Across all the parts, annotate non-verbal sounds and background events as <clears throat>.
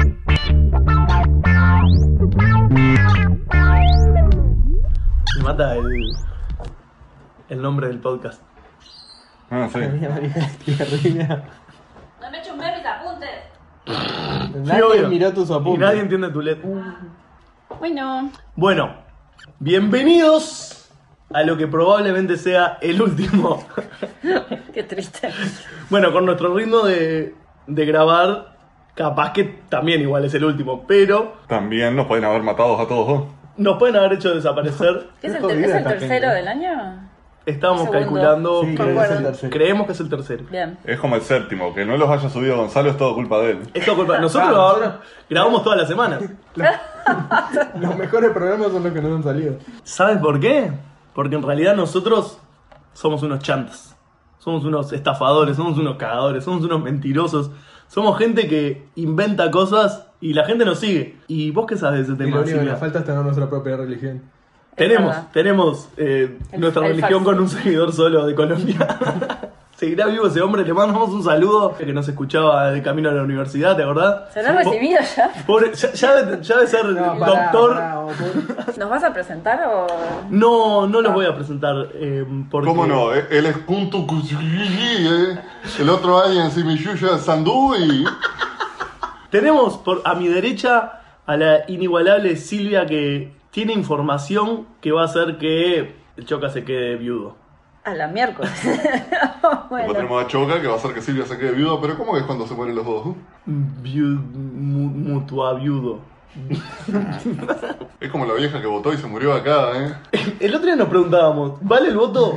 <laughs> mata el, el nombre del podcast. Ah, sí. María María Tierrina. No me chumé mis apuntes. Nadie obvio. miró tus Y apuntes. nadie entiende tu letra. Bueno, Bueno, bienvenidos a lo que probablemente sea el último. <laughs> qué triste. bueno, con nuestro ritmo de, de grabar, capaz que también igual es el último, pero También nos pueden haber matado a todos dos. nos pueden haber hecho desaparecer. <laughs> ¿Qué es el, Qué ter- jodida es el esta tercero gente. del año? Estábamos Segundo. calculando, Sí, que- creo que es el Concuerdo. tercero. creemos que es el tercero. Bien. Es como el séptimo, que no los haya subido Gonzalo es todo culpa de él. Esto es <laughs> culpa- Nosotros Ah, grabamos, grabamos todas las semanas. Los mejores programas son los que no han salido. ¿Sabes por qué? Porque en realidad nosotros somos unos chantas. Somos unos estafadores, somos unos cagadores, somos unos mentirosos. Somos gente que inventa cosas y la gente nos sigue. ¿Y vos qué sabes de ese Y tema? lo único que Silvia? nos falta es tener nuestra propia religión. Tenemos, verdad. tenemos eh, El- nuestra el religión fax. con un seguidor solo de <laughs> Colombia. Seguirá vivo ese hombre, le mandamos un saludo que nos escuchaba de camino a la universidad, ¿te acordás? ¿Se lo han Po- recibido ya? pobre- ya, ya debe, ya debe ser pará, doctor. pará, vos, vos. ¿Nos vas a presentar o...? No, no los voy a presentar. eh, porque... ¿Cómo no? Eh, Él es punto eh. El otro año en Simiyuya Sandú y. Tenemos por, a mi derecha a la inigualable Silvia que tiene información que va a hacer que el Choca se quede viudo. A la miércoles. Después bueno, tenemos a Choca, que va a hacer que Silvia se quede viuda, pero ¿cómo que es cuando se mueren los dos? Viu- mu- mutua viudo. Es como la vieja que votó y se murió acá, ¿eh? El otro día nos preguntábamos, ¿vale el voto?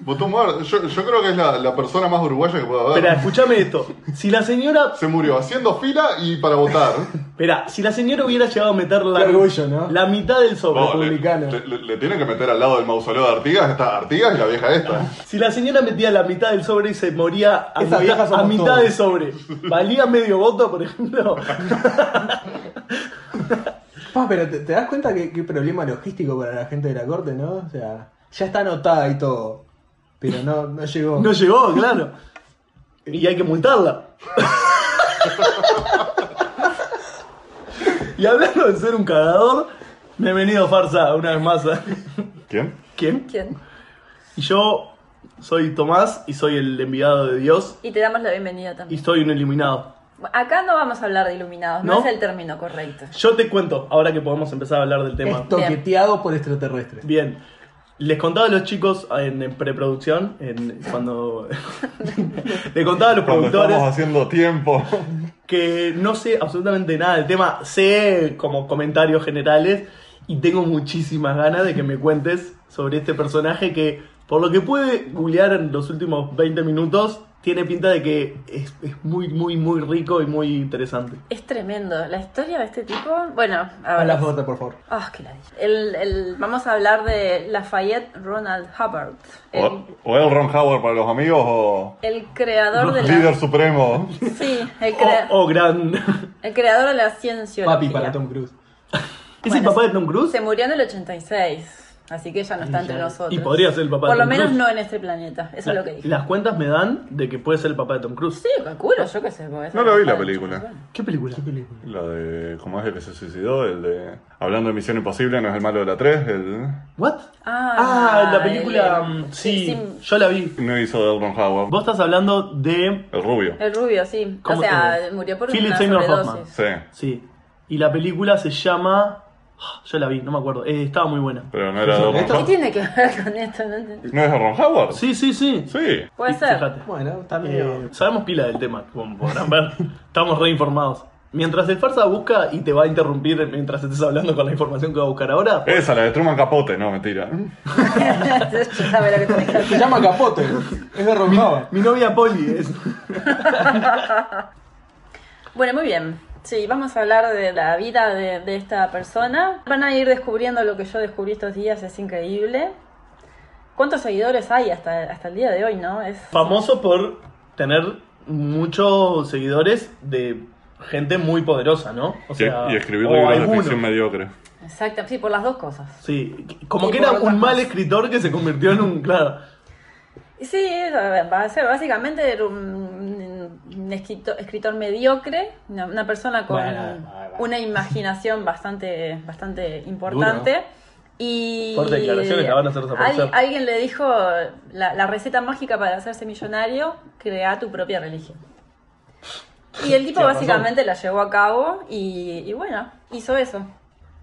Votó muerto. Yo, yo creo que es la, la persona más uruguaya que pueda haber. Espera, escúchame esto. Si la señora. Se murió haciendo fila y <laughs> para votar. Espera, si la señora hubiera llegado a meter la, Qué orgullo, ¿no? la mitad del sobre. No, le, Republicano. le- le- le tienen que meter al lado del mausoleo de Artigas, está Artigas y la vieja esta. Si la señora metía la mitad del sobre y se moría a, mitad- Esa vieja somos a mitad todos. de sobre, ¿valía medio voto, por ejemplo? Pa, pero te, te das cuenta que qué problema logístico para la gente de la corte, ¿no? O sea, ya está anotada y todo. Pero no, no llegó. No llegó, claro. Y hay que multarla. <laughs> y hablando de ser un cagador, bienvenido Farsa una vez más. a- ¿Quién? ¿Quién? ¿quién? Y yo soy Tomás y soy el enviado de Dios Y te damos la bienvenida y también. soy un iluminado. Acá no vamos a hablar de iluminados, no, ¿No? es el término correcto. Yo te cuento, ahora que podemos empezar a hablar del tema. es toqueteado por extraterrestres. Bien. Les contaba a los chicos en, en preproducción, en, cuando... <laughs> le contaba a los Cuando productores... estamos haciendo tiempo. que no sé absolutamente nada del tema, sé como comentarios generales y tengo muchísimas ganas de que me cuentes sobre este personaje que, por lo que pude googlear en los últimos 20 minutos, tiene pinta de que es, es muy, muy, muy rico y muy interesante. Es tremendo. La historia de este tipo... Bueno, A la ahora... foto, por favor. Ah, qué ladilla. El, el- vamos a hablar de Lafayette Ronald Hubbard, O, Oh. el, o el Ron Howard para los amigos o el creador de la... líder supremo. Sí, el, crea- O, o Oh, gran... <laughs> el creador de la ciencia. Papi para Tom Cruise. ¿Es el Bueno, papá de Tom Cruise? Se murió en el 86, así que ya no está entre nosotros. Y podría ser el papá de Por lo Tom menos Cruise. no en este planeta, eso es lo que dije. Las cuentas me dan de que puede ser el papá de Tom Cruise. Sí, calculo, yo qué sé. puede ser No la vi el papá la de película. Chachapán. ¿Qué película? La de. ¿Cómo es el que se suicidó? El de. Hablando de Misión Imposible, no es el malo de la 3. El, ¿What? Ah, la película... el- mm, sí, sí. yo la vi. no hizo de Ron Howard. Vos estás hablando de... El rubio. El rubio, sí. O ¿Cómo sea, te- murió por Philip una Seymour Hoffman. sobredosis. Sí. Sí. Y la película se llama. Yo la vi, no me acuerdo. Eh, estaba muy buena. Pero no era de Ron ¿Qué Howard. tiene que ver con esto? No entiendo. ¿No es de Ron Howard? Sí, sí, sí. Sí. Puede Y ser. fíjate, Bueno, está eh, medio. sabemos pila del tema, como podrán <laughs> ver. Estamos reinformados. Mientras el farsa busca y te va a interrumpir mientras estés hablando con la información que va a buscar ahora. Esa, la de Truman Capote, no, mentira. <laughs> Yo sabe lo que tenés que Se hacer. llama Capote. Es de Ron Howard. Mi novia Polly es. Bueno, muy bien. Sí, vamos a hablar de la vida de, de esta persona. Van a ir descubriendo lo que yo descubrí estos días, es increíble. ¿Cuántos seguidores hay hasta, hasta el día de hoy, no? Es Famoso por tener muchos seguidores de gente muy poderosa, ¿no? O Y, y escribir libros de ficción mediocre. Exacto, sí, por las dos cosas. Sí, como Y que era por otras un mal más. escritor que se convirtió en un. Claro. Y sí, a ver, va a ser básicamente era un, un escritor, escritor mediocre, una, una persona con Bueno, bueno, bueno. una imaginación bastante, bastante importante. Y Fuertes declaraciones la van a hacer desaparecer. al- alguien le dijo la, la receta mágica para hacerse millonario, crea tu propia religión. Y <laughs> el tipo Tiene básicamente la llevó a cabo y, y bueno, hizo eso.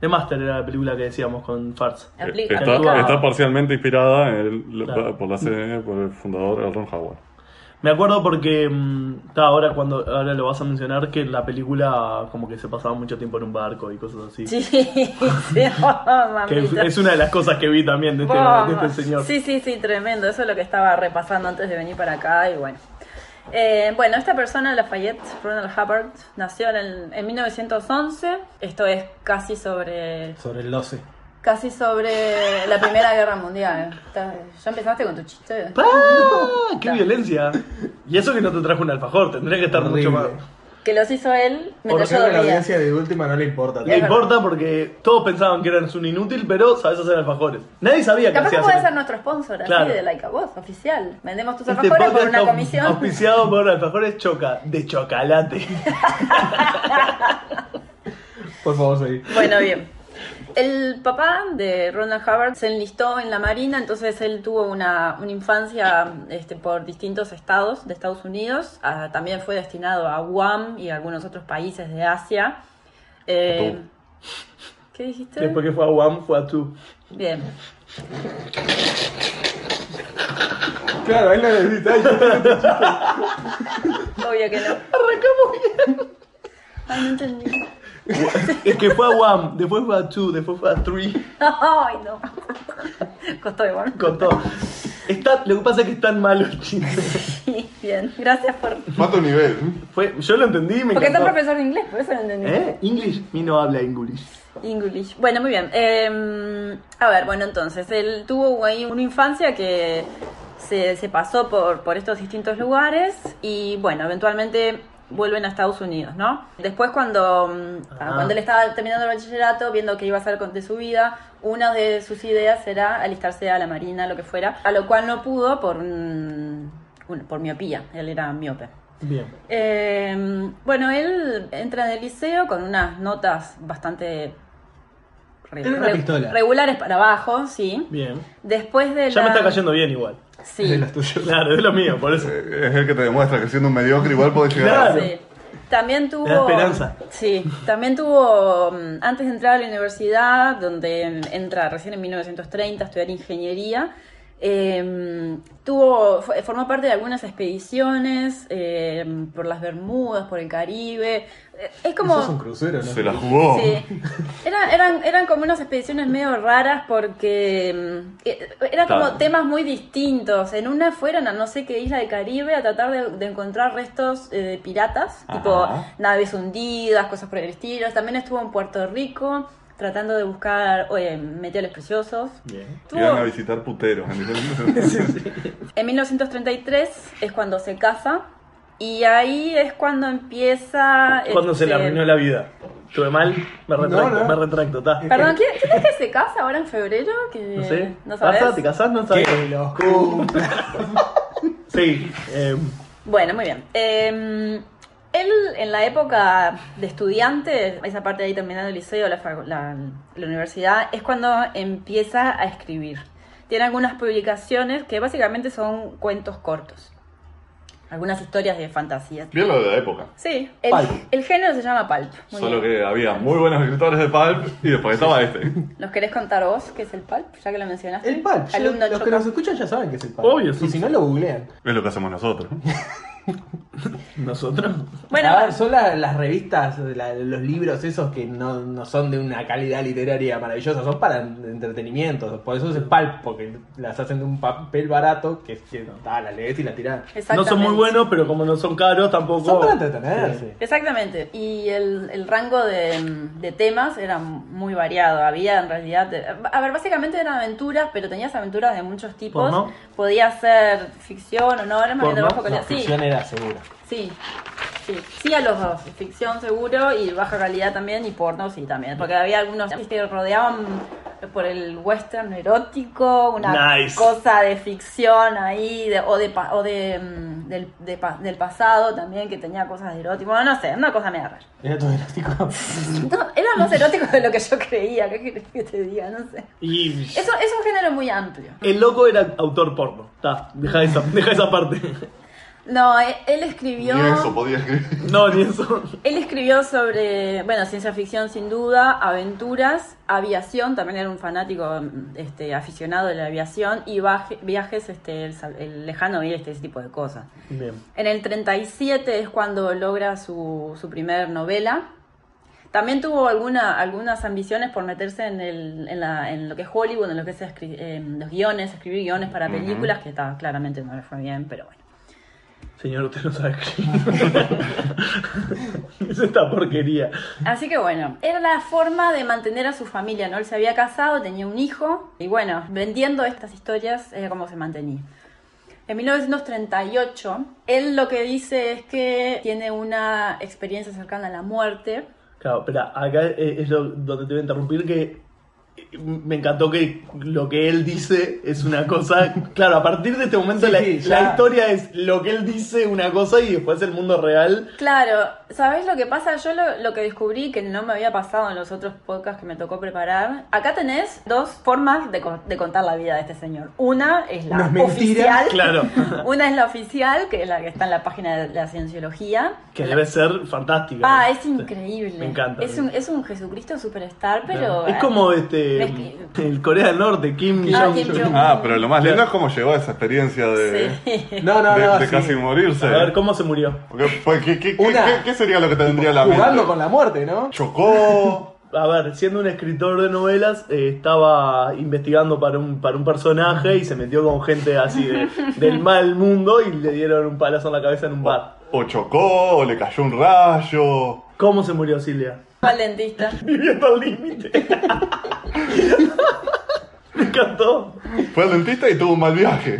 The Master era la película que decíamos con Farts. Apli- Eh, Está, aplicaba. está parcialmente inspirada en el- Claro. por la serie, por el fundador el Ron Howard. Me acuerdo porque mm, está ahora cuando ahora lo vas a mencionar que la película como que se pasaba mucho tiempo en un barco y cosas así. <laughs> Sí, <laughs> sí, oh, Que es- mamita. es una de las cosas que vi también de este, de este Vamos. señor. Sí, sí, sí, tremendo. Eso es lo que estaba repasando antes de venir para acá y bueno. Eh, bueno, esta persona, Lafayette Ronald Hubbard, nació en, el- en 1911. Esto es casi sobre Sobre el 12. casi sobre la Primera Guerra Mundial. Está- Ya empezaste con tu chiste. ¡Ah! ¡Qué Está. violencia! Y eso que no te trajo un alfajor, tendría que estar Horrible. mucho más. Que los hizo él Por mientras yo ejemplo, la dormía. audiencia de última no le importa. No es verdad. importa porque todos pensaban que eras un inútil, pero sabes hacer alfajores. Nadie sabía que Capaz que hacías. puede alfajores. ser nuestro sponsor, así, Claro. de Like a Voz, oficial. Vendemos tus Este alfajores por podcast una está comisión. Auspiciado por alfajores choca, de <laughs> chocolate. Por favor, seguí. Bueno, bien. El papá de Ronald Hubbard se enlistó en la Marina, entonces él tuvo una, una infancia este, por distintos estados de Estados Unidos. Ah, también fue destinado a Guam y a algunos otros países de Asia. Eh, ¿Qué dijiste? Después que fue a Guam, fue a tú. Bien. Claro, él lo necesita. Obvio que no. Ay, no entendí. Es que fue a Guam, después fue a two, después fue a three, Ay, no. Costó <laughs> igual. con todo. Está, lo que pasa es que es tan malo el chiste. Sí, bien. Gracias por. Falta un nivel. Fue, yo lo entendí y me Porque sos encantó. profesor de inglés, por eso lo entendí. ¿Eh? English. Mi no habla English. English. Bueno, muy bien. Eh, a ver, bueno, entonces, él tuvo ahí una infancia que se, se pasó por, por estos distintos lugares y, bueno, eventualmente vuelven a Estados Unidos, ¿no? Después cuando, mm, Ah. cuando él estaba terminando el bachillerato, viendo qué iba a hacer con- de su vida, una de sus ideas era alistarse a la Marina, lo que fuera, a lo cual no pudo por, un- un- por miopía, él era miope. Bien. Eh, bueno, él entra en el liceo con unas notas bastante re- Era una re- pistola. regulares para abajo, sí. Bien. Después de Ya la... me está cayendo bien igual. Sí, <laughs> De los tuyos. Claro, es lo mío, por eso. Eh, Es el que te demuestra que siendo un mediocre igual podés llegar. Claro. sí. También tuvo... da esperanza. Sí, también tuvo, mm, antes de entrar a la universidad, donde entra recién en 1930 a estudiar ingeniería, eh, tuvo, fue- formó parte de algunas expediciones eh, por las Bermudas, por el Caribe. Eh, Es como... Eso es un crucero, ¿no? Se la jugó. Sí. Era- eran, eran como unas expediciones medio raras porque mm, eh, eran como Claro. temas muy distintos. En una fueron a no sé qué isla del Caribe a tratar de, de encontrar restos eh, de piratas, Ajá. tipo naves hundidas, cosas por el estilo. También estuvo en Puerto Rico tratando de buscar oye, metales preciosos. Bien. Y van a Estuvo- visitar <laughs> puteros. en diferentes- en 1933 es cuando se casa y ahí es cuando empieza... Cuando se le este, arruinó la vida. ¿Tuve mal? Me retracto, No, no. me retracto, está. Perdón, ¿quién, quién es que se casa ahora en febrero? Que No sé. ¿No sabes? ¿Pasa? ¿Te casás? No sabes. Que los cumpla. <laughs> Sí. eh, Bueno, muy bien. Eh, él, en la época de estudiante, esa parte de ahí terminando el liceo, la, facu- la- la universidad, es cuando empieza a escribir. Tiene algunas publicaciones que básicamente son cuentos cortos. Algunas historias de fantasía. Bien lo de la época. Sí, el, Pulp. el género se llama pulp. Muy Solo bien. que había muy buenos escritores de Pulp y después estaba este. ¿Nos querés contar vos qué es el pulp? Ya que lo mencionaste. El PAL. ya- Alumno Los choca. que nos escuchan ya saben que es el PAL. Obvio, sí. Y si no, lo googlean. Es lo que hacemos nosotros. ¿Nosotros? Bueno, a ver, son la- las revistas, la- los libros esos que no, no son de una calidad literaria maravillosa, son para entretenimiento. Por eso es pulp, porque las hacen de un papel barato que, que ah, las lees y las tirás. No son muy exactamente. buenos, pero como no son caros, tampoco. Son para entretenerse. Exactamente, y el, el rango de, de temas era muy variado, había en realidad, de- a ver, básicamente eran aventuras, pero tenías aventuras de muchos tipos, ¿Porno? podía ser ficción o no, era más bien de ¿Porno? bajo calidad, La sí, ficción era segura. sí, sí, sí a los dos, ficción seguro y baja calidad también y porno sí también, porque había algunos que rodeaban por el western erótico, una Nice. cosa de ficción ahí, de- o, de, pa- o de, mm, del, de pa- del pasado también, que tenía cosas eróticas. Bueno, no sé, una cosa media rara. Era todo <laughs> elástico. No, era más erótico de lo que yo creía, ¿qué querés que te diga? No sé. Y Eso es un género muy amplio. el loco era autor porno. Está, deja esa, deja esa parte. No, e- él Ni escribió... eso podía escribir. No, ni eso. Él escribió sobre, bueno, ciencia ficción sin duda, aventuras, aviación, también era un fanático mm, este, aficionado de la aviación y baje- viajes este, el, sal- el lejano este, ese tipo de cosas. Bien. En el 37 es cuando logra su, su primer novela. También tuvo alguna, algunas ambiciones por meterse en, el, en, la- en lo que es Hollywood, en lo que es escri- en los guiones, escribir guiones para Ujú. películas, que ta, claramente no le fue bien, pero bueno. Señor, usted no sabe <laughs> escribir. es esta porquería. Así que bueno, era la forma de mantener a su familia, ¿no? Él se había casado, tenía un hijo, y bueno, vendiendo estas historias era como se mantenía. En 1938, él lo que dice es que tiene una experiencia cercana a la muerte. Claro, pero acá eh, es lo- donde te voy a interrumpir que eh, me encantó que lo que él dice es una cosa. Claro, a partir de este momento Sí, la, sí, la ya. historia es lo que él dice una cosa y después el mundo real. Claro, ¿sabés lo que pasa? Yo lo, lo que descubrí que no me había pasado en los otros podcasts que me tocó preparar. Acá tenés dos formas de, con- de contar la vida de este señor. Una es la No es mentira, oficial. Claro, Una es la oficial, que es la que está en la página de la cienciología. que debe ser fantástica. Ah, es increíble. Me encanta. Es un, es un Jesucristo superstar, pero. Es como este. Es que- El Corea del Norte, Kim Ah, Jong-un. Kim Jong-un. Ah, pero lo más lindo es cómo llegó a esa experiencia de, Sí. No, no, de- no. de sí. casi morirse. A ver, ¿cómo se murió? Porque, pues, ¿qué, qué, qué- Una. qué- qué sería lo que tendría la mente? Jugando con la muerte, ¿no? Chocó. A ver, siendo un escritor de novelas, eh, estaba investigando para un, para un personaje y se metió con gente así <laughs> de- del mal mundo y le dieron un palazo en la cabeza en un bar. O chocó, o le cayó un rayo. ¿Cómo se murió Silvia? <laughs> Fue al dentista. <laughs> Viviendo al límite. <laughs> Me encantó. Fue al dentista y tuvo un mal viaje.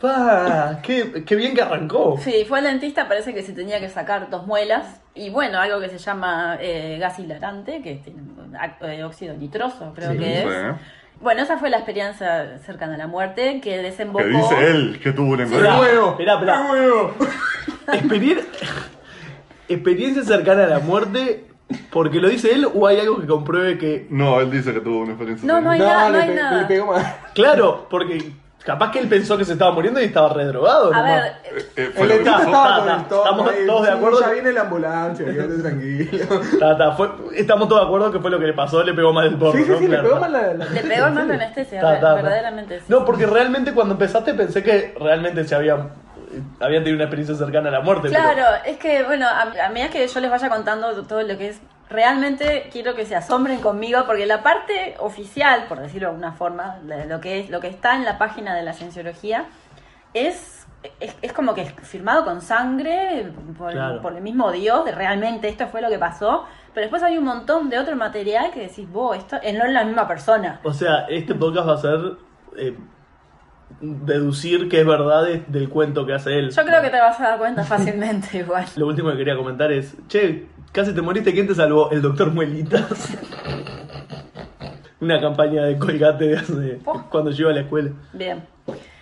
Pa, Ah, qué, qué bien que arrancó. Sí, fue al dentista, parece que se tenía que sacar dos muelas. Y bueno, algo que se llama eh, gas hilarante, que tiene un ac- eh, óxido nitroso, creo Sí. que es. Bueno, esa fue la experiencia cercana a la muerte que desembocó. Que dice él que tuvo un Esperá, enfermedad. huevo. esperá, esperá. Experien- Experiencia cercana a la muerte, porque lo dice él o hay algo que compruebe que No, él dice que tuvo una experiencia. No, no hay nada, no le hay pe- nada. le pegó mal. Claro, porque capaz que él pensó que se estaba muriendo y estaba redrogado. A nomás. ver, Eh, eh, fue lo que El dentista está, hizo. estaba con está, el todo. estamos ahí, todos de sí, acuerdo. Ya viene la ambulancia, quédate <laughs> tranquilo. Ta, ta, fue- estamos todos de acuerdo que fue lo que le pasó, le pegó mal el porro. Sí, sí, ¿no? sí, le Claro, pegó ta. mal la. la- le pegó el mal la anestesia, Ta, re- ta, ta. verdaderamente. sí. No, porque realmente cuando empezaste pensé que realmente se había, había tenido una experiencia cercana a la muerte. pero- Claro, es que, bueno, a, a medida que yo les vaya contando todo lo que es, realmente quiero que se asombren conmigo, porque la parte oficial, por decirlo de alguna forma, de lo que, es, lo que está en la página de la cienciología, es, es, es como que es firmado con sangre por, Claro. por el mismo Dios, de realmente esto fue lo que pasó, pero después hay un montón de otro material que decís, vos, esto eh, no es la misma persona. O sea, este podcast va a ser eh, deducir que es verdad de- del cuento que hace él. Yo creo que te vas a dar cuenta fácilmente <laughs> igual. Lo último que quería comentar es, che, casi te moriste, ¿quién te salvó? El doctor <laughs> Muelitas. Una campaña de colgate de hace, Oh. cuando yo iba a la escuela. Bien.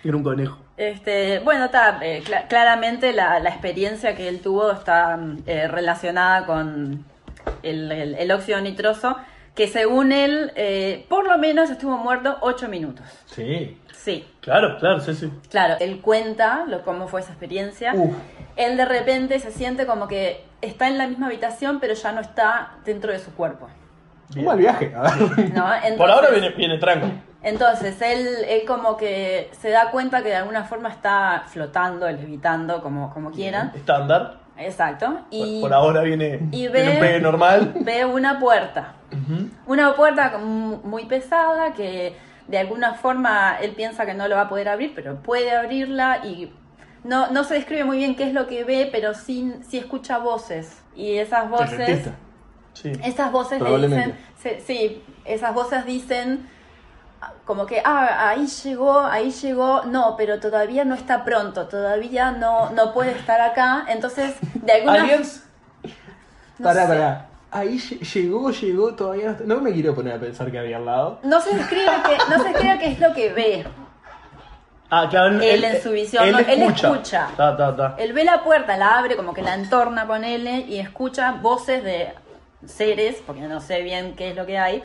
Era un conejo. Este, bueno, ta, eh, cla- claramente la, la experiencia que él tuvo está mm, eh, relacionada con el, el- el óxido nitroso, que según él, eh, por lo menos estuvo muerto 8 minutos. Sí. Sí, Claro, claro, sí, sí. claro. Él cuenta lo, cómo fue esa experiencia. Uf. Él de repente se siente como que está en la misma habitación, pero ya no está dentro de su cuerpo. Un mal viaje. a ver. ¿no? <laughs> Por ahora Entonces- viene, viene tranco. Entonces, él, él como que se da cuenta que de alguna forma está flotando, levitando, como, como quieran. Estándar. Exacto. Por- Y por ahora viene, y viene un ve- pegue normal. ve una puerta. Una puerta como muy pesada que de alguna forma él piensa que no lo va a poder abrir, pero puede abrirla y no, no se describe muy bien qué es lo que ve, pero sí, sí escucha voces. Y esas voces... Dentista. Sí. Esas voces le Probablemente. dicen, se- sí, esas voces dicen ah, como que, ah, ahí llegó, ahí llegó, no, pero todavía no está pronto, todavía no, no puede estar acá, entonces, de alguna Aliens. <laughs> no Pará, sé. pará. Ahí lle- llegó, llegó, todavía no está- no me quiero poner a pensar que había al lado. No se describe que, no se describe qué es lo que ve. Ah, claro, él, Él en su visión, no, él escucha. Ta, ta, ta. Él ve la puerta, la abre, como que la entorna, ponele, y escucha voces de seres, porque no sé bien qué es lo que hay,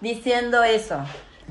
diciendo eso.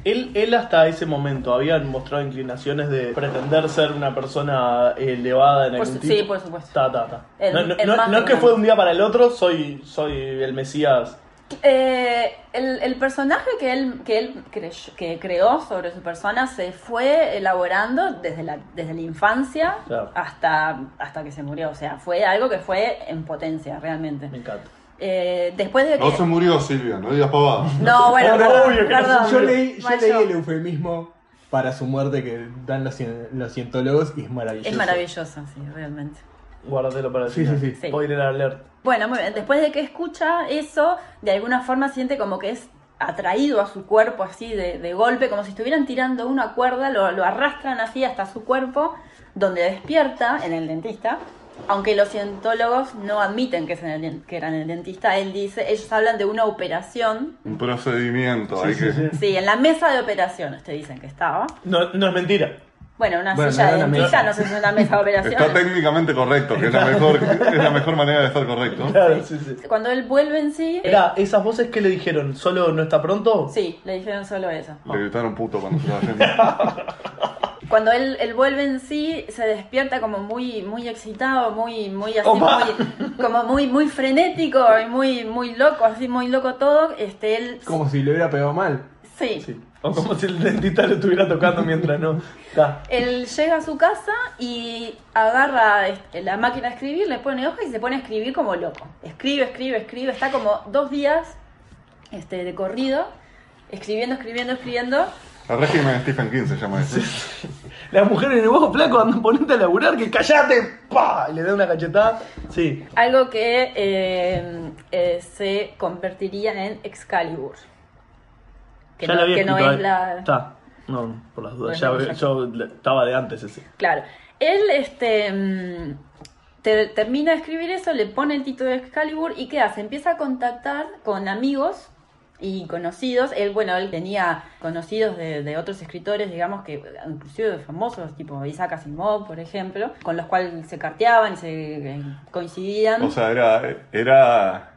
Él, él hasta ese momento había mostrado inclinaciones de pretender ser una persona eh, elevada en Por algún su- tipo. sí, por supuesto. Ta, ta, ta. El- no no- el no- más no es que grande. fue de un día para el otro, soy, soy el Mesías. Eh, el, el personaje que él, que él creyó- que creó sobre su persona se fue elaborando desde la, desde la infancia Claro. hasta, hasta que se murió. O sea, fue algo que fue en potencia, realmente. Me encanta. Eh, después de que... No se murió Silvia, no digas pavada. No, bueno, Obvio perdón, que no se perdón. Yo leí, yo Mal leí yo. el eufemismo para su muerte que dan los, cien- los cientólogos y es maravilloso. Es maravilloso, sí, realmente. Guárdelo para el Sí, final. sí, sí. Sí. Spoiler alert. Bueno, muy bien. Después de que escucha eso, de alguna forma siente como que es atraído a su cuerpo así de, de golpe, como si estuvieran tirando una cuerda, lo, lo arrastran así hasta su cuerpo, donde despierta en el dentista. Aunque los cientólogos no admiten que, es en el dien- que era en el dentista, él dice, ellos hablan de una operación. Un procedimiento, hay que. Sí, en la mesa de operaciones te dicen que estaba. No, no es mentira. Bueno, una Bueno, silla no de era una dentista, mesa. no sé si es una mesa de Está operaciones. técnicamente correcto, que es <laughs> la mejor, es la mejor manera de estar correcto. Claro, sí, sí. Cuando él vuelve en sí, Era, ¿esas voces que le dijeron? ¿Solo no está pronto? sí, le dijeron solo eso. Le gritaron puto cuando se estaba yendo. Cuando él, él vuelve en sí, se despierta como muy, muy excitado, muy, muy así, Opa. muy, como muy, muy frenético y muy, muy loco, así muy loco todo. Este, él, Como si le hubiera <laughs> pegado mal. sí. Sí. O como si el dentista lo estuviera tocando mientras no. Ta. Él llega a su casa y agarra este, la máquina de escribir, le pone hoja y se pone a escribir como loco. Escribe, escribe, escribe. Está como dos días este, de corrido, escribiendo, escribiendo, escribiendo. El régimen de Stephen King se llama eso. Las mujeres en el bajo flaco andan ponente a laburar que callate, pa, y le da una cachetada. Sí. Algo que eh, eh, se convertiría en Excalibur. Que ya no, la había que no escrito es ahí. la. Está. No, por las dudas. Bueno, ya, ya- yo le- estaba de antes ese. Claro. Él este, mm, te- termina de escribir eso, le pone el título de Excalibur y ¿qué hace? Empieza a contactar con amigos y conocidos. Él, bueno, él tenía conocidos de, de otros escritores, digamos que inclusive de famosos, tipo Isaac Asimov, por ejemplo, con los cuales se carteaban y se eh, coincidían. O sea, era. era...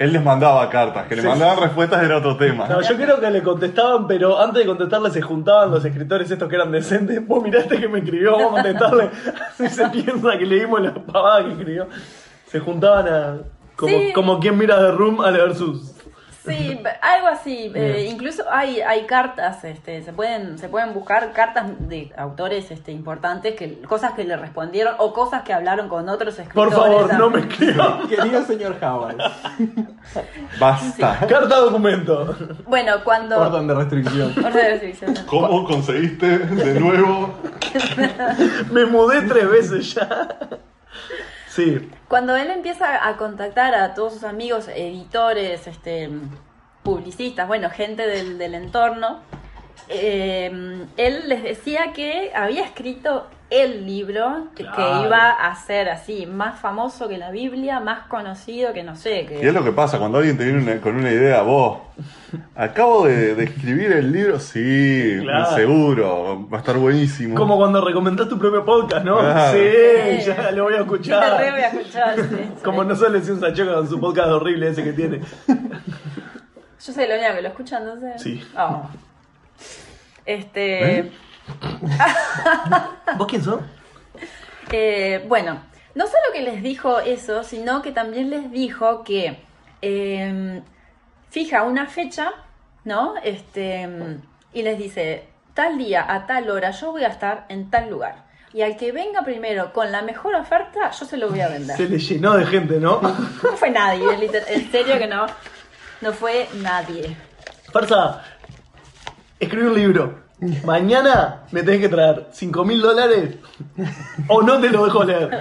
Él les mandaba cartas, que le Sí. mandaban respuestas era otro tema. No, yo creo que le contestaban, pero antes de contestarle se juntaban los escritores estos que eran decentes. Vos miraste que me escribió, vamos a contestarle. <laughs> Así se piensa que leímos la pavada que escribió. Se juntaban a. Como, Sí. como quien mira de Room a leer sus. Sí, b- algo así. Eh, incluso hay, hay cartas, este, se pueden, se pueden buscar cartas de autores este, importantes, que, cosas que le respondieron o cosas que hablaron con otros Por escritores. favor, ah. no me escriban. Querido señor Howard, Basta. Carta documento. Bueno, cuando... orden de restricción. Orden de servicio. ¿Cómo conseguiste de nuevo? Me mudé tres veces ya. Sí. Cuando él empieza a contactar a todos sus amigos, editores, este, publicistas, bueno, gente del, del entorno, eh, él les decía que había escrito el libro que, que Claro. iba a ser así, más famoso que la Biblia, más conocido que no sé. Que... Y <laughs> es lo que pasa cuando alguien te viene una- con una idea, vos. Acabo de, de escribir el libro, sí, Claro. seguro, va a estar buenísimo. Como cuando recomendás tu propio podcast, ¿no? Claro. Sí, ya lo voy a Sí, te re voy a escuchar. escuchar, sí, <laughs> sí. Como no sale un Sachoca con su podcast horrible ese que tiene. Yo soy la única que lo escucha, entonces. Sí. Oh. Este. ¿Eh? ¿Vos quién sos? Eh, bueno, no solo que les dijo eso, sino que también les dijo que eh, fija una fecha, ¿no? Este, y les dice, tal día a tal hora yo voy a estar en tal lugar. Y al que venga primero con la mejor oferta, yo se lo voy a vender. Se le llenó de gente, ¿no? No fue nadie, liter- en serio que no. No fue nadie. Farsa, escribí un libro. Mañana me tenés que traer 5 mil dólares o no te lo dejo leer.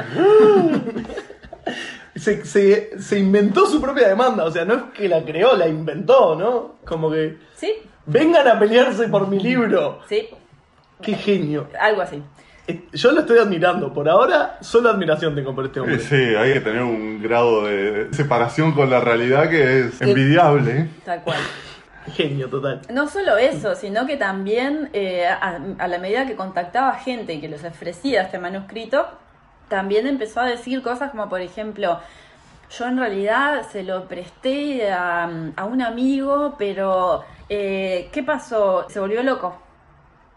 Se, se- se inventó su propia demanda, o sea, no es que la creó, la inventó, ¿no? Como que ¿Sí? vengan a pelearse por mi libro. Sí, Qué genio. algo así. Eh, Yo lo estoy admirando. Por ahora, solo admiración tengo por este Eh, hombre. Sí, hay que tener un grado de separación con la realidad que es envidiable. Tal cual. Genio total. No solo eso, sino que también eh, a, a la medida que contactaba gente y que les ofrecía este manuscrito, también empezó a decir cosas como, por ejemplo, yo en realidad se lo presté a, a un amigo, pero eh, ¿qué pasó? Se volvió loco.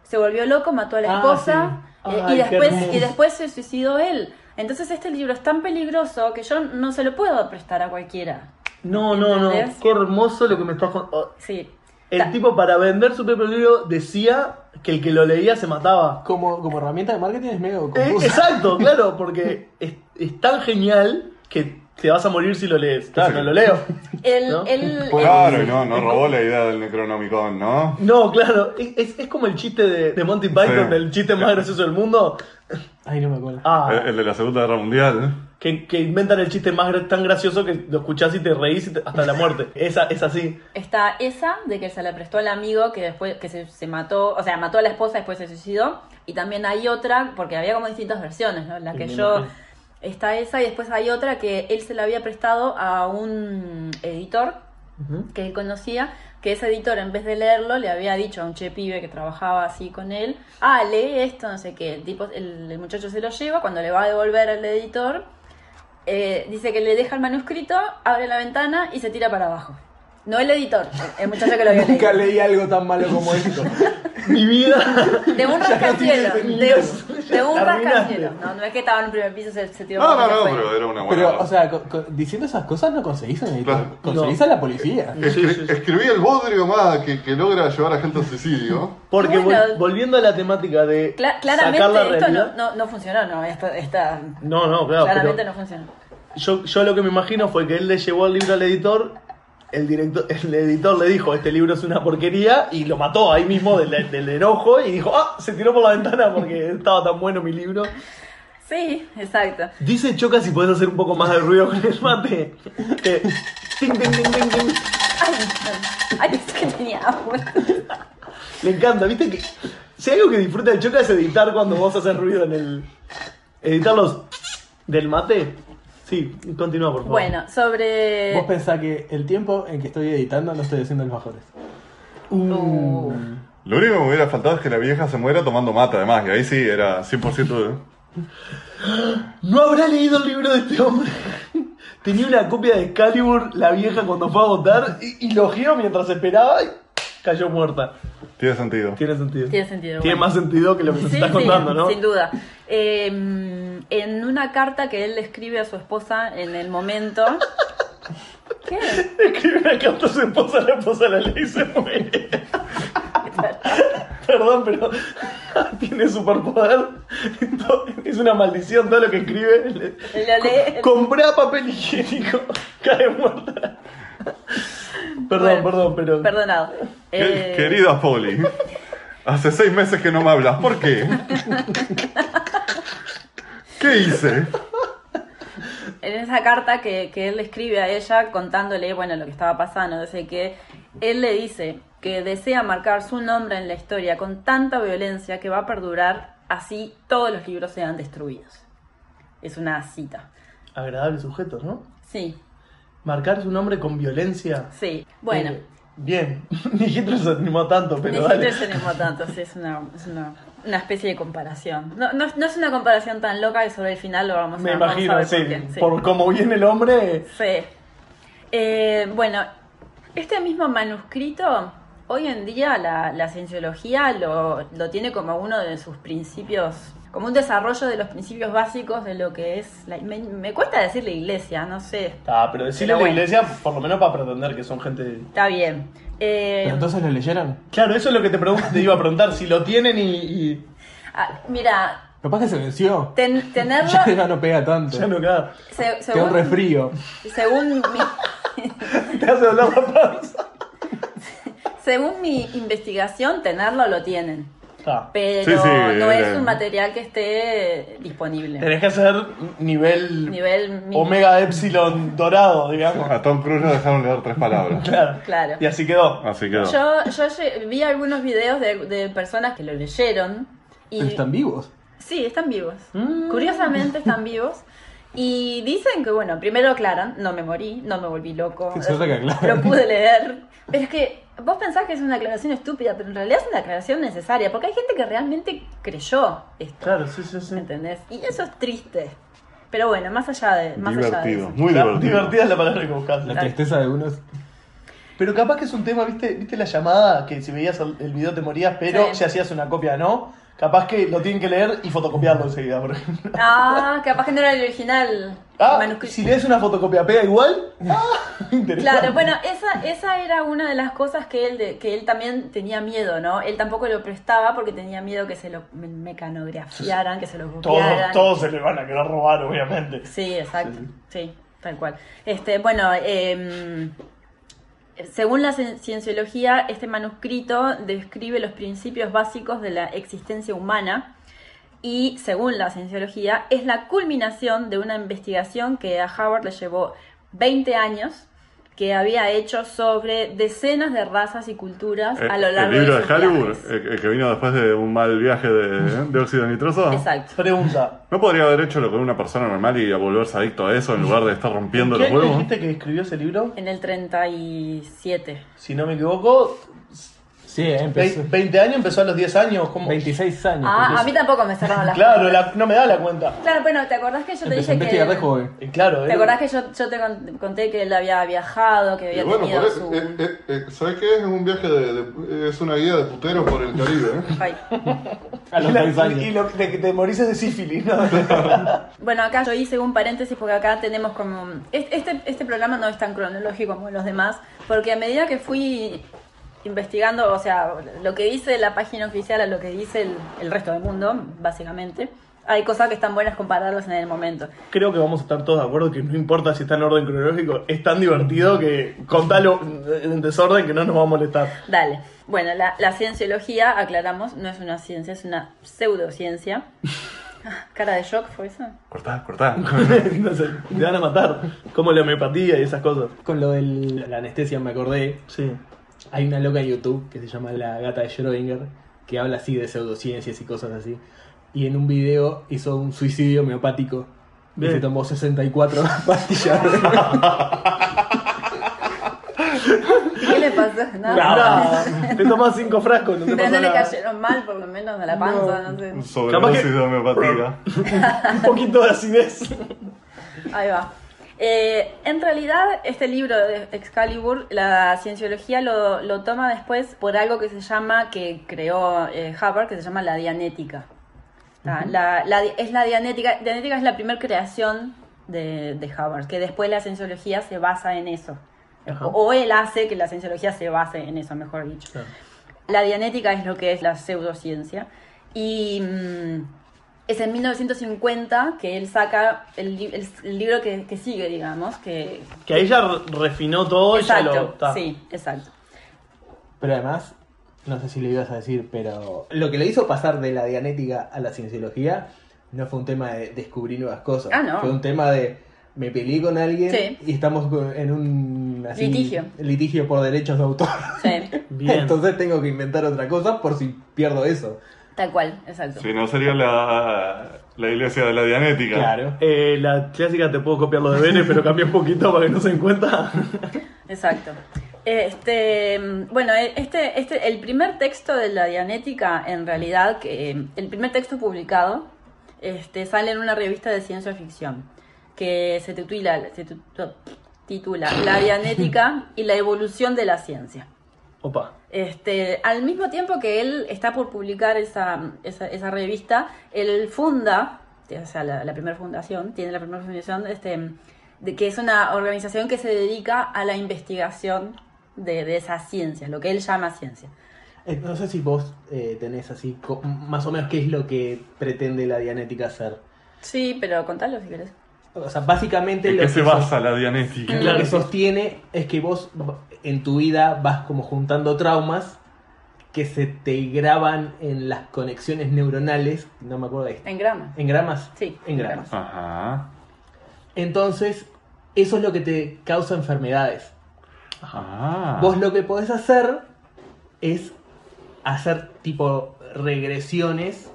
Se volvió loco, mató a la Ah, esposa sí. eh, Ay, y, qué después, hermoso. y después se suicidó él. Entonces este libro es tan peligroso que yo no se lo puedo prestar a cualquiera. No, no, no. ¿Entendés? Qué hermoso lo que me estás contando. Sí. Ta- El tipo para vender su propio libro decía que el que lo leía se mataba. Como, como herramienta de marketing es medio Eh, confuso. exacto, claro, porque es, es tan genial que te vas a morir si lo lees. Claro, Sí. no lo leo. El, ¿No? el- Claro, y no, no robó la idea del Necronomicon, ¿no? No, claro, es- es, es como el chiste de, de Monty Python, Sí. el chiste más gracioso del mundo. Ay, no me acuerdo. El, Ah, el de la Segunda Guerra Mundial. que, que inventan el chiste más gra- tan gracioso que lo escuchás y te reís y te- hasta la muerte. Esa, es así. Está esa de que se la prestó al amigo que después que se, se mató, o sea, mató a la esposa después se suicidó. Y también hay otra, porque había como distintas versiones, ¿no? La Sí, que me yo. imagino. Está esa y después hay otra que él se la había prestado a un editor Ujú. que él conocía, que ese editor en vez de leerlo le había dicho a un che pibe que trabajaba así con él, ah, lee esto, no sé qué, el, tipo, el, el muchacho se lo lleva, cuando le va a devolver al editor, eh, dice que le deja el manuscrito, abre la ventana y se tira para abajo. No el editor, el muchacho que lo había Nunca leído. leí algo tan malo como esto. Mi vida. <laughs> De <laughs> un rascacielos, de, un- de un La arruinaste. rascacielos. No, no es que estaba en el primer piso, se, se tiró No, para no, no, afuera. pero eh, era una buena. Pero, o sea, co- co- diciendo esas cosas no conseguís un editor. Claro. Conseguís No. a la policía. Escri- sí, sí. Escribí el bodrio más que, que logra llevar a gente al suicidio. Porque vol- Bueno. volviendo a la temática de sacar Cla- la claramente esto no, realidad. no, no funcionó, no, esta, esta- No, no, claro. claramente pero no funcionó. Yo, yo lo que me imagino fue que él le llevó el libro al editor, el director, <laughs> el editor le dijo, este libro es una porquería, y lo mató ahí mismo del, del enojo, y dijo, ah, se tiró por la ventana porque <laughs> estaba tan bueno mi libro. Sí, exacto. Dice Choca si podés hacer un poco más de ruido con el <laughs> mate. Que- ting, ting, ting, ting, ting. Ay, no. ay, pensé que tenía agua. Le encanta, viste que. Si hay algo que disfruta el Choca es editar cuando vos haces ruido en el. Editar los del mate. Sí, continúa por favor. Bueno, sobre. Vos pensás que el tiempo en que estoy editando no estoy haciendo alfajores. Eh. Uh, Mm. Lo único que me hubiera faltado es que la vieja se muera tomando mate, además, y ahí sí era 100% de. No habrá leído el libro de este hombre. Tenía una copia de Excalibur, la vieja cuando fue a votar, y, y lo giró mientras esperaba y cayó muerta. Tiene sentido. Tiene sentido. Tiene sentido, Tiene bueno. más sentido que lo que nos sí, estás sí, contando, ¿no? sin duda. Eh, en una carta que él le escribe a su esposa en <laughs> el momento. ¿Qué? Escribe una carta a su esposa, la esposa la ley se muere. Perdón, pero tiene superpoder. Es una maldición todo lo que escribe. Lo lee. Comprá papel higiénico, cae muerta. Perdón, Bueno, perdón, pero. Perdonado. Que- Eh, Querida Polly, hace seis meses que no me hablas, ¿por qué? ¿Qué hice? en esa carta que, que él le escribe a ella contándole, bueno, lo que estaba pasando, desde que él le dice que desea marcar su nombre en la historia con tanta violencia que va a perdurar así todos los libros sean destruidos. Es una cita. Agradable sujeto, ¿no? Sí, Marcar su nombre con violencia. sí. Bueno, <laughs> Eh, bien. <laughs> Ni Hitler se animó tanto, ni pero dale. Hitler se animó tanto, sí, es una, es una, una especie de comparación. No, no, no es una comparación tan loca y sobre el final lo vamos a Me vamos a imagino, ver sí. por qué, sí. Por cómo viene el hombre. Sí. Eh, bueno, este mismo manuscrito, hoy en día la, la cienciología lo, lo tiene como uno de sus principios, como un desarrollo de los principios básicos de lo que es. la- me, me cuesta decir la iglesia, no sé. Ah, pero decirle Pero bueno. a la iglesia, por lo menos para pretender que son gente. Está bien. Eh, Pero entonces lo leyeron. Claro, eso es lo que te, pregun- te iba a preguntar, si lo tienen y, y- ah, mira, Capaz que se venció. ten- <laughs> Ya tenerlo. no pega tanto. ya no queda. se- Quedó un según, resfrío. según mi. Te hace hablar la panza. Según mi investigación, tenerlo lo tienen, Ah, pero Sí, sí, no es era- un material que esté disponible. tenés que hacer nivel, Nivel mínimo. omega epsilon dorado, digamos. A Tom Cruise le dejaron leer tres palabras. Claro. Claro. Y así quedó. Así que. Yo, yo lle- vi algunos videos de, de personas que lo leyeron y Pero Ah, están vivos. sí, están vivos. Curiosamente están vivos Y dicen que, bueno, primero aclaran, no me morí, no me volví loco. Qué suerte que aclaran. Lo pude leer. Pero es que vos pensás que es una aclaración estúpida, pero en realidad es una aclaración necesaria, porque hay gente que realmente creyó esto. Claro, sí, sí, sí. ¿Entendés? Y eso es triste. Pero bueno, más allá de, más allá de Divertido, eso. muy Claro, divertido. Divertida es la palabra que buscás. La tristeza de unos. Pero capaz que es un tema, ¿viste, viste la llamada? Que si veías el, el video te morías, pero Sí. si hacías una copia, ¿no? Capaz que lo tienen que leer y fotocopiarlo enseguida, por ejemplo. Ah, capaz que no era el original. Ah, manuscrito. si lees una fotocopia, ¿pega <laughs> igual? Ah, interesante. Claro, bueno, esa, esa era una de las cosas que él, de- que él también tenía miedo, ¿no? Él tampoco lo prestaba porque tenía miedo que se lo me- mecanografiaran, que se lo Todos, copiaran. todos se le van a querer robar, obviamente. Sí, exacto. Sí, tal cual. Este, bueno, eh, según la cien- cienciología, este manuscrito describe los principios básicos de la existencia humana y, según la cienciología, es la culminación de una investigación que a Howard le llevó 20 años que había hecho sobre decenas de razas y culturas Eh, a lo largo el libro sus de Haribur, eh, viajes. el, el que vino después de un mal viaje de, de óxido nitroso. Exacto. Pregunta. ¿No podría haber hecho lo que una persona normal y a volverse adicto a eso en lugar de estar rompiendo ¿Qué los año huevos? dijiste que escribió ese libro? En el 37. Si no me equivoco, Sí, eh, empezó. ve- 20 años empezó a los 10 años. ¿cómo? 26 años. Ah, empezó. a mí tampoco me cerraron <laughs> las Claro, la- no me da la cuenta. Claro, bueno, ¿te acordás que yo te Empezó a dije investigar de que... joven. Eh, Claro, ¿Te eh. acordás que yo, yo te con- conté que él había viajado, que Y había bueno, tenido por eso, su... eh, eh, eh, ¿sabes qué? Es un viaje de, de- Es una guía de puteros por el Caribe, ¿eh? Ay. A <laughs> los Y <laughs> la- 6 años. Y lo de que te morís es de sífilis, ¿no? Bueno, acá yo hice un paréntesis porque acá tenemos como... es- Este, este programa no es tan cronológico como los demás, porque a medida que fui investigando, o sea, lo que dice la página oficial a lo que dice el, el resto del mundo, básicamente, hay cosas que están buenas compararlas en el momento. <laughs> Creo que vamos a estar todos de acuerdo que no importa si está en orden cronológico, es tan divertido que contalo en desorden que no nos va a molestar. <laughs> Dale. Bueno, la, la cienciología, aclaramos, no es una ciencia, es una <laughs> pseudociencia. Ah, Cara de shock fue eso. Cortá, cortá. no sé, te van a matar. Como la homeopatía y esas cosas. Con lo de la anestesia me acordé. Sí. Hay una loca en YouTube que se llama La Gata de Schrödinger, que habla así de pseudociencias y cosas así. Y en un video hizo un suicidio homeopático. Y Bien. se <laughs> tomó 64 pastillas. ¿Qué le pasó? Nada. Nada. Te tomás cinco frascos, no te Pero pasa no le nada. cayeron mal, por lo menos, a la panza, no, sé. Sobredosis Capaz que- de homeopatía. Un poquito de acidez. Ahí va. Eh, en realidad, este libro de Excalibur, la cienciología lo, lo toma después por algo que se llama, que creó eh, Hubbard, que se llama la dianética. Ah, la- la di- es la dianética, dianética es la primera creación de, de Hubbard, que después la cienciología se basa en eso. Ajá. O, o él hace que la cienciología se base en eso, mejor dicho. La dianética es lo que es la pseudociencia. Y mm, es en 1950 que él saca el, li- el- el libro que, que sigue, digamos. Que, Que ahí ya re- refinó todo y ya lo. exacto, ta. sí, exacto. Pero además, no sé si lo ibas a decir, pero lo que le hizo pasar de la dianética a la cienciología no fue un tema de descubrir nuevas cosas. Ah, no. Fue un tema de me peleé con alguien Sí. y estamos con- en un Litigio. litigio por derechos de autor. Sí, Bien. <laughs> Entonces tengo que inventar otra cosa por si pierdo eso. tal cual, exacto. <laughs> Si no sería la, la iglesia de la Dianética. Claro. Eh, la clásica te puedo copiar los deberes, pero cambié un poquito para que no se den cuenta. Exacto. Este, mm, bueno, e- este, este, el primer texto de la Dianética, en realidad, que, eh, el primer texto publicado, este, sale en una revista de ciencia ficción que se titula, se tu- tu- titula La Dianética y la evolución de la ciencia. Opa. Este, al mismo tiempo que él está por publicar esa, esa, esa revista, él funda, o sea, la, la primera fundación, tiene la primera fundación, este, de, que es una organización que se dedica a la investigación de, de esas ciencias, lo que él llama ciencia. Eh, No sé si vos eh, tenés así, co- más o menos, qué es lo que pretende la dianética hacer. Sí, pero contalo si querés. O sea, básicamente ¿En lo qué se que basa la Dianética? Lo que sostiene es que vos en tu vida vas como juntando traumas que se te graban en las conexiones neuronales, no me acuerdo de esto. En grama. ¿En gramas? Sí, En gramas. Ajá. Entonces, eso es lo que te causa enfermedades. Ah. Vos lo que podés hacer es hacer tipo regresiones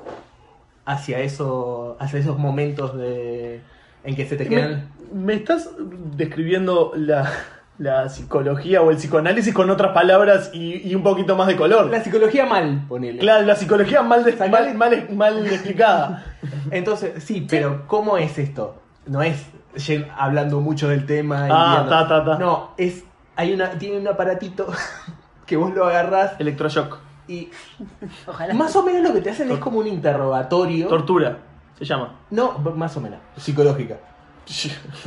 hacia, eso, hacia esos momentos de, en que se te Me, quedan. me estás describiendo la, la psicología o el psicoanálisis con otras palabras y, y un poquito más de color. La psicología mal, ponele. Claro, la psicología mal, des- Sacale- mal, mal, mal explicada. Entonces, sí, pero ¿cómo es esto? No es lleg- hablando mucho del tema. y Ah, viendo- ta, ta, ta. No, es. Hay una, tiene un aparatito <laughs> que vos lo agarrás Electroshock. y Ojalá. más o menos lo que te hacen es como un interrogatorio. Tortura, se llama. No, b- más o menos. Psicológica.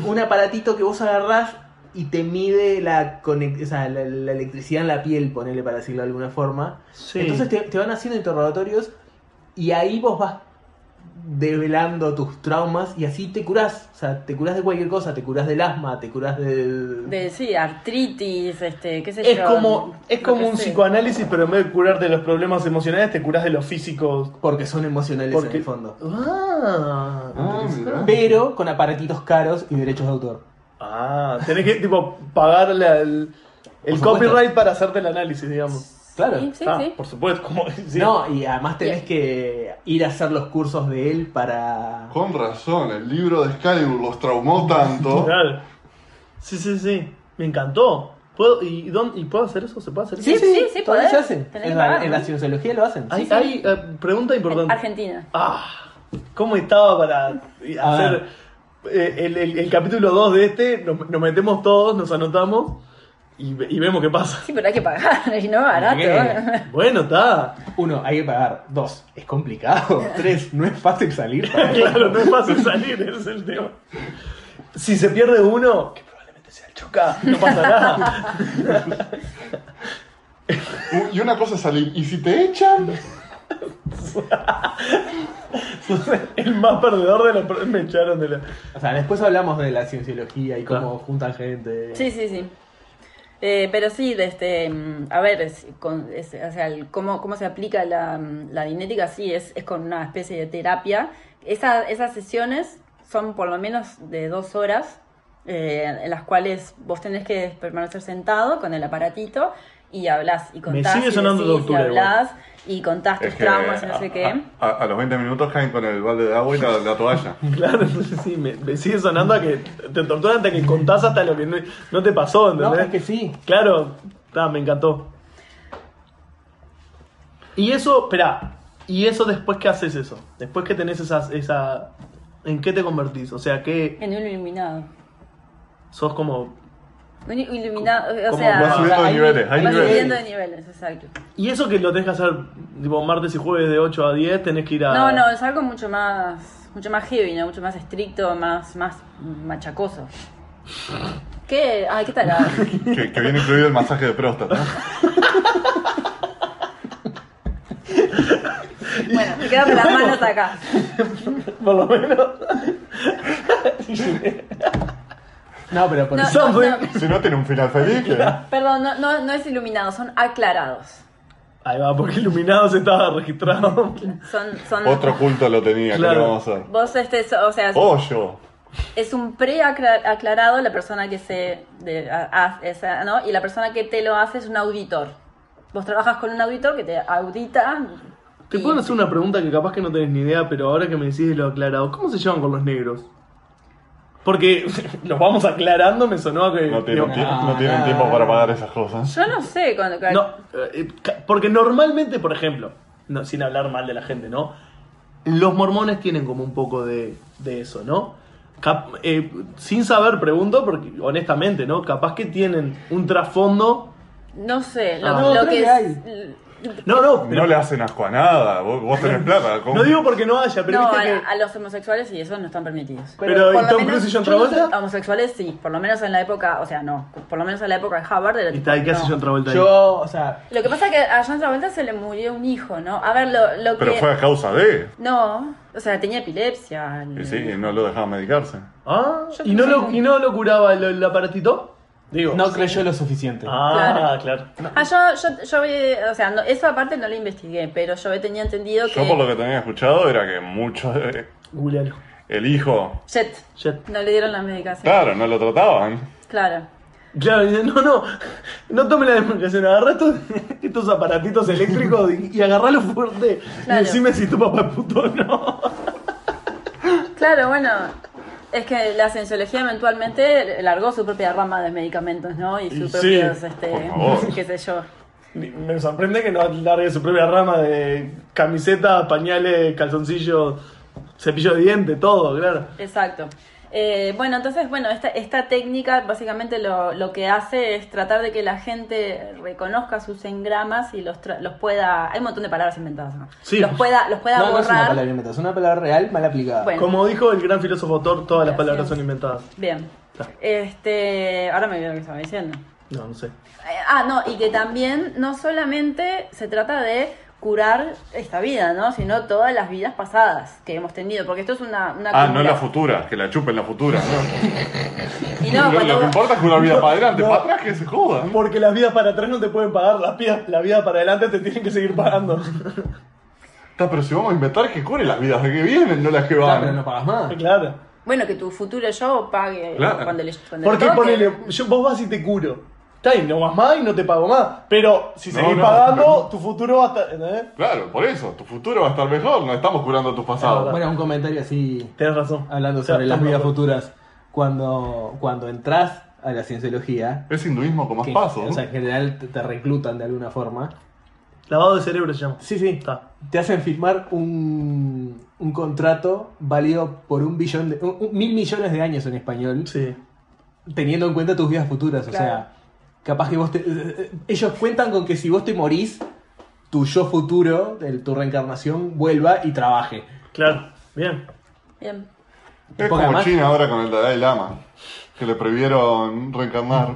Un aparatito que vos agarrás y te mide la, conec- o sea, la, la electricidad en la piel, ponele para decirlo de alguna forma. Sí. Entonces te, te van haciendo interrogatorios y ahí vos vas develando tus traumas y así te curás. O sea, te curás de cualquier cosa, te curás del asma, te curás del... De, sí, artritis, este, qué sé es yo. como, es lo como que un sé. psicoanálisis, pero en vez de curarte de los problemas emocionales, te curás de los físicos. Porque son emocionales en Porque- el fondo. Ah, Ah, mirá. Pero con aparatitos caros y derechos de autor. Ah, tenés que tipo pagar la- el, el Por supuesto. copyright para hacerte el análisis, digamos. Claro. Sí, sí, Ah, sí. Por supuesto, como <laughs> sí. No, y además tenés que ir a hacer los cursos de él para... Con razón, el libro de Excalibur los traumó <laughs> tanto. Claro. Sí, sí, sí. Me encantó. ¿Puedo, y, dónde- ¿Y puedo hacer eso? ¿Se puede hacer eso? Sí, sí, sí, todavía podés. se hace. Tenés que En la, pagar, en la ¿no? cienciología lo hacen. Hay, sí. hay, eh, pregunta importante. Argentina. Ah, ¿cómo estaba para eh, A hacer eh, el, el- el capítulo 2 de este? Nos, nos metemos todos, nos anotamos y, ve- y vemos qué pasa. Sí, pero hay que pagar, <laughs> y no es barato. ¿Qué? Bueno, <laughs> está. Uno, hay que pagar. Dos, es <laughs> complicado. Tres, no es fácil salir. Claro, no es fácil salir, ese es el tema. Si se pierde uno, que probablemente sea el chocá, no pasa nada. <laughs> U- Y una cosa es salir, ¿y si te echan? Sos el más perdedor de los. pro- Me echaron de la. O sea, después hablamos de la cienciología y cómo Claro. juntan gente. Sí, sí, sí. Eh, pero sí, de este, mm, a ver, es con- es- o sea, el- cómo, cómo se aplica la, mm, la dinética, sí, es, es con una especie de terapia. Esa- esas sesiones son por lo menos de dos horas, eh, en las cuales vos tenés que permanecer sentado con el aparatito y hablás y contás. sigue y sonando decís, y doctora igual. hablás y contás tus Es que ah, traumas y no a- sé qué. A, a los 20 minutos caen con el balde de agua y la, la toalla. Claro, entonces sí, me, me sigue sonando a que te torturan hasta que contás hasta lo que no, no te pasó, ¿entendés? No, es que sí. Claro, ta, me encantó. Y eso, espera, ¿y eso después qué haces eso? Después que tenés esas, esa... ¿En qué te convertís? O sea, que En un iluminado. sos como... Un iluminado, o ¿Cómo sea, Vas subiendo de hay- niveles, hay hay vas subiendo niveles. de niveles, exacto. Y eso que lo tenés que hacer, tipo, martes y jueves de 8 a 10, tenés que ir a... No, no, es algo mucho más, mucho más heavy, ¿no? Mucho más estricto, más, más machacoso. ¿Qué? <laughs> Ay, qué tarado. Que, que viene incluido el masaje de próstata. Bueno, me quedan las manos acá. Por lo menos. No, pero por No, eso. no, Something. no, Si no, tiene un final feliz. que- perdón, no, no, no es iluminado, son aclarados. Ahí va, porque iluminado se estaba registrado. Son, son. Otro culto lo tenía, ¿qué Claro. le vamos a hacer? Vos, este, so- o sea, Oh. Hoyo. es un pre-aclarado la persona que se. de- a- a- esa, ¿no? Y la persona que te lo hace es un auditor. Vos trabajas con un auditor que te audita. Te y- puedo hacer una pregunta que capaz que no tenés ni idea, pero ahora que me decís de lo aclarado, ¿cómo se llevan con los negros? Porque <laughs> los vamos aclarando, me sonó a que. No tienen, digo, tie- no, no tienen no. tiempo para pagar esas cosas. Yo no sé cuando. No, eh, ca- porque normalmente, por ejemplo, no, sin hablar mal de la gente, ¿no? Los mormones tienen como un poco de, de eso, ¿no? Cap- eh, sin saber, pregunto, porque honestamente, ¿no? Capaz que tienen un trasfondo. No sé, lo, Ah. lo No, creo que que es- hay. No, no, pero- No le hacen asco a nada. Vos, vos tenés plata. ¿cómo? no digo porque no haya, pero No, viste a, que. a los homosexuales y esos no están permitidos. Pero, Por ¿y lo Tom menos- Cruise y John Travolta? Homosexuales sí, por lo menos en la época, o sea, no, por lo menos en la época de Harvard era Y tipo, está, ¿y qué hace no. John Travolta ahí? Yo, o sea. Lo que pasa es que a John Travolta se le murió un hijo, ¿no? A ver, lo, lo Pero que... fue a causa de. No, o sea, tenía epilepsia. Y sí, y no lo dejaban medicarse. Ah, Yo ¿y no, pensé lo, que- ¿y no lo curaba el, el aparatito? Digo. No creyó lo suficiente. Ah, claro. Ah, yo, yo, yo vi- o sea, no, esa parte no la investigué, pero yo tenía entendido que... Yo por lo que tenía escuchado era que mucho de- Googlealo. el hijo, Jet, Jet. no le dieron la medicación. claro, no lo trataban. Claro. Claro, dice, no, no, no tome la demarcación, agarra estos, <laughs> estos aparatitos eléctricos y, y agarralo fuerte Claro. y decime si tu papá es puto o no. Claro, bueno, es que la cienciología eventualmente largó su propia rama de medicamentos, ¿no? Y Y sus sí, propios, <laughs> por este, favor. qué sé yo. Me sorprende que no largue su propia rama de camisetas, pañales, calzoncillos, cepillo de dientes, todo, claro. Exacto. Eh, bueno, entonces, bueno, esta, esta técnica básicamente lo, lo que hace es tratar de que la gente reconozca sus engramas y los, tra- los pueda... Hay un montón de palabras inventadas, ¿no? Sí. Los pueda, los pueda No, no es una borrar. palabra inventada, es una palabra real mal aplicada. Bueno. Como dijo el gran filósofo Thor, todas las Gracias. palabras son inventadas. Bien. Este, ahora me olvidé lo que estaba diciendo. No, no sé. Eh, Ah, no, y que también no solamente se trata de curar esta vida, ¿no? Sino todas las vidas pasadas que hemos tenido, porque esto es una... una Ah, no la acumulación. futura, que la chupen la futura. ¿no? Y no, <laughs> lo, lo cuando que vos- importa es que una vida para adelante, No. para atrás que se joda. Porque las vidas para atrás no te pueden pagar, las vidas, las vidas para adelante te tienen que seguir pagando. <laughs> Está, pero si vamos a inventar que cure las vidas de que vienen, no las que Ah, van. pero no pagas más. claro. Bueno, que tu futuro yo pague Claro. cuando le cuando le Porque toque. ponele, yo, vos vas y te curo. Está bien, no vas más y no te pago más. Pero si No, seguís no, pagando, no. tu futuro va a estar. ¿entendés? Claro, por eso, tu futuro va a estar mejor, no estamos curando tus pasados. Bueno, un comentario así. Tenés razón. Hablando O sea, sobre las estás vidas loco. futuras, cuando, cuando entras a la cienciología, Es hinduismo con más que, pasos. o sea, en general te, te reclutan de alguna forma, Lavado de cerebro se llama. sí, sí, Está. te hacen firmar un, un contrato válido por un billón, de, un- un- mil millones de años en español, Sí. teniendo en cuenta tus vidas futuras, o Claro. sea, capaz que vos te, ellos cuentan con que si vos te morís, tu yo futuro, el- tu reencarnación, vuelva y trabaje. Claro. Bien. Bien. <laughs> porque es como además- China ahora con el Dalai Lama, que le prohibieron reencarnar.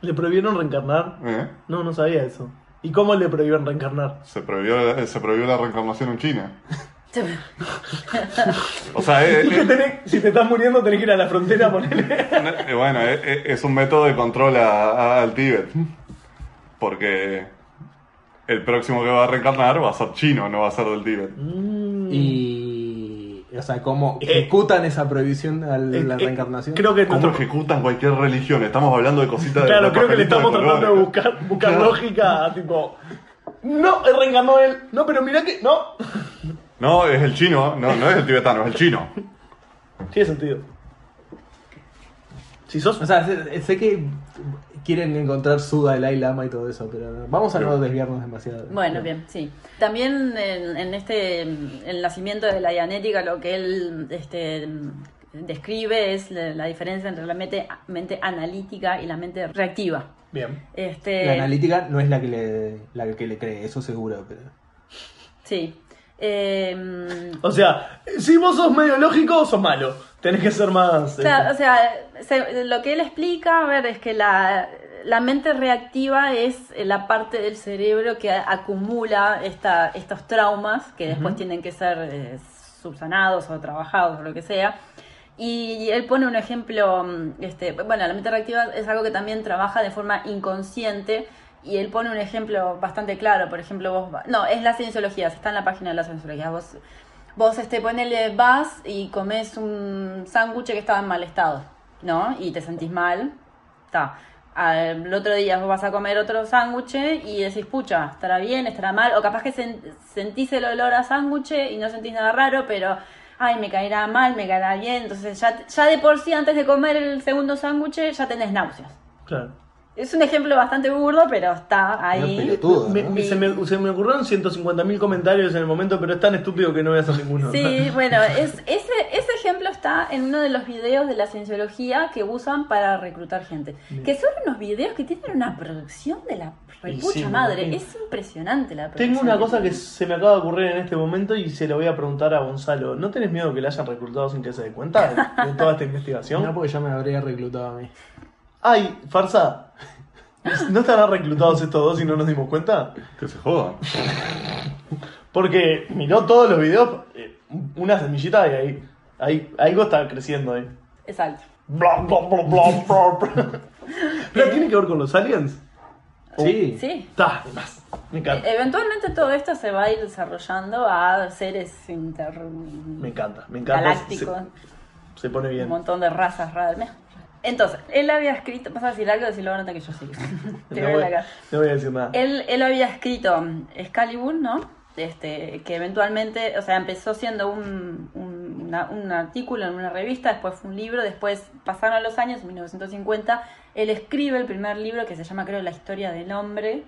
¿Le prohibieron reencarnar? ¿eh? No, no sabía eso. ¿Y cómo le prohibieron reencarnar? Se prohibió, eh, se prohibió la reencarnación en China. O sea, eh, Es que eh, tenés- si te estás muriendo, tenés que ir a la frontera a ponerle. <laughs> eh, bueno, eh, eh, es un método de control a- a- al Tíbet. Porque el próximo que va a reencarnar va a ser chino, no va a ser del Tíbet. Mm. Mm. Y, o sea, cómo ejecutan esa prohibición a Eh, la eh, reencarnación. Creo que ¿Cómo nuestro- ejecutan cualquier religión? Estamos hablando de cositas de Claro, de creo que le estamos papelitos tratando de colores. buscar, buscar Claro. lógica, tipo. No, él reencarnó él. No, pero mirá que. No. No, es el chino, no, no es el tibetano, es el chino. Tiene sentido. Si sos. O sea, sé, sé que quieren encontrar su Dalai Lama y todo eso, pero no- vamos a no desviarnos demasiado. Bueno, bien, sí. También en, en este mm, el nacimiento de la dianética lo que él este, mm, describe es la, la diferencia entre la mente, mente analítica y la mente reactiva. Bien. Este, La analítica no es la que le, la que le cree, eso seguro, pero... Sí. Eh, mm, O sea, si vos sos medio lógico, sos malo. Tenés que ser más. O sea, eh, o sea, se- lo que él explica, a ver, es que la, la mente reactiva es la parte del cerebro que acumula esta, estos traumas que después tienen que ser eh, subsanados o trabajados o lo que sea. Y él pone un ejemplo, mm, este, bueno, la mente reactiva es algo que también trabaja de forma inconsciente y él pone un ejemplo bastante claro, por ejemplo, vos, va- no, es la cienciología, está en la página de la cienciología, vos Vos este, ponele, vas y comes un sándwich que estaba en mal estado, ¿no? Y te sentís mal. Está. Al otro día vos vas a comer otro sándwich y decís, pucha, estará bien, estará mal. O capaz que sen- sentís el olor a sándwich y no sentís nada raro, pero, ay, me caerá mal, me caerá bien. Entonces ya, ya de por sí, antes de comer el segundo sándwich, ya tenés náuseas. este, Claro. Es un ejemplo bastante burdo, pero está ahí. Pero pelotudo, Me- ¿no? me- se, me, se me ocurrieron 150.000 comentarios en el momento, pero es tan estúpido que no voy a hacer ninguno. Sí, bueno, es, ese, ese ejemplo está en uno de los videos de la cienciología que usan para reclutar gente. Que son unos videos que tienen una producción de la repucha sí, me madre. imagino. Es impresionante la <laughs> producción. Tengo una cosa que se me acaba de ocurrir en este momento y se lo voy a preguntar a Gonzalo. ¿No tenés miedo que le hayan reclutado sin que se dé cuenta de, de toda esta investigación? <laughs> No, porque ya me habría reclutado a mí. Ay, farsa. ¿No estarán reclutados estos dos y no nos dimos cuenta? Que se jodan. Porque miró todos los videos, eh, una semillita y ahí, ahí algo está creciendo ahí. Exacto. Bla, bla, bla, bla, bla, <laughs> bla. Pero tiene que ver con los aliens. Sí. Sí. Está, más. Me E- encanta. Eventualmente todo esto se va a ir desarrollando a seres Me intergalácticos. encanta, me encanta. Se, se pone Un bien. montón de razas raras. Mirá. Entonces, él había escrito. ¿Vas a decir algo? Decirlo ahora que yo sigo. <laughs> Te No veo voy, la cara. no voy a decir nada. Él, él había escrito um, Excalibur, ¿no? Este, que eventualmente, o sea, empezó siendo un, un- un una- un artículo en una revista, después fue un libro, después pasaron los años, 1950, él escribe el primer libro que se llama, creo, La historia del hombre,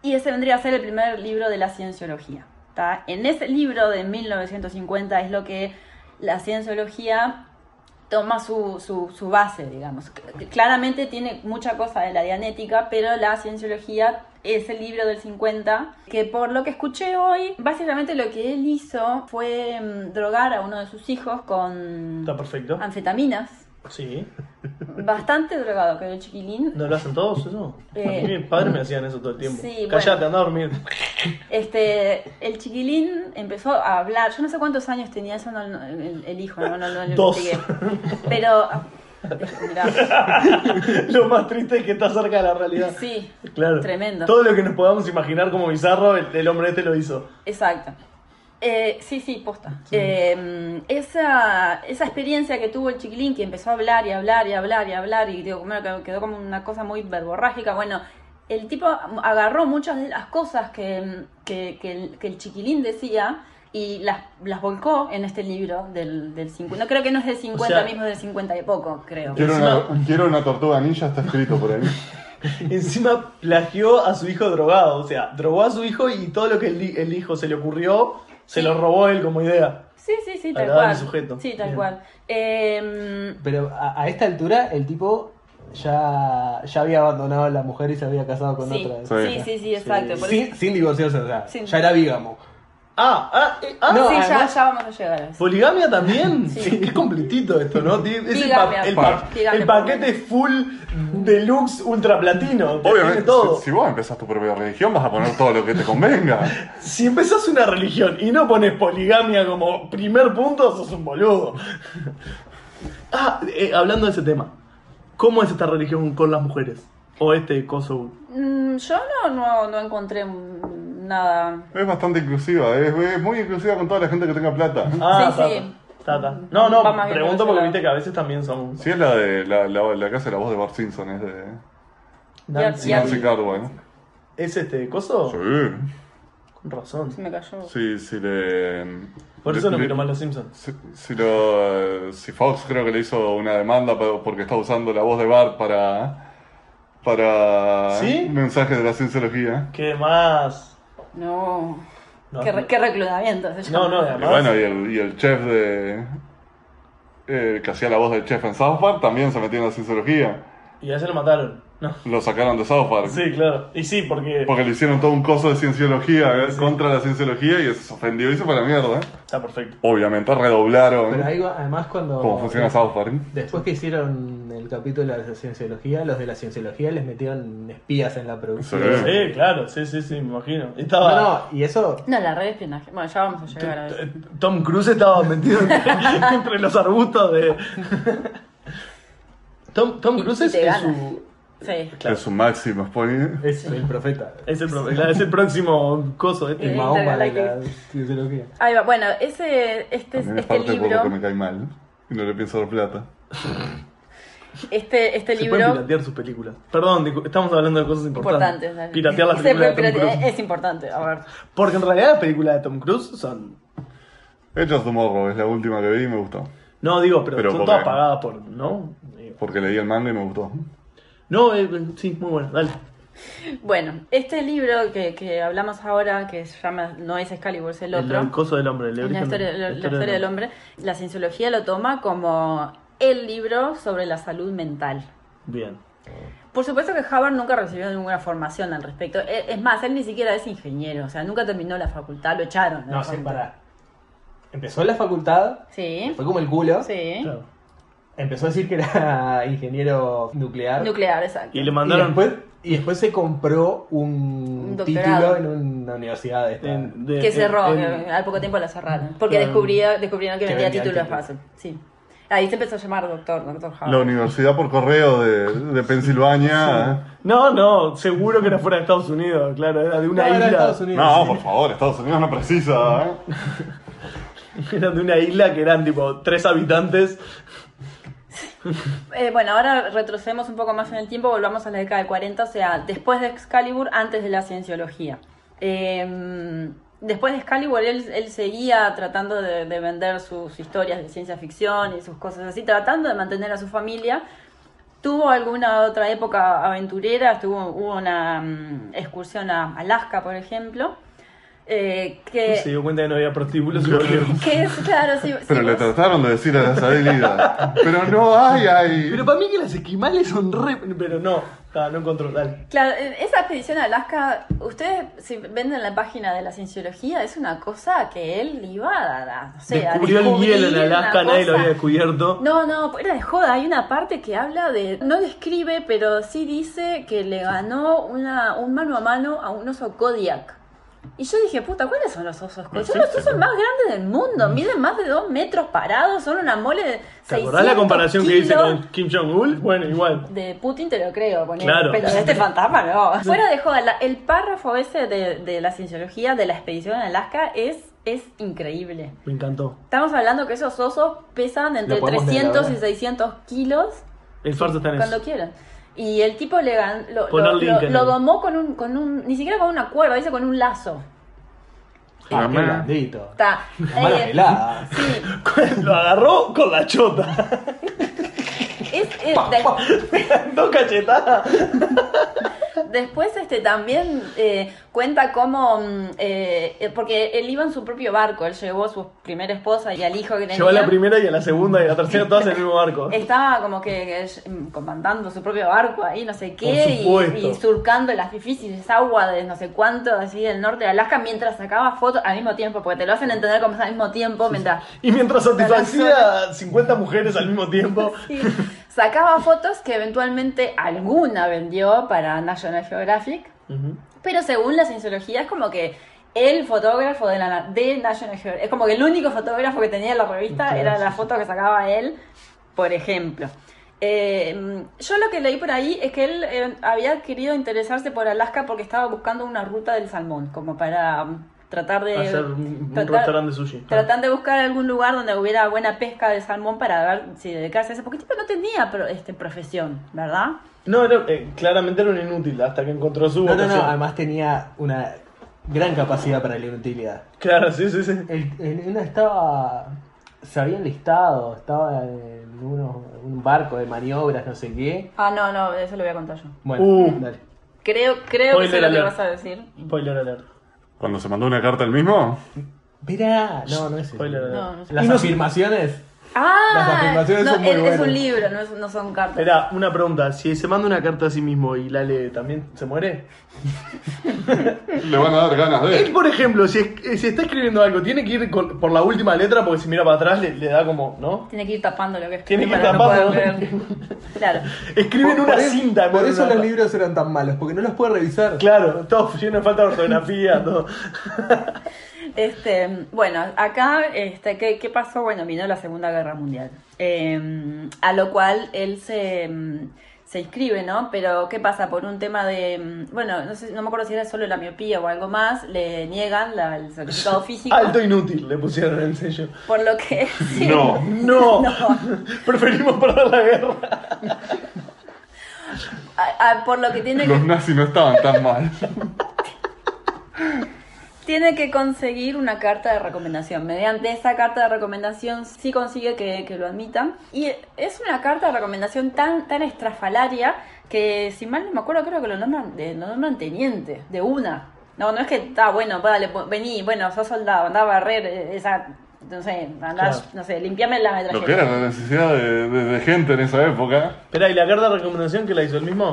y ese vendría a ser el primer libro de la cienciología. ¿tá? En ese libro de 1950 es lo que la cienciología toma su, su, su base, digamos. C- Claramente tiene mucha cosa de la dianética, pero la cienciología es el libro del 50, que por lo que escuché hoy, básicamente lo que él hizo fue mm, drogar a uno de sus hijos con Está perfecto. ah. anfetaminas. Sí. Bastante drogado, creo, el chiquilín. ¿No lo hacen todos eso? Eh. A mí mis padres me hacían eso todo el tiempo. Sí, Callate, anda bueno. a dormir. <laughs> Este, el chiquilín empezó a hablar. Yo no sé cuántos años tenía eso, no- no- el, el hijo, no, no, no lo Dos. investigué. Pero. mirá, lo más triste es que está cerca de la realidad. sí, Claro. Tremendo. Todo lo que nos podamos imaginar como bizarro, el, el hombre este lo hizo. exacto. Eh, sí, sí, posta. Eh, esa, esa experiencia que tuvo el chiquilín, que empezó a hablar y hablar y hablar y hablar, y digo, bueno, que- quedó como una cosa muy verborrágica. Bueno, el tipo agarró muchas de las cosas que, que- que el, que el chiquilín decía y las, las volcó en este libro del, del 50. No, creo que no es del 50 sea- mismo, es del 50 y poco, creo. Quiero Encima- una, quiero una tortuga ninja, está escrito <laughs> por ahí. Encima plagió a su hijo drogado. O sea, drogó a su hijo y todo lo que el, hi- el hijo se le ocurrió, se Sí. lo robó él como idea. Sí, sí, sí, tal Agradable cual. sujeto. Sí, tal Bien. cual. Eh, Pero a, a esta altura el tipo ya, ya había abandonado a la mujer y se había casado con sí, otra. sí, sí, sí, exacto. por Sin, sin divorciarse, o sea, Sin- ya era vígamo. Ah, ah, eh, ah. No. sí, ya, además- ya vamos a llegar a eso. ¿Poligamia también? Sí. Sí, Qué completito esto, ¿no? Tiene- Es el, pa- Bigamia. el pa- Bigamia. el paquete full deluxe ultra platino. Obviamente. Obviamente, todo. si, si vos empezás tu propia religión, vas a poner todo lo que te convenga. Si empezás una religión y no pones poligamia como primer punto, sos un boludo. <laughs> Ah, eh, hablando de ese tema, ¿cómo es esta religión con las mujeres? O este coso. Mm, yo no, no, no encontré mm, nada. Es bastante inclusiva, es, es muy inclusiva con toda la gente que tenga plata. Ah, Sí, tata. sí. Tata. No, no, Va más bien pregunto por porque ese viste que a veces también son. Sí, es la de la, la, la que hace la voz de Bart Simpson, es de Nancy. Ya- Nancy Cartwright. ¿Es este coso? Sí, Con razón. Se me cayó. sí, sí le... Por eso le- no le- miro más los Simpsons. Si, si lo- si Fox creo que le hizo una demanda pa- porque está usando la voz de Bart para para ¿Sí? mensajes de la cienciología. ¿Qué más? No. No, qué, re- qué reclutamiento. se no, llama. no, Y además. bueno, y el, y el chef de eh, que hacía la voz del chef en South Park también se metió en la cienciología. Y a ese lo mataron. No. Lo sacaron de South Park. Sí, claro. Y sí, porque. Porque le hicieron todo un coso de cienciología eh, contra la cienciología y eso se ofendió y se fue a la mierda. eh. Está perfecto. Obviamente redoblaron Pero ahí, además cuando... cómo funciona South Park. Después que hicieron el capítulo de la cienciología, los de la cienciología les metieron espías en la producción. Sí. Sí, claro, sí, sí, sí, me imagino. Estaba. No, no, y eso No, la red de espionaje. Bueno, ya vamos a llegar a eso. T- Tom Cruise estaba metido <laughs> entre, entre los arbustos de. Tom, Tom Y- Cruise y es, te es gana. su. Sí. Claro. Es su máximo exponente. Este es el profeta. Es el, pro- es el próximo coso. El Este. Eh. Mahoma de la cienciología. Ahí va. Bueno, ese, este, También es este parte por lo que libro. me cae mal. Y no le pienso dar plata. Este, este Se pueden libro. piratear sus películas. Perdón, discu- estamos hablando de cosas importantes. Importante. dale. Piratear las <laughs> Se puede películas de Tom piratear, Cruise. Es importante, a ver. Porque en realidad las películas de Tom Cruise son. Hechos de morro, es la última que vi y me gustó. No, digo, pero, Pero son porque- todas pagadas por. ¿No? Digo. Porque leí el manga y me gustó. No, eh, sí, muy buena, dale. Bueno, este libro que, que hablamos ahora, que se llama No es Excalibur, es el otro. El coso del hombre, el En origen la del- historia, la- la historia del hombre, la cienciología lo toma como el libro sobre la salud mental. Bien. Por supuesto que Hubbard nunca recibió ninguna formación al respecto. E- Es más, él ni siquiera es ingeniero, o sea, nunca terminó la facultad, lo echaron. de la No, sí, facultad. pará. Empezó la facultad, Sí, fue como el culo. sí. Claro. Empezó a decir que era <laughs> ingeniero nuclear. Nuclear, exacto. Y le Y mandaron. después, y después se compró un, doctorado. título en una universidad de esta. en- de- Que en- cerró, eh, en- que al poco tiempo la cerraron. Porque Claro. descubría, descubrieron que Que vendía vendían títulos títulos. falsos. Sí. Ahí se empezó a llamar doctor, doctor La Hubbard. universidad por correo de, de Pensilvania. No, no, seguro que era fuera de Estados Unidos, claro, era de una No, era de isla. Estados Unidos. No, por favor, Estados Unidos no precisa. ¿eh? <laughs> Era de una isla que eran tipo tres habitantes. Eh, bueno, ahora retrocedemos un poco más en el tiempo, volvamos a la década del 40, o sea, después de Excalibur, antes de la cienciología. Eh, después de Excalibur, él, él seguía tratando de, de vender sus historias de ciencia ficción y sus cosas así, tratando de mantener a su familia. Tuvo alguna otra época aventurera, estuvo, hubo una mm, excursión a Alaska, por ejemplo, eh, que, Se dio cuenta que no había prostíbulos y <laughs> volvió. que es, claro, sí, sí, Pero le vos- trataron de decir a la salida. Pero no hay ahí. Pero para mí que las esquimales son re... Pero no, ah, no encontró, dale. Claro, eh, esa expedición a Alaska, ustedes si ven en la página de la cienciología, es una cosa que él iba a, a- no sé, a Descubrió el ah, descubrir hielo en Alaska, una nadie lo cosa. había descubierto. No, no, era de joda. Hay una parte que habla de. No describe, pero sí dice que le ganó una, un mano a mano a un oso Kodiak. Y yo dije, puta, ¿cuáles son los osos Kodiak? Son los osos más grandes del mundo. Miden más de dos metros parados, son una mole de. ¿Te acordás la 600 comparación que hice kilos? con Kim Jong-un? Bueno, igual. De Putin te lo creo, ponele, Claro. pero de este <laughs> fantasma no. Fuera de joda, la- el párrafo ese de, de la cienciología de la expedición en Alaska es, es increíble. Me encantó. Estamos hablando que esos osos pesan entre Lo podemos 300 y leer ahora. 600 kilos El farso está en eso. cuando quieran. Y el tipo le gan- lo, Poner lo- link lo- en lo el- domó con un, con un, ni siquiera con una cuerda, dice con un lazo. Ah, qué Jamás. blandito. Está. Mala eh, pelada. sí, <laughs> Lo agarró con la chota. <laughs> es, <laughs> es- de- Dos cachetadas. Después este también eh, cuenta cómo, mm, eh, eh, porque él iba en su propio barco, él llevó a su primera esposa y al hijo que tenía. Llevó a la primera y a la segunda y a la tercera todas en el mismo <laughs> barco. Estaba como que eh, mm, comandando su propio barco ahí, no sé Por qué, y, supuesto. y surcando las difíciles aguas de no sé cuánto, así del norte de Alaska, mientras sacaba fotos al mismo tiempo, porque te lo hacen entender como es al mismo tiempo, mientras Y mientras satisfacía a 50 mujeres al mismo <laughs> <laughs> tiempo. Sí. sacaba fotos que eventualmente alguna vendió para National Geographic. Ujú. Pero según la cienciología es como que el fotógrafo de, la, de National Geographic, es como que el único fotógrafo que tenía en la revista Claro, era sí, la sí. foto que sacaba él, por ejemplo. Eh, mm, yo lo que leí por ahí es que él eh, había querido interesarse por Alaska porque estaba buscando una ruta del salmón, como para mm, tratar de... Hacer un, un tratar- restaurante de sushi. Tratan de buscar algún lugar donde hubiera buena pesca de salmón para ver si dedicarse a eso, porque el tipo no tenía pro- este, profesión, ¿verdad? No, era, eh, claramente era un inútil hasta que encontró su No, no, no, vocación. además tenía una gran capacidad para la inutilidad. Claro, sí, sí, sí. El, el- una estaba. Se había enlistado, estaba en unos- un barco de maniobras, no sé qué. Ah, no, no, eso lo voy a contar yo. Bueno, Uh. dale. Creo, creo que sé Spoiler lo que alert. vas a decir. Spoiler alert. Cuando se mandó una carta el mismo, Verá, no, no es eso. Spoiler alert. No, no sé. Las Y no- afirmaciones. Las Ah, afirmaciones no, son muy es, es buenas. un libro, no, es- no son cartas. Era una pregunta, si se manda una carta a sí mismo y la lee, ¿también se muere? Le van a dar ganas Él, <laughs> de. por ejemplo, si, es- eh, si está escribiendo algo, tiene que ir con- por la última letra porque si mira para atrás le, le da como, ¿no? Tiene que ir tapando lo que es. Tiene que ir para no tapando. poder leer. Claro. Escriben Por- una por eso- cinta. Por con eso una- los libros eran tan malos, porque no los puede revisar. Claro, todo lleno de falta de <laughs> ortografía, todo. Este, bueno, acá, este, ¿qué, qué pasó? Bueno, vino la Segunda Guerra Mundial. Eh, a lo cual él se, mm, se inscribe, ¿no? Pero, ¿qué pasa? Por un tema de. mm, Bueno, no, sé, no me acuerdo si era solo la miopía o algo más, le niegan la- el <laughs> certificado físico. Alto inútil, le pusieron en el sello. Por lo que. <laughs> sí. no. No, <laughs> No. <laughs> preferimos perder la guerra. A- a- por lo que tiene que Los nazis no estaban tan mal. Tiene que conseguir una carta de recomendación. Mediante esa carta de recomendación sí consigue que, que lo admitan. Y es una carta de recomendación tan, tan estrafalaria que, si mal no me acuerdo, creo que lo nombran, de- lo nombran teniente, de una. No, no es que está bueno, dale, po- vení, bueno, sos soldado, andá a barrer eh, esa, no sé, andá, Claro. no sé, limpiame la Lo que metralleta. era la necesidad de, de- de gente en esa época. Espera, ¿y la carta de recomendación que la hizo el mismo?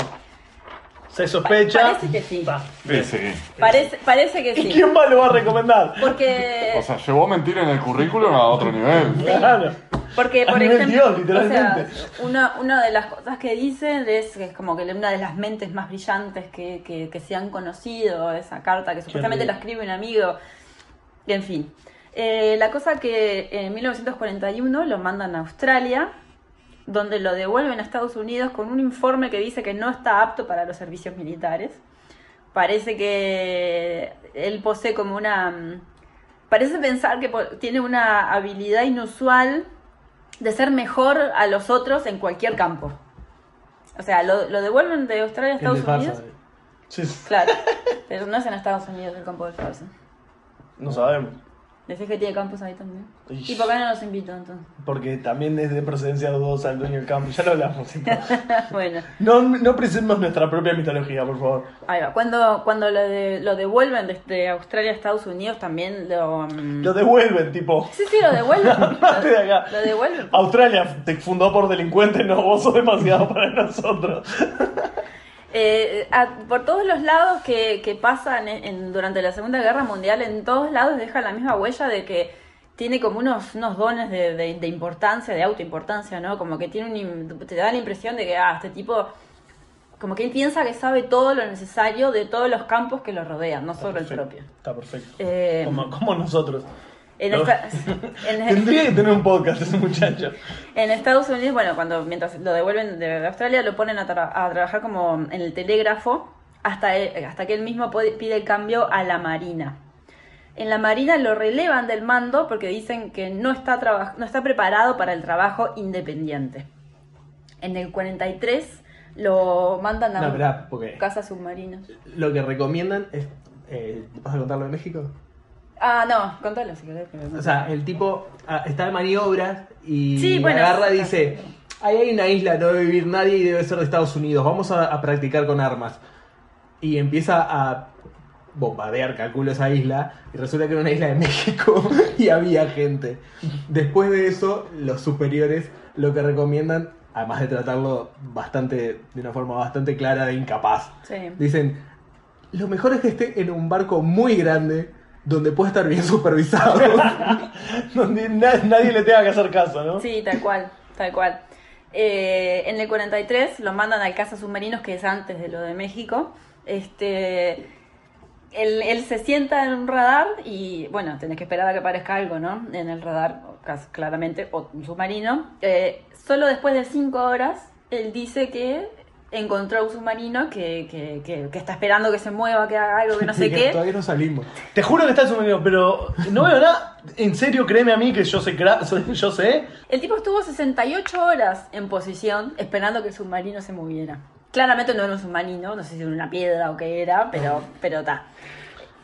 Se sospecha. parece que sí. Va. Sí, sí. Parece, parece que ¿Y <laughs> sí. quién más lo va a recomendar? Porque... O sea, llevó mentira en el currículum a otro nivel. Claro. Porque, A por nivel ejemplo, Ah, Dios, literalmente. o sea, una, una de las cosas que dicen es que es como que una de las mentes más brillantes que, que, que se han conocido, esa carta que supuestamente rico. la escribe un amigo. Y, En fin. Eh, la cosa que en 1941 lo mandan a Australia, donde lo devuelven a Estados Unidos con un informe que dice que no está apto para los servicios militares. Parece que él posee como una... mm, Parece pensar que po- tiene una habilidad inusual de ser mejor a los otros en cualquier campo. O sea, lo, lo devuelven de Australia a El de Estados farsa. Unidos. Claro, pero no es en Estados Unidos el campo de farsa. No sabemos. Decís que tiene campus ahí también. Ish. ¿Y por qué no los invito entonces? <laughs> Porque también es de procedencia dudosa el dueño del campo. Ya lo hablamos. entonces. bueno, No, no presentemos nuestra propia mitología, por favor. ahí va. Cuando, cuando lo, de- lo devuelven desde Australia a Estados Unidos también lo... mm, Lo devuelven, tipo. Sí, sí, lo devuelven. Mate de acá. Lo devuelven. Australia te fundó por delincuente, no, vos sos <laughs> demasiado para nosotros. Eh, a- por todos los lados que, que pasan en- en- durante la Segunda Guerra Mundial, en todos lados deja la misma huella de que tiene como unos, unos dones de, de- de importancia, de autoimportancia, ¿no? Como que tiene un im- te da la impresión de que, ah, este tipo, como que él piensa que sabe todo lo necesario de todos los campos que lo rodean, no solo el Perfecto, propio. Está perfecto. Eh, Como, como nosotros. en, No. esta- <laughs> en- <laughs> Tendría que tener un podcast ese muchacho. En Estados Unidos, bueno, cuando mientras lo devuelven de Australia, lo ponen a, tra- a trabajar como en el telégrafo hasta, e- hasta que él mismo puede- pide el cambio a la Marina. En la Marina lo relevan del mando porque dicen que no está, traba- no está preparado para el trabajo independiente. En el 43 lo mandan a No, pará, porque casa submarina. lo que recomiendan es. eh, ¿Vas a contarlo de México? Ah, no, contalo si querés. pero no. O sea, el tipo ah, está de maniobras y Sí, bueno, agarra y sí, dice, ahí hay una isla, no debe vivir nadie y debe ser de Estados Unidos, vamos a, a practicar con armas. Y empieza a bombardear, calculo, esa isla y resulta que era una isla de <laughs> México y había gente. Después de eso, los superiores lo que recomiendan, además de tratarlo bastante, de una forma bastante clara de incapaz, Sí. Dicen, lo mejor es que esté en un barco muy grande donde pueda estar bien supervisado. <laughs> Donde na- nadie le tenga que hacer caso, ¿no? Sí, tal cual, tal cual. Eh, en el 43 lo mandan al Casa Submarinos, que es antes de lo de México. Este, él, él se sienta en un radar y, bueno, tenés que esperar a que aparezca algo, ¿no? En el radar, cas- claramente, o un submarino. Eh, solo después de cinco horas, él dice que encontró un submarino que, que- que- que está esperando que se mueva, que haga algo, que no <laughs> sé Que qué. Todavía no salimos. Te juro que está submarino, pero no veo nada. En serio, créeme a mí que yo sé. cra- <laughs> soy- Yo sé. El tipo estuvo 68 horas en posición esperando que el submarino se moviera. Claramente no era un submarino, no sé si era una piedra o qué era, pero pero está.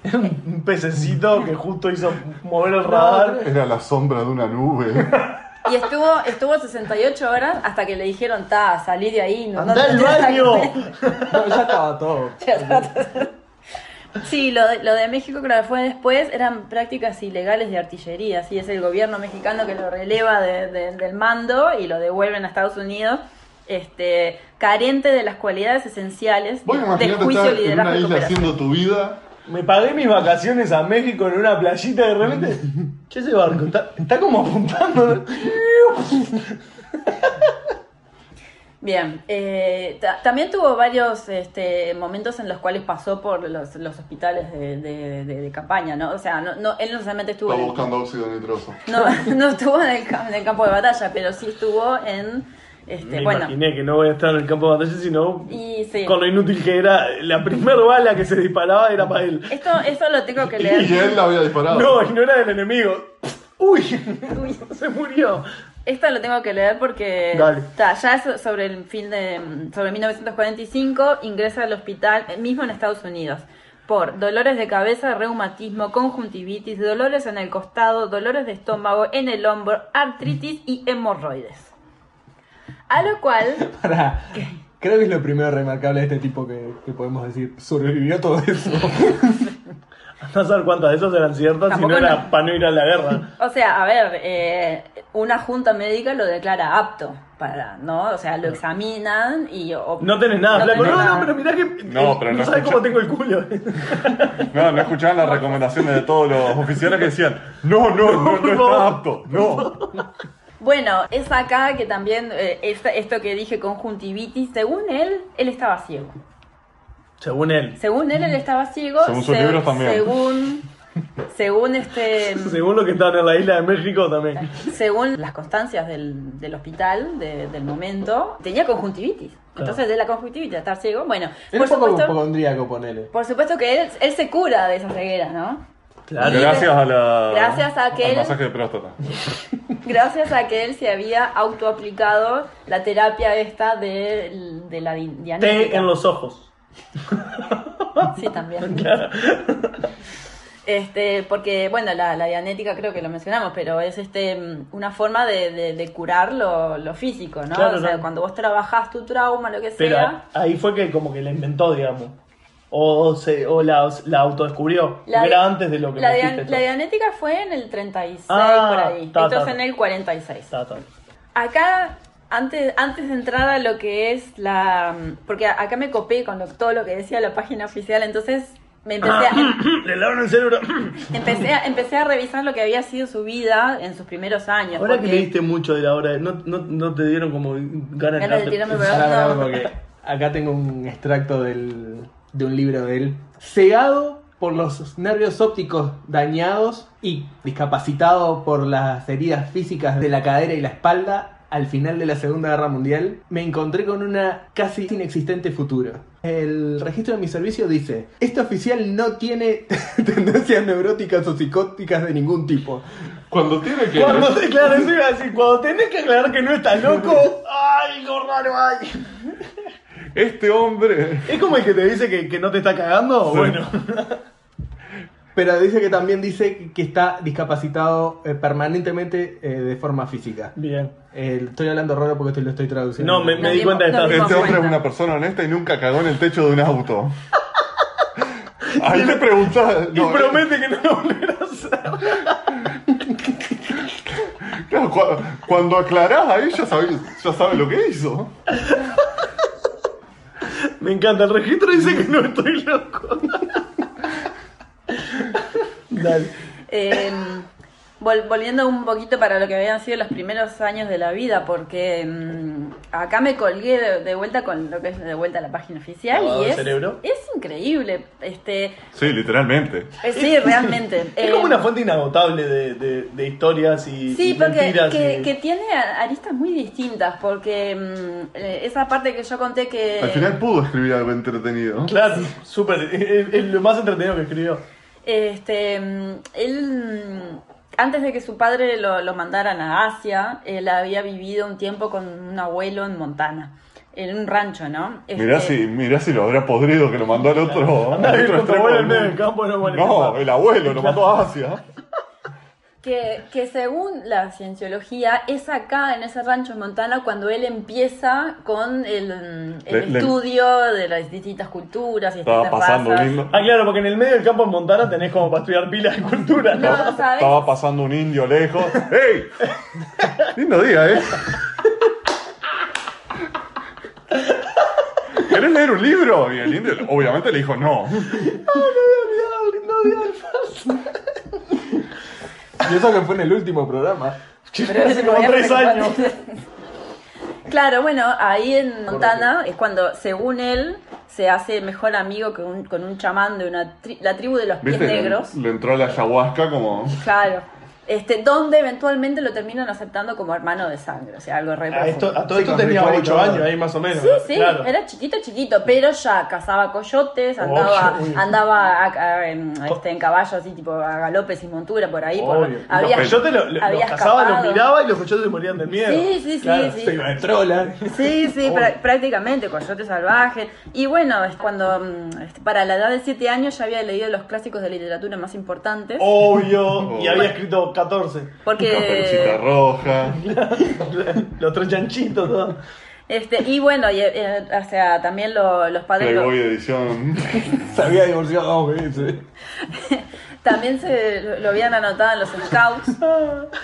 Era un un pececito que justo hizo mover el radar. Era la sombra de una nube. Y estuvo estuvo 68 horas hasta que le dijeron, ta, salí de ahí. No, ¡Andá al no te- <laughs> baño! No, ya estaba todo. <laughs> Sí, lo de, lo de México creo que fue después, eran prácticas ilegales de artillería, así es el gobierno mexicano que lo releva de- de- del mando y lo devuelven a Estados Unidos, este, carente de las cualidades esenciales Vos del imaginate juicio, estar en liderazgo una y isla cooperación. haciendo tu vida. Me pagué mis vacaciones a México en una playita y de <laughs> repente. Che, ese barco está, está como apuntando. ¿no? Bien, eh, ta- también tuvo varios este, momentos en los cuales pasó por los, los hospitales de, de- de- de campaña, ¿no? O sea, no, no- él no solamente estuvo Estaba en el- buscando óxido nitroso. no, <laughs> no estuvo en el, cam- en el campo de batalla, pero sí estuvo en, este, Me bueno, imaginé que no voy a estar en el campo de batalla, sino y sí. con lo inútil que era. La primera bala que se disparaba era para él. Esto, esto lo tengo <laughs> que Y leer. él la había disparado. No, y no era del enemigo. Uy, <laughs> se murió. Esta lo tengo que leer porque Dale. Ta, ya es sobre el fin de sobre 1945 ingresa al hospital eh, mismo en Estados Unidos por dolores de cabeza, reumatismo, conjuntivitis, dolores en el costado, dolores de estómago, en el hombro, artritis y hemorroides. A lo cual Pará. Creo que es lo primero remarcable de este tipo que, que podemos decir. Sobrevivió todo eso. No saber cuántas de esas eran ciertas, si no Tampoco era no. para no ir a la guerra. O sea, a ver, eh, una junta médica lo declara apto para, ¿no? O sea, lo examinan y... o- No tenés nada, flaco. tenés No, nada. no, pero mirá que. No, pero no sabes escucha- cómo tengo el culo. <laughs> No, no escuchaban las recomendaciones de todos los oficiales que decían, no, no, no, no por está favor. apto, no. Bueno, es acá que también, eh, esta- esto que dije, conjuntivitis, según él, él estaba ciego. Según él. Según él, él estaba ciego. Según sus libros también. <laughs> Según, según este... Según lo que estaban en la isla de México también. Según las constancias del, del hospital de- del momento, tenía conjuntivitis. Entonces, de la conjuntivitis, a estar ciego, bueno, Era un poco hipocondríaco, ponele. Por supuesto que él, él se cura de esa ceguera, ¿no? Claro. Gracias a la... Gracias a que al él- masaje de próstata. Gracias a que él se había autoaplicado la terapia esta de, de la di- dianética. <laughs> Té en los ojos. Sí, también. Este, porque, bueno, la, la Dianética creo que lo mencionamos, pero es este mm, una forma de, de- de curar lo, lo físico, ¿no? Claro, o sea, claro. cuando vos trabajás tu trauma, lo que Pero sea. ahí fue que como que la inventó, digamos. O, o se, o la, la autodescubrió. Porque La de- era antes de lo que La, me dia- dijiste esto. la Dianética fue en el 36 Ah, por ahí. ta, Esto es ta. en el 46. Ta, ta. Acá, antes, antes de entrar a lo que es la. Porque acá me copé con lo- todo lo que decía la página oficial, entonces me empecé a, <clears throat> Le lavaron el cerebro. empecé, a, empecé a revisar lo que había sido su vida en sus primeros años. Ahora que porque- leíste mucho de la hora, de- ¿no, no, no te dieron como ganas Ganas de tirarme para- Pará, pará, No. porque acá tengo un extracto del, de un libro de él. Cegado por los nervios ópticos dañados y discapacitado por las heridas físicas de la cadera y la espalda, al final de la Segunda Guerra Mundial me encontré con una casi inexistente futuro. El registro de mi servicio dice, este oficial no tiene <laughs> tendencias neuróticas o psicóticas de ningún tipo. Cuando tiene que. Cuando, te- claro, eso iba a decir, cuando tenés que aclarar que no estás loco, ¡ay, qué raro ay! Este hombre. Es como el que te dice que, que no te está cagando, Sí. bueno. <laughs> Pero dice que también dice que está discapacitado eh, permanentemente eh, de forma física. Bien. Eh, estoy hablando raro porque esto lo estoy traduciendo. No, me, me di No, cuenta de no, esta. no. Este hombre es cuenta. una persona honesta y nunca cagó en el techo de un auto. Ahí le preguntás. Y no, promete que no lo volverá a hacer. eh, Claro, cua- cuando aclarás ahí ya sabes, ya sabes lo que hizo. Me encanta, el registro dice que no estoy loco. Dale. Eh, vol- volviendo un poquito para lo que habían sido los primeros años de la vida, porque mm, acá me colgué de, de vuelta con lo que es de vuelta a la página oficial Lavado y de es, cerebro. es increíble. Este, Sí, literalmente. eh, sí, realmente. <laughs> Es Eh, como una fuente inagotable de, de- de historias y, y Sí, porque mentiras. que, y- que tiene a- aristas muy distintas, porque mm, eh, esa parte que yo conté que... Al final pudo escribir algo entretenido. Claro, súper. Es, es lo más entretenido que escribió. Este, mm, él, mm, antes de que su padre lo, lo mandaran a Asia, él había vivido un tiempo con un abuelo en Montana, en un rancho, ¿no? Este, Mirá si, mirá si lo habrá podrido que lo mandó al otro. Andá a al vivir con otro tu extremo abuelo del en medio del mundo. campo, no vale No, nada. el abuelo lo mandó a Asia. Que, que según la cienciología, es acá, en ese rancho en Montana, cuando él empieza con el, mm, el Le- le- estudio de las distintas culturas y Estaba distintas pasando un razas. indio. Ah, claro, porque en el medio del campo en Montana tenés como para estudiar pilas de cultura, <laughs> ¿no? No, ¿sabes? Estaba pasando un indio lejos. ¡Ey! Lindo día, ¿eh? ¿Querés leer un libro? Y el indio obviamente le dijo no. Y eso que fue en el último programa. Hace como Voy a tres recordar. años. Claro, bueno, ahí en Montana es cuando, según él, se hace mejor amigo que un- con un chamán de una tri- la tribu de los pies ¿Viste? Le, negros. le entró la ayahuasca como... Claro. Este, donde eventualmente lo terminan aceptando como hermano de sangre, o sea, algo re A, Ah, esto, profundo. a todo Sí, esto con tenía ritual y 8 todo. años ahí más o menos. Sí, sí, claro. era chiquito, chiquito, pero ya cazaba coyotes, andaba, Obvio. andaba a- a- en, este, en caballo así, tipo a galopes y montura por ahí. por- Obvio. había- los coyotes lo- lo- los había cazaba, escapado. los miraba y los coyotes se morían de miedo. Sí, sí, sí, Claro. sí. Se iba de trola. Sí, sí, prá- prácticamente, coyote salvaje. Y bueno, es cuando mm, este, para la edad de 7 años ya había leído los clásicos de literatura más importantes. Obvio. Y Oh. había escrito 14. Caperucita porque roja. <laughs> Los tres chanchitos, todo. este y bueno, y, eh, o sea, también lo- los padres lo- Playboy edición. Se había divorciado dos veces. también se lo, lo habían anotado en los scouts.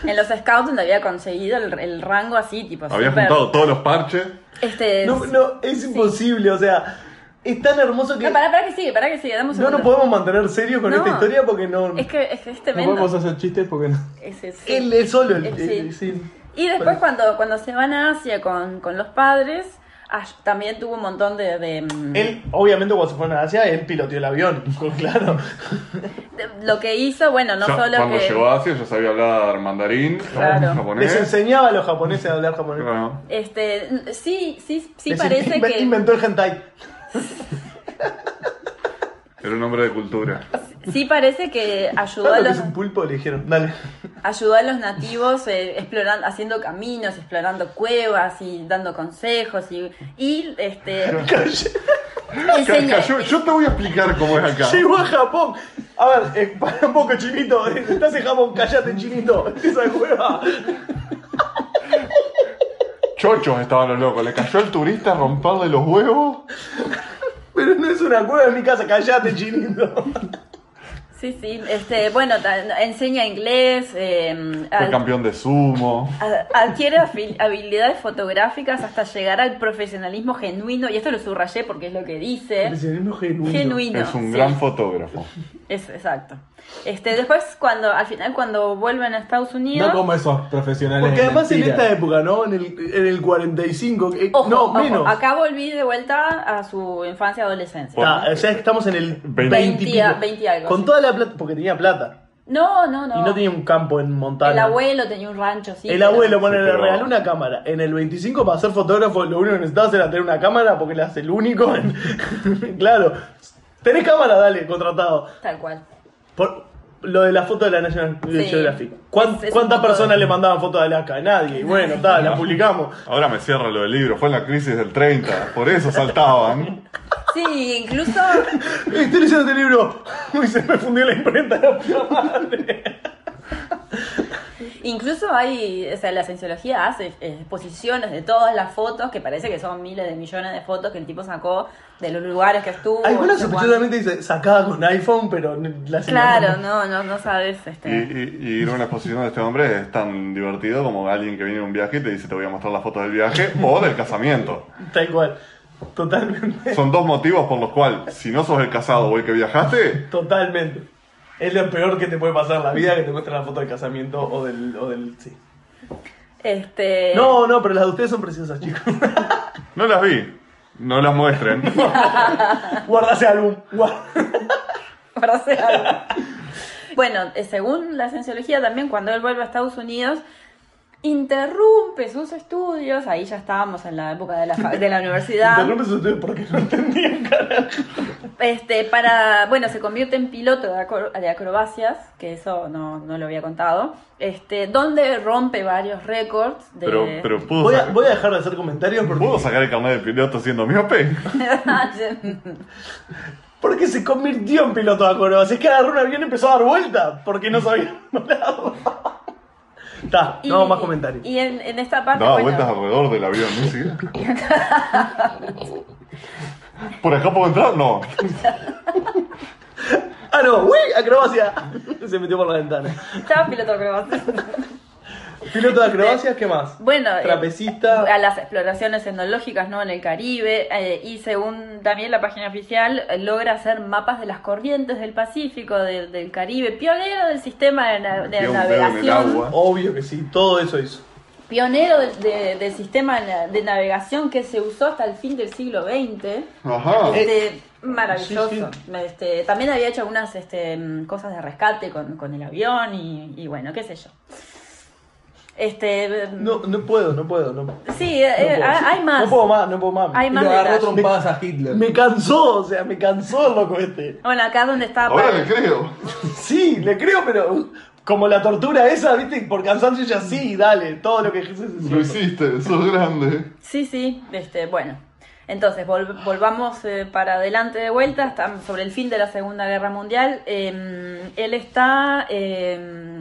En los scouts donde había conseguido el, el rango así, tipo Había súper- juntado todos los parches. Este No, no, es imposible, o sea, es tan hermoso que No, pará, pará que sigue, pará que sigue, dame un no segundo. nos podemos mantener serios con No. esta historia porque no... Es que es que es No tremendo. podemos hacer chistes porque no. Es- es- Él es solo el... Él, el- el- eh, sí. sí. Y después cuando, cuando se van a Asia con, con los padres, ah, también tuvo un montón de... de, mm, Él, obviamente, cuando se fue a Asia, él piloteó el avión, <laughs> pues, claro. de- lo que hizo, bueno, no Ya solo cuando que... llegó a Asia ya sabía hablar mandarín, Claro. Les japonés. Ah. enseñaba a los japoneses a hablar japonés. Bueno, Este, n- sí, sí, sí Les parece inven- que Inventó el hentai. era un hombre de cultura. sí parece que ayudó a ¿Sabes lo que los es un pulpo? Le dijeron, dale. <laughs> ayudó a los nativos eh, explorando, haciendo caminos, explorando cuevas y dando consejos y, y este Calle. Enseña- Ca- cayó- yo te voy a explicar cómo es acá. Llegó a Japón. A ver, eh, para un poco, chinito. Estás en Japón, callate, chinito. <laughs> Esa cueva. Chochos estaban los locos. Le cayó el turista a romperle los huevos. Pero no es una cueva, es mi casa, callate, <laughs> chinito. Sí, sí, este, bueno, ta- enseña inglés, eh, Fue ad- campeón de sumo. a- adquiere afil- habilidades fotográficas hasta llegar al profesionalismo genuino, y esto lo subrayé porque es lo que dice. Impresionismo genuino. Genuino. es sí. un gran fotógrafo. Es exacto. Este, después cuando al final cuando vuelven a Estados Unidos, No como esos profesionales. Porque de además en mentira. esta época, ¿no? En el, en el 45. eh, ojo, no, ojo, menos. acá volví de vuelta a su infancia y adolescencia. Está, o sea, estamos en el 20. 20 y pico. 20, 20 algo, Con sí. toda la plata, porque tenía plata. No, no, no. Y no tenía un campo en montaña. El abuelo tenía un rancho, sí. El pero- abuelo, bueno, Sí, le pero- regaló una cámara. En el 25 para ser fotógrafo lo único que necesitabas era tener una cámara porque le hace el único. en- <laughs> claro. Tenés cámara, dale, contratado. Tal cual. Por lo de la foto de la National Sí. Geographic. ¿Cuán- Es- es un ¿Cuántas poco personas de- le mandaban fotos de Alaska? Nadie. Y bueno, está, la publicamos. <laughs> Ahora me cierra lo del libro. Fue en la crisis del 30. Por eso saltaban. Sí, incluso Estoy leyendo este libro. Uy, se me fundió la imprenta la puta madre. <laughs> incluso hay, o sea, la cienciología hace eh, exposiciones de todas las fotos que parece que son miles de millones de fotos que el tipo sacó de los lugares que estuvo. Algunas no sé sospechosamente dice sacada con iPhone, pero n- la cuánto. Claro, no, no, no sabes Y, este. y- y ir a una exposición de este hombre es tan divertido como alguien que viene en un viaje y te dice te voy a mostrar las fotos del viaje o del casamiento. Tal cual. Totalmente. Son dos motivos por los cuales, si no sos el casado o el que viajaste, Totalmente. Es lo peor que te puede pasar en la vida que te muestren la foto del casamiento o del. O del sí. Este No, no, pero las de ustedes son preciosas, chicos. no las vi. No las muestren. Guarda ese álbum. guarda. <laughs> para hacer algo. Bueno, eh, según la cienciología también, cuando él vuelve a Estados Unidos, interrumpe sus estudios, ahí ya estábamos en la época de la, fa- de <laughs> la universidad, Interrumpe sus estudios porque no entendían, carajo. este, para, bueno, se convierte en piloto de, acro- de acrobacias, que eso no, no lo había contado, este, donde rompe varios récords de... <laughs> Pero, pero pudo, Voy a, sacar- voy a dejar de hacer comentarios porque. pudo sacar el carnet de piloto siendo miope. Porque se convirtió en piloto de acrobacias. Es que agarró un avión y empezó a dar vuelta. Porque no sabía <laughs> volado. Está, Y- no hago más comentarios. Y en, en esta parte... Daba bueno, vueltas alrededor del avión, ¿no? Sí. ¿Por acá puedo entrar? No. Ah, no, uy, acrobacia. <laughs> Se metió por la ventana. estaba piloto de acrobacias. Piloto de acrobacias, ¿qué más? Bueno, eh, Trapecista. a las exploraciones etnológicas ¿no? en el Caribe eh, y según también la página oficial eh, logra hacer mapas de las corrientes del Pacífico, de- del Caribe, pionero del sistema de, na- de Metía un dedo en el navegación, agua. Obvio que sí, todo eso hizo. pionero del- de- del sistema na- de navegación que se usó hasta el fin del siglo XX. Ajá. Este, maravilloso. Eh, sí, Este, también había hecho algunas este, mm, cosas de rescate con, con el avión y, y bueno, qué sé yo. Este, No, no puedo, no puedo, no. no sí, eh, eh, puedo. hay hay más. No puedo más, no puedo más. Hay Y más lo agarró detalles. trompadas a Hitler. Me cansó, o sea, me cansó el loco este. Bueno, acá donde está Ahora Pablo- le creo. Sí, le creo, pero como la tortura esa, viste, por cansancio ya sí, dale, todo lo que Jesús Lo hizo. hiciste, sos grande. Sí, sí, este, bueno. Entonces, vol- volvamos eh, para adelante de vuelta, está sobre el fin de la Segunda Guerra Mundial. Eh, él está eh,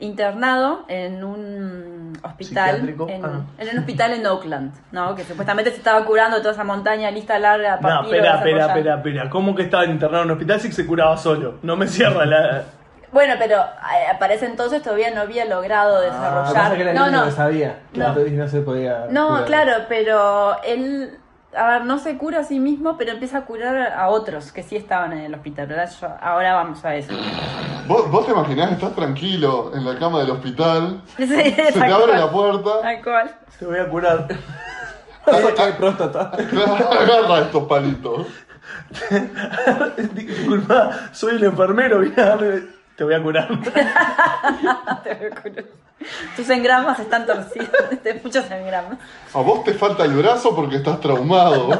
internado en un hospital, Psiquiátrico, en, ah, no. en un hospital en Oakland, ¿no? Que supuestamente se estaba curando de toda esa montaña lista larga, No, papiro, espera, desarrollado. espera, espera, espera. ¿Cómo que estaba internado en un hospital si se curaba solo? No me cierra la. Bueno, pero eh, para ese entonces todavía no había Ah, logrado Lo que Ah, pasa es desarrollar. que era no, niño, no, lo sabía. No. Y no se podía. No, curar. claro, pero él, a ver, no se cura a sí mismo, pero empieza a curar a otros que sí estaban en el hospital, ¿verdad? Yo- ahora vamos a eso. <laughs> ¿Vos, vos te imaginás, estás tranquilo en la cama del hospital, Sí, se te tal abre cual. la puerta, Tal cual. Te voy a <laughs> curar. Saca de próstata. agarra estos palitos. Disculpa, soy el enfermero, vine a darle- Te voy a <laughs> curar. Te lo juro. Tus engramas están <laughs> torcidos, de muchos engramas. A vos te falta el brazo porque estás traumado.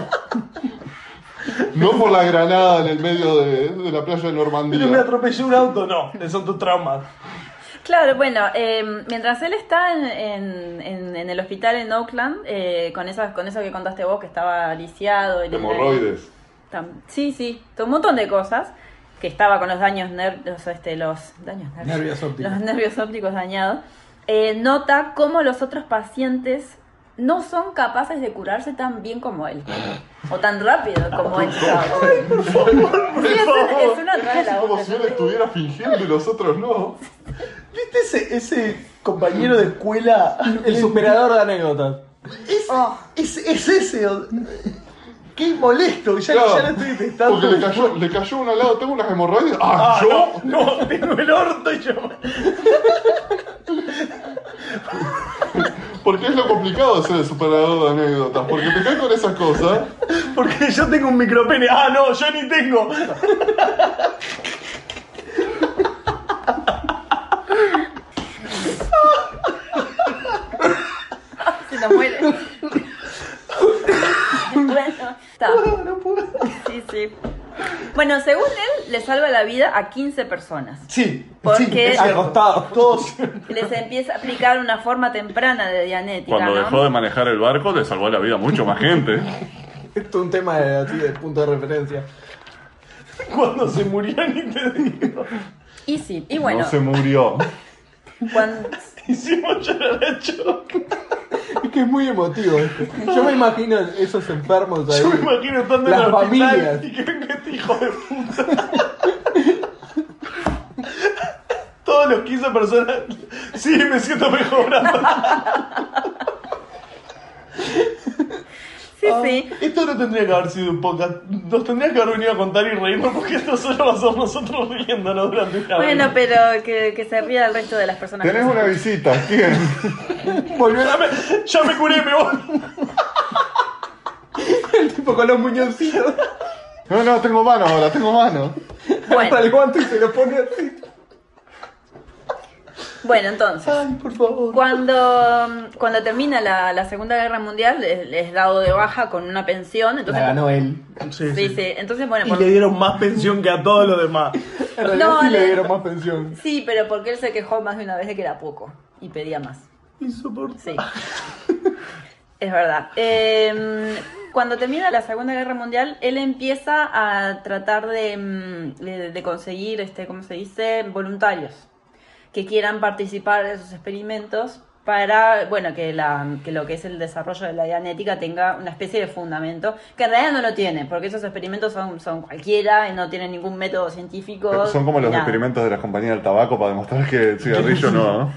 No por la granada en el medio de, de la playa Pero me de Normandía. atropelló un auto, no. Son tus traumas. Claro, bueno, eh, mientras él está en, en- en- en el hospital en Oakland, eh, con, esas, con eso que contaste vos, que estaba lisiado. y- Hemorroides. tam- sí, sí, un montón de cosas que estaba con los daños nervios, este, los daños nervios, Nervios ópticos. los nervios ópticos dañados, eh, nota cómo los otros pacientes no son capaces de curarse tan bien como él o tan rápido como él. Sí, es, una- es una atrás de Casi la como otra, si él ¿no? estuviera fingiendo y nosotros no. ¿Viste ese, ese compañero de escuela? El superador de anécdotas. Es, es, es ese. o- Qué molesto. Ya, Claro. ya lo estoy detestando. Porque le cayó, le cayó uno al lado, tengo unas hemorroides. ¡Ah, Ah, yo! No, no, tengo el orto y yo. Porque es lo complicado de ser el superador de anécdotas. Porque te caes con esas cosas. Porque yo tengo un micropene. Ah, no, yo ni tengo. Se nos <laughs> muere. bueno, está. No puedo. Sí, sí. Bueno, según él, le salva la vida a 15 personas. Sí, Porque- sí, es cierto. Acostado. Todos. Les empieza a aplicar una forma temprana de dianética, Cuando ¿no? dejó de manejar el barco, le salvó la vida a mucho <laughs> más gente. Esto es un tema de, así de punto de referencia. Cuando se murió, ni te digo. Y sí, y bueno, No se murió. cuando... Hicimos llorar a Choc. Es que es muy emotivo. ¿eh? Yo me imagino esos enfermos ahí. Yo me imagino estando en Las el hospital familias. y que venga este hijo de puta. <laughs> Todos los 15 personas. Sí, me siento mejor. Sí, sí. Esto no tendría que haber sido un podcast. Nos tendría que haber venido a contar y reírnos porque esto solo va a ser nosotros riéndonos durante una Bueno, hora. pero que, que se ría el resto de las personas. Tenés una visita. ¿Quién? Volvió Ya me, ya me curé, me voy. el tipo con los muñoncitos. No, no, tengo mano ahora, tengo mano. <laughs> Para Bueno, el guante y se lo pone así. bueno, entonces. Ay, por favor. Cuando, cuando termina la, la Segunda Guerra Mundial, es, es dado de baja con una pensión. Entonces, él. Sí, Sí, sí. Entonces, bueno, Ah, Y por- le dieron más pensión que a todos los demás. En realidad sí le- le dieron más pensión. sí, pero porque él se quejó más de una vez de que era poco y pedía más. Insoportable. Sí. es verdad. Eh, cuando termina la Segunda Guerra Mundial, él empieza a tratar de, mm, de, de conseguir, este, ¿cómo se dice?, voluntarios que quieran participar de sus experimentos para, bueno, que, la, que lo que es el desarrollo de la dianética tenga una especie de fundamento, que en realidad no lo tiene, porque esos experimentos son, son cualquiera y no tienen ningún método científico. Son como los nada. experimentos de las compañías del tabaco para demostrar que el cigarrillo no. ¿no?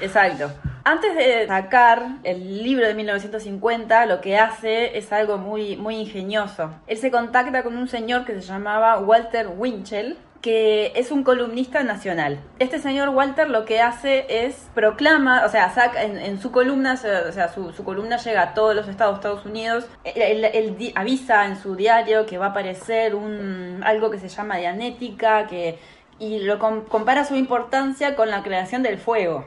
Exacto. Antes de sacar el libro de 1950, lo que hace es algo muy, muy ingenioso. Él se contacta con un señor que se llamaba Walter Winchell, que es un columnista nacional. Este señor Walter lo que hace es proclama, o sea, saca en, en su columna, o sea, su, su columna llega a todos los estados de Estados Unidos. Él, él- él di- avisa en su diario que va a aparecer un, algo que se llama Dianética, que, y lo com- compara su importancia con la creación del fuego.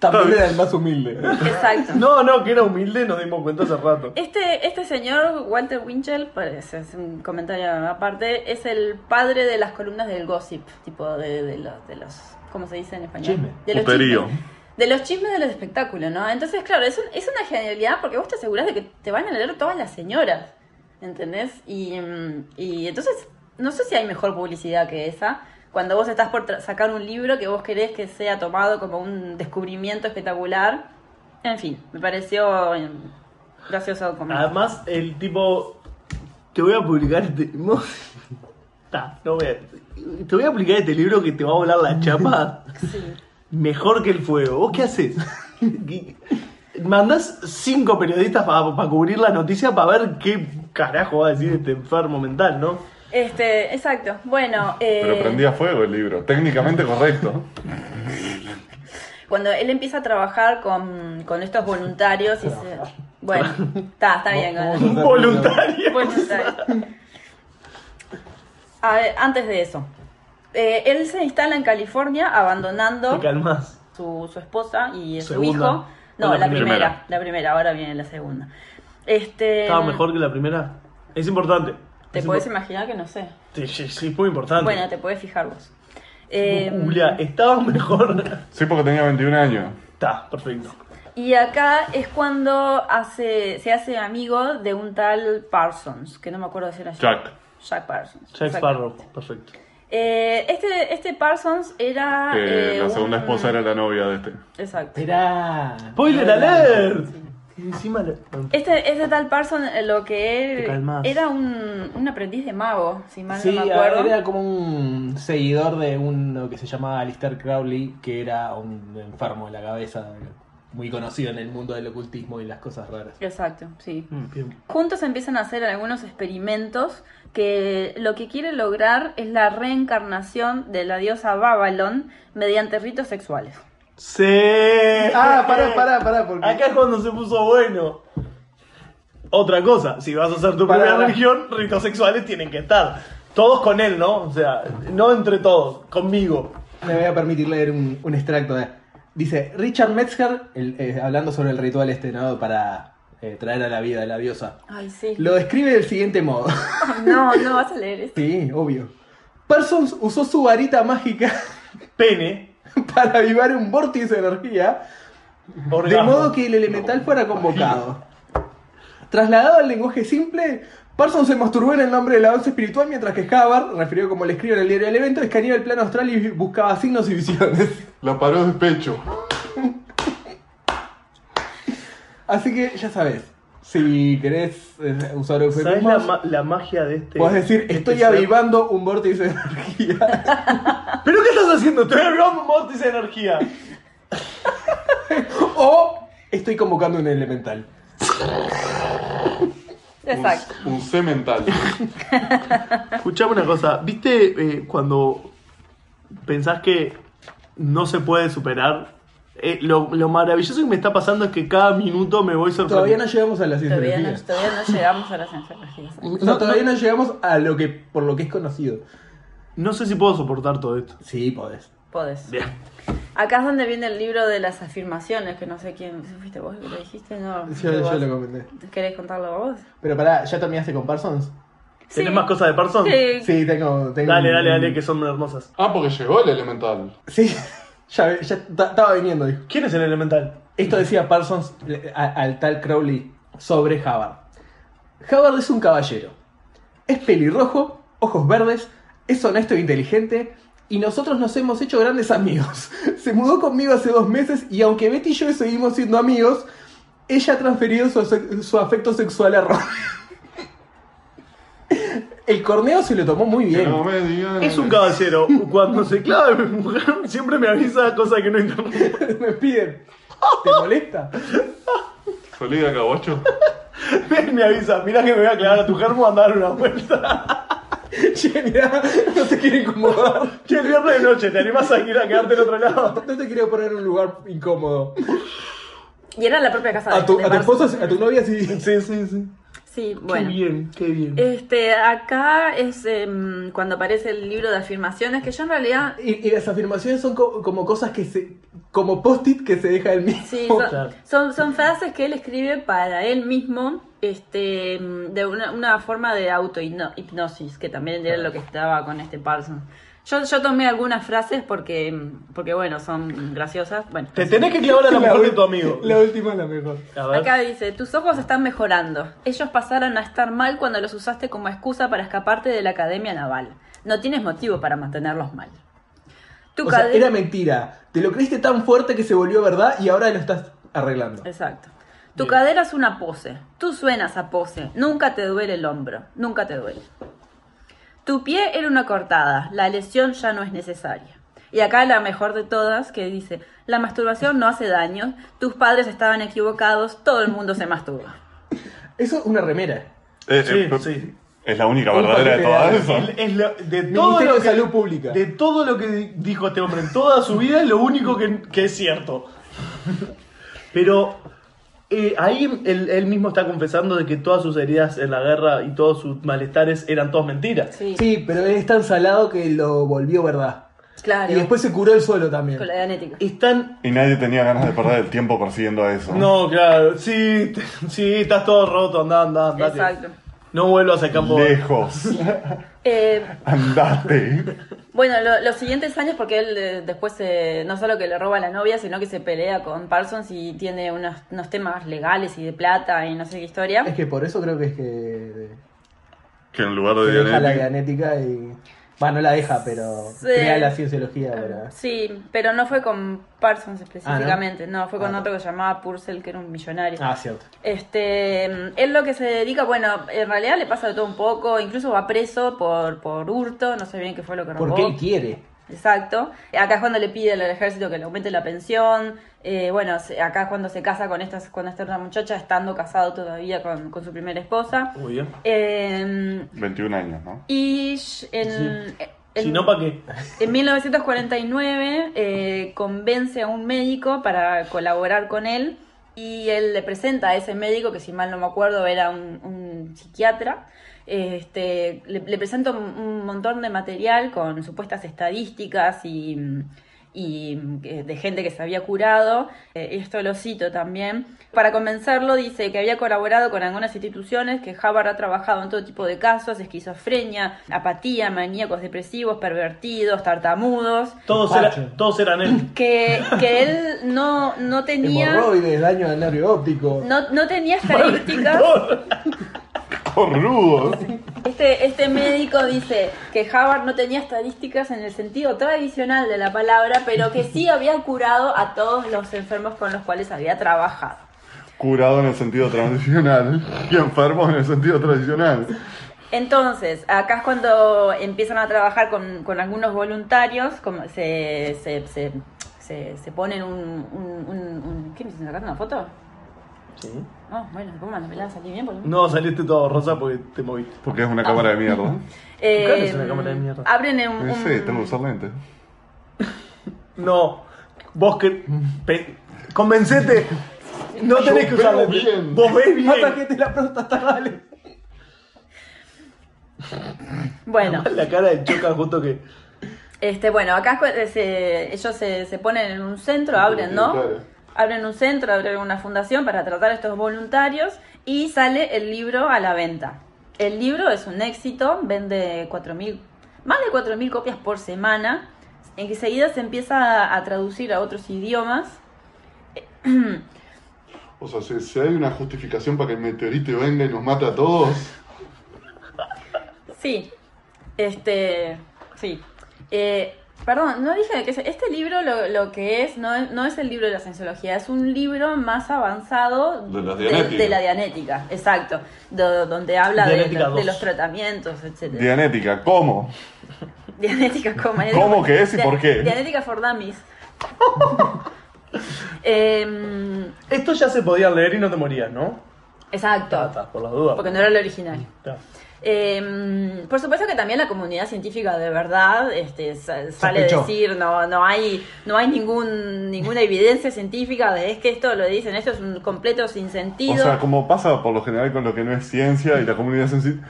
También era el más humilde. Exacto. No, no, que era humilde, nos dimos cuenta hace rato. Este, este señor, Walter Winchell, parece, es un comentario aparte, es el padre de las columnas del gossip, tipo de, de los, de los, ¿cómo se dice en español? Chisme. De los eh. Puterío. chismes, de los chismes de los espectáculos, ¿no? Entonces, claro, es, un- es una genialidad porque vos te asegurás de que te van a leer todas las señoras, ¿entendés? Y, mm, y entonces, no sé si hay mejor publicidad que esa. Cuando vos estás por tra- sacar un libro que vos querés que sea tomado como un descubrimiento espectacular. En fin, me pareció eh, gracioso como... Además, el tipo. Te voy a publicar este. <laughs> no, Ta, no voy a- Te voy a publicar este libro que te va a volar la chapa Sí. mejor que el fuego. ¿Vos qué haces? <laughs> Mandás cinco periodistas para cubrir la noticia para ver qué carajo va a decir este enfermo mental, <laughs> ¿no? Este, exacto. Bueno, eh, Pero prendía fuego el libro. Técnicamente correcto. cuando él empieza a trabajar con, con estos voluntarios, y se- bueno, está, está bien. Vamos con- a- <laughs> Voluntario. Voluntarios. A ver, antes de eso, eh, él se instala en California abandonando Te calmás. su, su esposa y su Segunda. hijo. No, O la, la primera. primera. la primera, ahora viene la segunda. Este, Estaba mejor que la primera. Es importante. Te Es podés impor- imaginar que no sé. Sí, sí, sí, es muy importante. Bueno, te podés fijar vos. Eh, Julia, estaba mejor. <laughs> Sí, porque tenía 21 años. Está, perfecto. Y acá es cuando hace, se hace amigo de un tal Parsons, que no me acuerdo si era Jack. Jack Parsons. Jack exacto. Sparrow, perfecto. Eh, este, este Parsons era. Que eh, la segunda un- esposa era la novia de este. Exacto. Era. ¡Spoiler alert! Encima le- Este, este tal Parsons, eh, lo que Te él. calmas. Era un, un aprendiz de mago, si mal Sí, no me acuerdo. era como un seguidor de uno que se llamaba Alistair Crowley, que era un enfermo de la cabeza, muy conocido en el mundo del ocultismo y las cosas raras. Exacto, sí. Mm. Bien. Juntos empiezan a hacer algunos experimentos que lo que quiere lograr es la reencarnación de la diosa Babalón mediante ritos sexuales. ¡Sí! Ah, pará, pará, pará, porque- Acá es cuando se puso bueno. Otra cosa, si vas a hacer tu Pará, primera pará. religión, ritos sexuales tienen que estar. Todos con él, ¿no? O sea, no entre todos, conmigo. Me voy a permitir leer un, un extracto de. Dice Richard Metzger, el- eh, hablando sobre el ritual este, ¿no? Para eh, traer a la vida a la diosa. Ay, sí. Lo describe del siguiente modo. <laughs> <laughs> No, no vas a leer esto. sí, obvio. Parsons usó su varita mágica <laughs> Pene, para avivar un vórtice de energía De orgasmo. modo que el elemental fuera convocado. Trasladado al lenguaje simple, Parsons se masturbó en el nombre de la once espiritual mientras que Havard, referido como le escribe en el diario del evento, escaneaba el plano astral y buscaba signos y visiones. <laughs> La paró de pecho. Así que ya sabes, si querés eh, usar ¿Sabes la, eufemismos, ma- la magia de este? podés decir de este estoy ser? avivando un vórtice de energía. <laughs> ¿Pero qué estás haciendo? Estoy avivando un vórtice de energía. o estoy convocando un elemental. Exacto. Un, un semental. Escuchame una cosa, ¿viste eh, cuando pensás que no se puede superar? Eh, lo, lo maravilloso que me está pasando es que cada minuto me voy Todavía sorprendiendo. no llegamos a la Todavía ciencia. no, todavía no llegamos a las enfermedades. todavía no llegamos a lo que por lo que es conocido. No sé si puedo soportar todo esto. Sí, podés. Podés. Bien. Acá es donde viene el libro de las afirmaciones, que no sé quién. ¿Fuiste vos que lo dijiste? No. Yo- fuiste yo vos. lo comenté. ¿Querés contarlo vos? Pero pará, ¿ya terminaste con Parsons? ¿Tenés más cosas de Parsons? Sí. Sí, tengo. tengo Dale, un- dale, dale, que son hermosas. Ah, porque llegó el elemental. Sí, <laughs> ya, ya ta- estaba viniendo, dijo. ¿Quién es el elemental? Esto decía Parsons le- a- al tal Crowley sobre Havard. Havard es un caballero. Es pelirrojo, ojos verdes, es honesto e inteligente. Y nosotros nos hemos hecho grandes amigos. <laughs> Se mudó conmigo hace dos meses y aunque Betty y yo seguimos siendo amigos, ella ha transferido su, afe- su afecto sexual a Ron. <laughs> El corneo se lo tomó muy Que bien. no me digan. Es un caballero. Cuando se clava mi mujer, siempre me avisa cosas que no interrumpo. <laughs> Me piden. ¿Te molesta? <laughs> Solida cabocho. <laughs> Me avisa, mirá que me voy a clavar a tu germo a dar una vuelta. <laughs> Che, mirá, no te quiero incomodar. Que el viernes de noche, ¿te animás a ir a quedarte al otro lado? <laughs> No te quiero poner en un lugar <laughs> incómodo. Y era en la propia casa de, A tu, de a tu Parsons. esposa, a tu novia, sí. Sí, sí, sí. Sí, bueno. Qué bien, qué bien. Este, acá es em, cuando aparece el libro de afirmaciones, que yo en realidad. Y, y las afirmaciones son co- como cosas que se. como post-it que se deja el mismo. <laughs> Sí, son, Oh, Claro. son, son frases que él escribe para él mismo, este, em, de una, una forma de autohipnosis, que también era lo que estaba con este Parsons. Yo, yo tomé algunas frases porque, em, porque bueno, son graciosas. Bueno, Te tenés que clavar a <laughs> la mujer de tu amigo. La última es la mejor. A ver. Acá dice, tus ojos están mejorando. Ellos pasaron a estar mal cuando los usaste como excusa para escaparte de la Academia Naval. No tienes motivo para mantenerlos mal. Tu O sea, cadena- era mentira. Te lo creíste tan fuerte que se volvió verdad y ahora lo estás arreglando. Exacto. Tu cadera es una pose. Tú suenas a pose. Nunca te duele el hombro. Nunca te duele. Tu pie era una cortada. La lesión ya no es necesaria. Y acá la mejor de todas que dice, la masturbación no hace daño. Tus padres estaban equivocados. Todo el mundo se masturba. Eso es una remera. Eh, Sí, eh, sí. Es la única Un verdadera de paquete todas de esas. Es lo- de, todo Ministerio lo de que, Salud Pública. de todo lo que dijo este hombre en toda su vida, es lo único que, que es cierto. Pero eh, ahí él, él mismo está confesando de que todas sus heridas en la guerra y todos sus malestares eran todos mentiras. Sí, pero es tan salado que lo volvió verdad. claro. Y después se curó el suelo también. Con la genética. Están... Y nadie tenía ganas de perder el tiempo persiguiendo a eso. No, claro, sí, te- sí, estás todo roto, andá, andá, andá. Exacto. No vuelvas al campo. Lejos. Eh, Andate. bueno, lo- los siguientes años, porque él eh, después eh, no solo que le roba a la novia, sino que se pelea con Parsons y tiene unos, unos temas legales y de plata y no sé qué historia. Es que por eso creo que es que, Que en lugar que de deja la Dianetti. Dianética y... Bueno, no la deja, pero Sí. crea la cienciología para... Sí, pero no fue con Parsons específicamente, ¿no? fue con Ah. otro que se llamaba Purcell, que era un millonario. Ah, cierto. Este, él lo que se dedica, bueno, en realidad le pasa de todo un poco, incluso va preso por, por hurto, no sé bien qué fue lo que robó. Porque él quiere. Exacto. Acá es cuando le pide al ejército que le aumente la pensión. Eh, bueno, se- acá es cuando se casa con esta, con esta otra muchacha, estando casado todavía con, con su primera esposa. Muy bien. Eh, 21 años, ¿no? y sh- en, en- Si no, ¿para qué? en 1949 eh, convence a un médico para colaborar con él y él le presenta a ese médico, que si mal no me acuerdo era un, un psiquiatra, este, le, le presenta un, un montón de material con supuestas estadísticas y, y, eh, de gente que se había curado, eh, esto lo cito también, para convencerlo dice que había colaborado con algunas instituciones, que Havard ha trabajado en todo tipo de casos, esquizofrenia, apatía, maníacos depresivos, pervertidos, tartamudos, Todos, Pacho. era- todos eran <laughs> él. que, que él no, no tenía... Hemorroides, daño al nervio óptico. No, no tenía estadísticas. Todos. Cornudos. Este, este médico dice que Havard no tenía estadísticas en el sentido tradicional de la palabra, pero que sí había curado a todos los enfermos con los cuales había trabajado. Curado en el sentido tradicional. Y enfermo en el sentido tradicional. Entonces, acá es cuando empiezan a trabajar con, con algunos voluntarios, como se, se, se, se- se ponen un, un, un- un- ¿Qué me hicieron sacar una foto? Ah, bueno, ¿cómo mandamela? ¿Salí bien? por lo menos? No, saliste todo rosa porque te moviste. Porque es una cámara de mierda. Eh, Claro, es una cámara de mierda. Abren un... Eh, Sí, un- tengo que usar lentes. No, vos que. pe- Convencete. No Yo tenés que veo usarlo. bien. Vos ves bien. Masajete la próstata, dale. Bueno. La cara de choca justo que. Este, bueno, acá es cu- eh, se- ellos se, se ponen en un centro, abren, ¿no? Claro. Abren un centro, abren una fundación para tratar a estos voluntarios y sale el libro a la venta. El libro es un éxito, vende 4.000, más de 4.000 copias por semana. Enseguida se empieza a, a traducir a otros idiomas. O sea, si, si hay una justificación para que el meteorito venga y nos mate a todos, Sí, este, sí. Eh, perdón, no dije que es- este libro lo, lo que es no, es no es el libro de la cienciología, es un libro más avanzado De la de, dianética. la dianética, exacto, do- donde habla de, Dianética lo- de dos. los tratamientos, etcétera. Dianética, ¿cómo? Dianética, <laughs> coma. ¿Cómo que es y Dia- por qué? Dianética for dummies. <laughs> Em, Esto ya se podía leer y no te morías, ¿no? Ta, exacto, ta, por las dudas. porque no era el original. Ta. Eh, por supuesto que también la comunidad científica de verdad este, sa- sale a Sospechó. decir no no hay no hay ningún ninguna evidencia científica de es que esto lo dicen esto es un completo sinsentido O sea, como pasa por lo general con lo que no es ciencia y la comunidad sensible.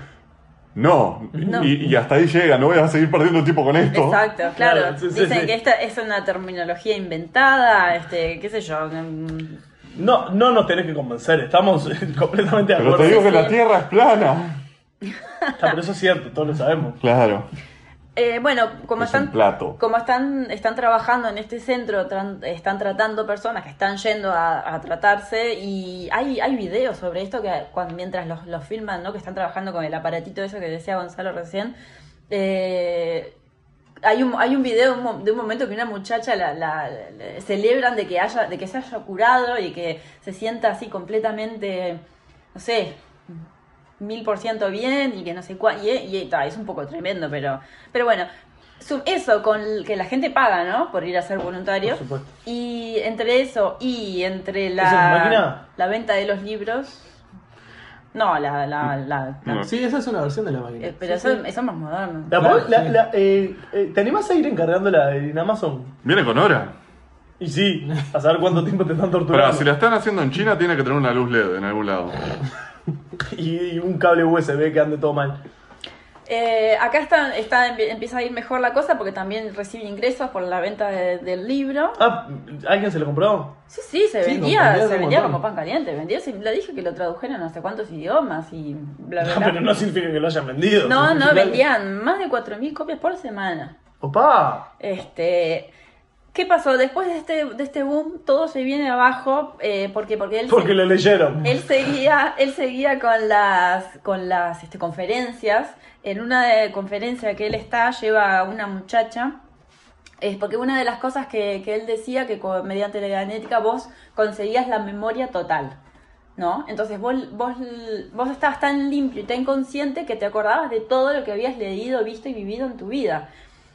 No, No. Y, y hasta ahí llega, no voy a seguir perdiendo tiempo con esto. exacto claro, Claro, sí, sí, dicen sí. que esta es una terminología inventada este qué sé yo mm, No, no nos tenés que convencer, estamos <laughs> completamente de Pero acuerdo. te digo que la sí. Tierra es plana. Ta, pero eso es cierto, todos lo sabemos. Claro. Eh, bueno, como Es están, un plato. como están, están trabajando en este centro, tran- están tratando personas que están yendo a, a tratarse y hay, hay videos sobre esto que cuando, mientras los, los filman, ¿no? Que están trabajando con el aparatito eso que decía Gonzalo recién. Eh, hay un, hay un video un mo- de un momento que una muchacha la, la- la- celebran de que haya, de que se haya curado y que se sienta así completamente, no sé, mil por ciento bien y que no sé cuál. Y, y ta, es un poco tremendo, pero, pero bueno. su- Eso, con l- que la gente paga, ¿no? Por ir a ser voluntario. Por supuesto. Y entre eso y entre ¿Eso es la, máquina? la venta de los libros. No, la. la, la- la- No. Sí, esa es una versión de la máquina. eh, pero eso, eso es más moderno. La- Claro, la- sí. la- eh, eh, ¿Te animás a ir encargándola en Amazon? Viene con hora. Y sí, a saber cuánto tiempo te están Pero torturando. si la están haciendo en China, tiene que tener una luz LED en algún lado. y, y un cable USB que ande todo mal. Eh, acá está, está, empieza a ir mejor la cosa porque también recibe ingresos por la venta de- del libro. Ah, ¿alguien se lo compró? Sí, sí, se Sí, vendía, comprendía se un vendía montón. como pan caliente, vendía, se- le dije que lo tradujeron no sé cuántos idiomas y bla bla. No, bla. Ah, pero no significa que lo hayan vendido. no, no, Claro. vendían más de 4000 copias por semana. Opa. Este, ¿qué pasó? Después de este de este boom todo se viene abajo eh, porque porque él se- Porque lo leyeron. él seguía, él seguía con las, con las este, conferencias. En una de- conferencia que él está, lleva a una muchacha. Es porque una de las cosas que, que él decía que co- mediante la genética vos conseguías la memoria total. ¿No? Entonces vos, vos, vos estabas tan limpio y tan consciente que te acordabas de todo lo que habías leído, visto y vivido en tu vida.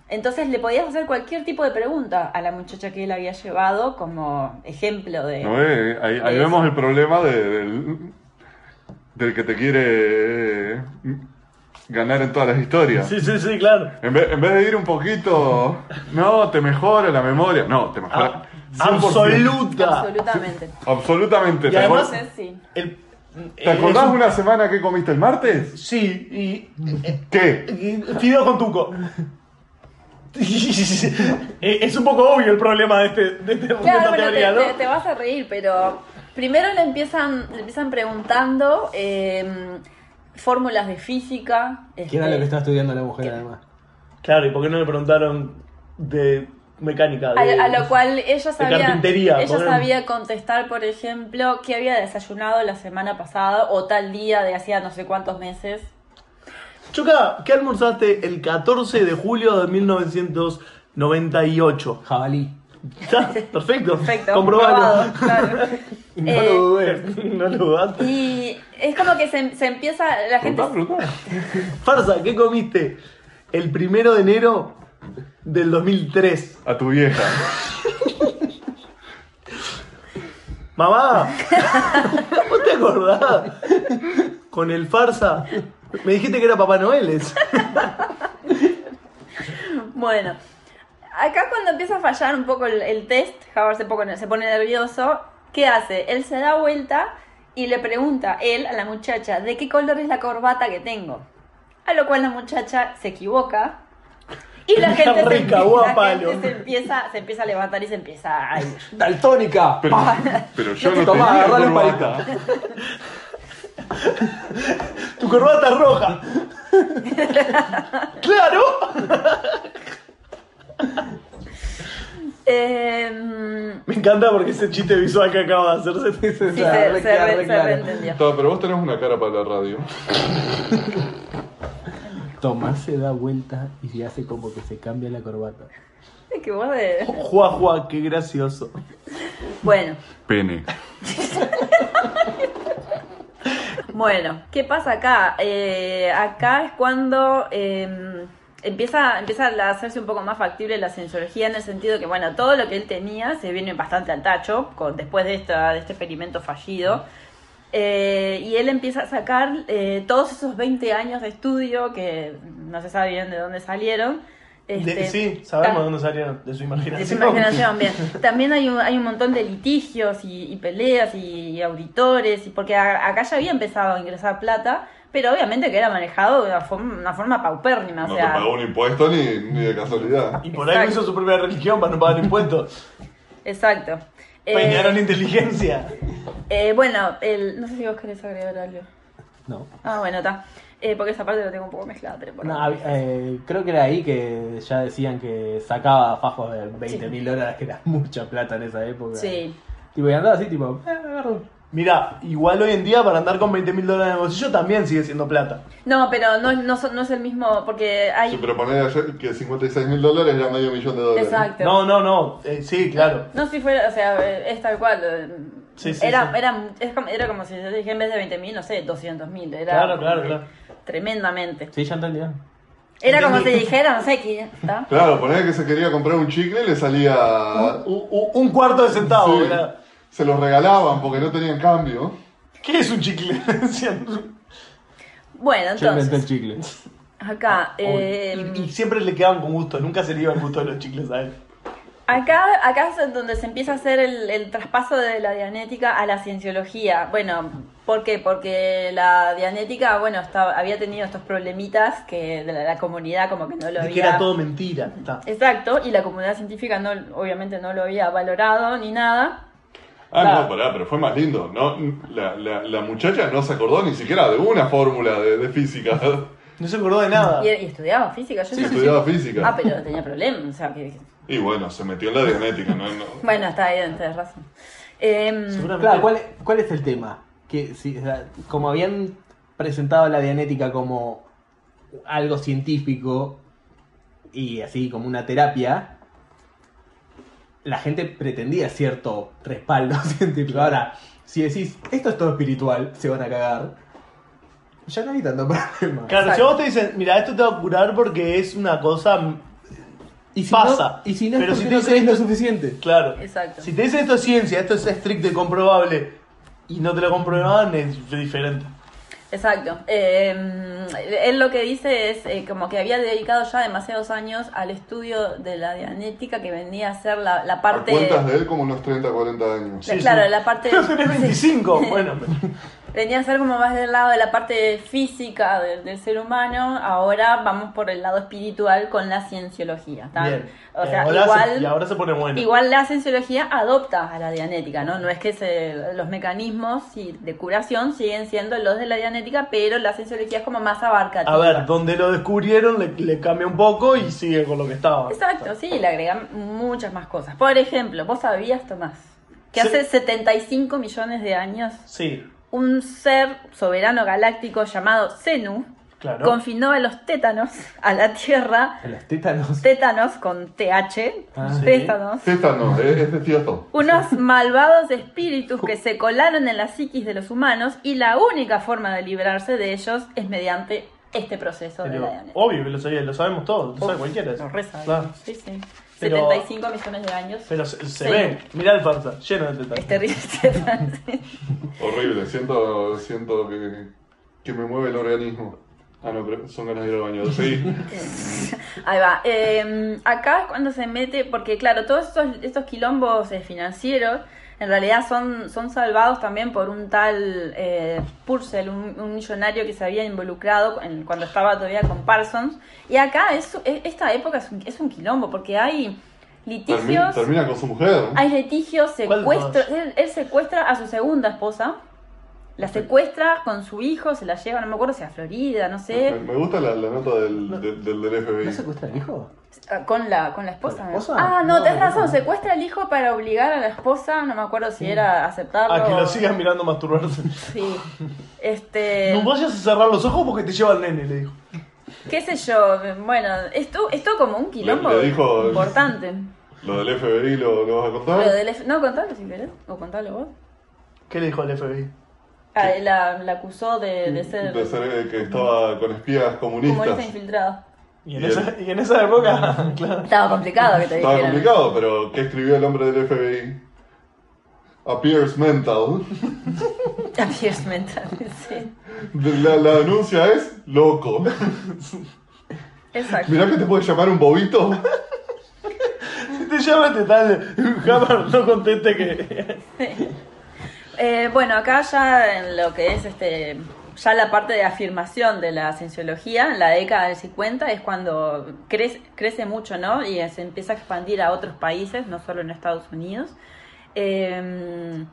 Entonces le podías hacer cualquier tipo de pregunta a la muchacha que él había llevado como ejemplo de... No, eh, ahí, ahí Es- vemos el problema de- del, del que te quiere eh, ganar en todas las historias. Sí, sí, sí, claro. En, vez, en vez de ir un poquito, no, te mejora la memoria. No, te mejora. Ah, 100%. absoluta. Absolutamente. Absolutamente. Y ¿Te, además- acor- Entonces, sí. El- ¿Te el- acordás es un- una semana que comiste el martes? Sí, y. ¿Qué? y- Fideo con tuco. <laughs> Eh, es un poco obvio el problema de, este, de, este- de Claro, esta bueno, te, teoría, ¿no? te- te vas a reír, pero primero le empiezan, le empiezan preguntando eh, fórmulas de física. ¿Qué era este, lo que estaba estudiando la mujer, además? Claro, ¿y por qué no le preguntaron de mecánica? a, de- a lo cual ella sabía, carpintería, ella poner- sabía contestar, por ejemplo, qué había desayunado la semana pasada o tal día de hacía no sé cuántos <laughs> meses. Choca, ¿qué almorzaste el 14 de julio de 1998? Jabalí. Mm. Ya, perfecto. Perfecto. Comprobalo. probado, claro. <laughs> No Eh, lo dudes. No lo dudaste. Y es como que se, se empieza, la gente Preguntá, preguntá. Farsa, ¿qué comiste el primero de enero del 2003? A tu vieja. Mamá, <laughs> ¿no te acordás? Con el farsa. Me dijiste que era Papá Noel. es. Bueno, acá cuando empieza a fallar un poco el, el test, Howard se pone, se pone nervioso. ¿Qué hace? Él se da vuelta y le pregunta él a la muchacha de qué color es la corbata que tengo. A lo cual la muchacha se equivoca y la Está gente, se, rica, empie- guapa, la gente Leo. se empieza, se empieza a levantar y se empieza <laughs> a ir. ¡Daltónica! Pero, Pa. pero yo No te no tomás, tenía agarralo corbata. Tu corbata es <laughs> roja. ¡Claro! Eh, Me encanta porque ese chiste visual que acaba de hacerse. sí, Ya, se, re se claro, re- re se claro. reentendió. Ta, pero vos tenés una cara para la radio. Tomás se da vuelta y se hace como que se cambia la corbata. Es que vos <laughs> de- Juá, juá, qué gracioso. Bueno. Pene. Bueno, ¿qué pasa acá? Eh, acá es cuando eh, empieza, empieza a hacerse un poco más factible la sensorología en el sentido que, bueno, todo lo que él tenía se viene bastante al tacho con, después de, esta, de este experimento fallido. Eh, y él empieza a sacar eh, todos esos 20 años de estudio que no se sabe bien de dónde salieron. De- Este, sí, sabemos tan- dónde salieron. De su imaginación. de su imaginación, bien. También hay un, hay un montón de litigios y, y peleas y, auditores, y porque a- acá ya había empezado a ingresar plata, pero obviamente que era manejado de una forma, una forma paupérrima. No o te sea, pagó un impuesto ni, ni de casualidad. Y por ahí Exacto. hizo su propia religión para no pagar impuestos. exacto. <laughs> Eh, Peinaron inteligencia. eh, bueno, el- no sé si vos querés agregar algo. No. Ah, bueno, está. porque esa parte la tengo un poco mezclada. Pero bueno. No, hab- eh, creo que era ahí que ya decían que sacaba fajos de 20 mil dólares, que era mucha plata en esa época. Sí. Tipo, y andaba así, tipo, eh, agarro. Mira, igual hoy en día para andar con 20 mil dólares en el bolsillo también sigue siendo plata. No, pero no, no, son- no es el mismo, porque Sí, hay... pero poner ayer que 56 mil dólares era medio millón de dólares. Exacto. No, no, no. eh, sí, claro. No, si fuera, o sea, eh, es tal cual. eh, Sí, sí, era, sí. Era, es como, era como si yo te dije en vez de 20.000, no sé, 200.000. Era Claro, claro, claro. Tremendamente. Sí, ya entendieron. Era como si Entendí. dijera, no sé, quién está. Claro, poner que se quería comprar un chicle le salía. U- u- un cuarto de centavo. Sí. era. Se los regalaban porque no tenían cambio. ¿Qué es un chicle? <laughs> Decían. Bueno, Yo inventé el Ah, oh, entonces, chicle. acá, em, Y- eh, <laughs> y, siempre le quedaban con gusto. Nunca se le iba el gusto de los chicles a él. Acá, acá es donde se empieza a hacer el, el traspaso de la dianética a la cienciología. Bueno, ¿por qué? Porque la dianética, bueno, estaba, había tenido estos problemitas que de la, la comunidad como que no De lo había... que era todo mentira. Está. Exacto, y la comunidad científica no, obviamente no lo había valorado ni nada. Ah, Claro. no, pará, pero fue más lindo. No, la, la- la muchacha no se acordó ni siquiera de una fórmula de, de física. No se acordó de nada. Ah. Y, y estudiaba física, yo Sí, sé- estudiaba física. Ah, pero tenía problemas, o sea que... Y bueno, se metió en la dianética. No, no. Bueno, está bien, tenés razón. Em, Seguramente. <laughs> Claro, ¿cuál, cuál es el tema? Que si, o sea, como habían presentado la dianética como algo científico y así como una terapia, la gente pretendía cierto respaldo <laughs> científico. Ahora, si decís, esto es todo espiritual, se van a cagar, ya no hay tanto <laughs> problema. Claro, si Exacto. a vos te dicen, mira, esto te va a curar porque es una cosa. Y si pasa. no- y si no, Pero es si porque te no dicen crees lo esto- suficiente. Claro. Exacto. Si te dicen esto es ciencia, esto es estricto y comprobable, y no te lo comprobaban, es <laughs> diferente. Exacto. Eh, él lo que dice es eh, como que había dedicado ya demasiados años al estudio de la dianética que venía a ser la, la A parte... cuentas de él como unos 30, 40 años. la- claro, la <laughs> parte... Tenés 25, bueno. Venía a ser como más del lado de la parte física del, del ser humano, ahora vamos por el lado espiritual con la cienciología. ¿tá? Bien. O Y sea, ahora se- igual... y ahora se pone bueno. Igual la cienciología adopta a la dianética, ¿no? No es que se- los mecanismos y- de curación siguen siendo los de la dianética, pero la cienciología es como más abarcativa. A ver, donde lo descubrieron le, le cambia un poco y sigue con lo que estaba. Exacto, sí, le agregan muchas más cosas. Por ejemplo, vos sabías, Tomás, que Sí. hace 75 millones de años Sí, un ser soberano galáctico llamado Zenu claro. confinó a los tétanos a la Tierra, A los tétanos. tétanos con TH, Ah, sí. tétanos, Esta no, es es de Tiesto. <laughs> Unos malvados espíritus que se colaron en la psiquis de los humanos y la única forma de librarse de ellos es mediante este proceso de Pero, oh, la dianética. obvio que lo sabía, lo sabemos todos, lo sabe cualquiera. Lo re sabemos, Claro. sí, sí. Pero- 75 millones de años. Pero se, se Sí. Este ve, mirá el farsa, lleno de Es tetas. terrible. sí. Horrible, siento, siento que, que me mueve el organismo. Ah, no, pero son ganas de ir al baño. <laughs> Sí. Ahí va. Eh, acá es cuando se mete, porque claro, todos estos, estos quilombos eh, financieros en realidad son, son salvados también por un tal eh, Purcell, un, un millonario que se había involucrado en- cuando estaba todavía con Parsons. Y acá es, es- esta época es un, es un quilombo, porque hay Termina, litigios, termina con su mujer. hay litigios, ¿Cuál de todas? secuestros. Él, él secuestra a su segunda esposa. La secuestra con su hijo, se la lleva, no me acuerdo si a Florida, no sé, Me, me gusta la, la nota del, del, del- del ¿No FBI. secuestra el hijo? Ah, Con la, con la esposa. ¿Con la esposa? Ah, no, No, tenés no. razón. Secuestra al hijo para obligar a la esposa. No me acuerdo si era aceptarlo. A que o- lo sigas mirando <laughs> masturbarse. Sí. Este. No vayas a cerrar los ojos porque te lleva el nene, le dijo. ¿Qué sé yo? Bueno, esto, esto como un quilombo le dijo- importante. Lo del FBI lo, lo vas a ¿Ah? Lo contar. del F- No, contalo si querés. O contalo vos. ¿Qué le dijo el FBI? Ah, la, la acusó de, de ser De ser eh, que estaba con espías comunista comunistas. infiltrado. Y en, Bien. esa, y en esa época, <laughs> claro. Estaba complicado que te Estaba dijeran. <laughs> complicado, pero ¿qué escribió el hombre del FBI? Appears mental. <laughs> Appears mental, <laughs> sí. La, la denuncia es loco. Exacto. Mirá que te puede llamar un bobito. Te llama este <laughs> tal Hammer, no conteste que. Eh, bueno, acá ya en lo que es este ya la parte de afirmación de la cienciología, en la década del 50 es cuando crece, crece mucho, ¿no? Y se empieza a expandir a otros países, no solo en Estados Unidos. Eh,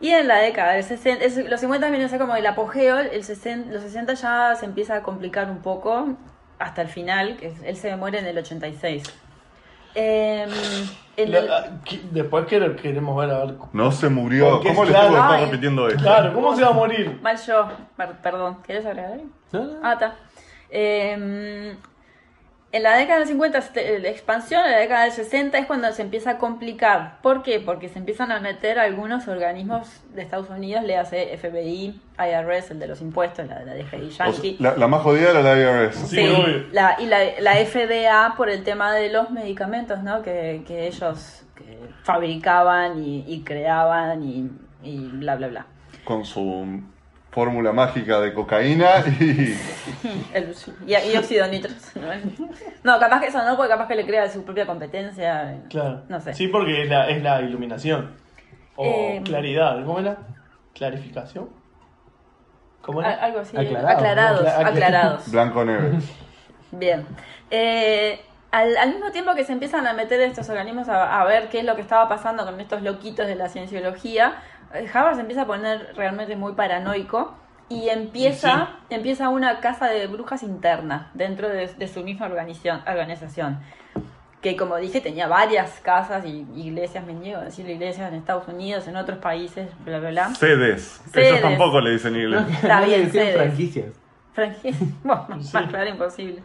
y en la década del 60, es- los 50 vienen a ser como el apogeo, el 60, los 60 ya se empieza a complicar un poco hasta el final, que es- él se muere en el 86. Eh, en el- La- que- Después que queremos ver, a ver. No se murió. Porque ¿Cómo es le tengo que claro. estar Ay. repitiendo esto? Claro, ¿cómo se va a morir? mal yo, per- perdón, ¿quieres agregar algo? No, no. Ah, está. Eh, en la década del 50, este, la expansión, en la década del 60 es cuando se empieza a complicar. ¿Por qué? Porque se empiezan a meter algunos organismos de Estados Unidos, le hace FBI, IRS, el de los impuestos, la de la DGI O sea, Yankee. la, la más jodida era la IRS. Sí, obvio. la- y la, la FDA por el tema de los medicamentos, ¿no? Que, que ellos que fabricaban y, y creaban y, y bla, bla, bla. Con su fórmula mágica de cocaína y. El- y, y óxido nitroso. ¿no? No, capaz que eso no, porque capaz que le crea su propia competencia. Claro. No sé. Sí, porque es la, es la iluminación. O Eh, claridad, ¿cómo era? ¿Clarificación? ¿Cómo A- era? Algo así. Aclarado, aclarados, ¿no? Acla- aclarados. Blanco Neves. Bien. Eh, al, al mismo tiempo que se empiezan a meter estos organismos a, a ver qué es lo que estaba pasando con estos loquitos de la cienciología, eh, Harvard se empieza a poner realmente muy paranoico y empieza, empieza una casa de brujas interna dentro de, de su misma organización, organización. Que como dije, tenía varias casas y iglesias, me niego a decirle iglesias en Estados Unidos, en otros países, bla, bla, bla. Sedes. Sedes. Ellos tampoco le dicen iglesia. Está No le bien, decían Fede. franquicias. Frankie, <laughs> bueno, más claro imposible.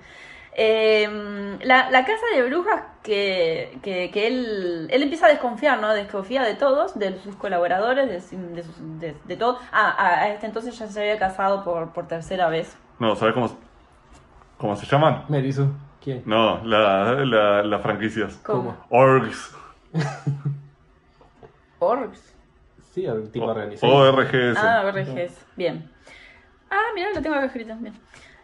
Eh, la, la casa de brujas que, que- que él, él empieza a desconfiar, ¿no? Desconfía de todos, de sus colaboradores, de, de sus- de- de todo. Ah, a, a este entonces ya se había casado por, por tercera vez. No, ¿sabes cómo, cómo se llaman? Merisu. ¿Quién? No, la- la- las franquicias. Con ¿Cómo? Orgs. Orgs. Sí, el Oh, tipo organizado. ORGS. Ah, RGs. Bien. Ah, mira, lo tengo acá escrito. Bien.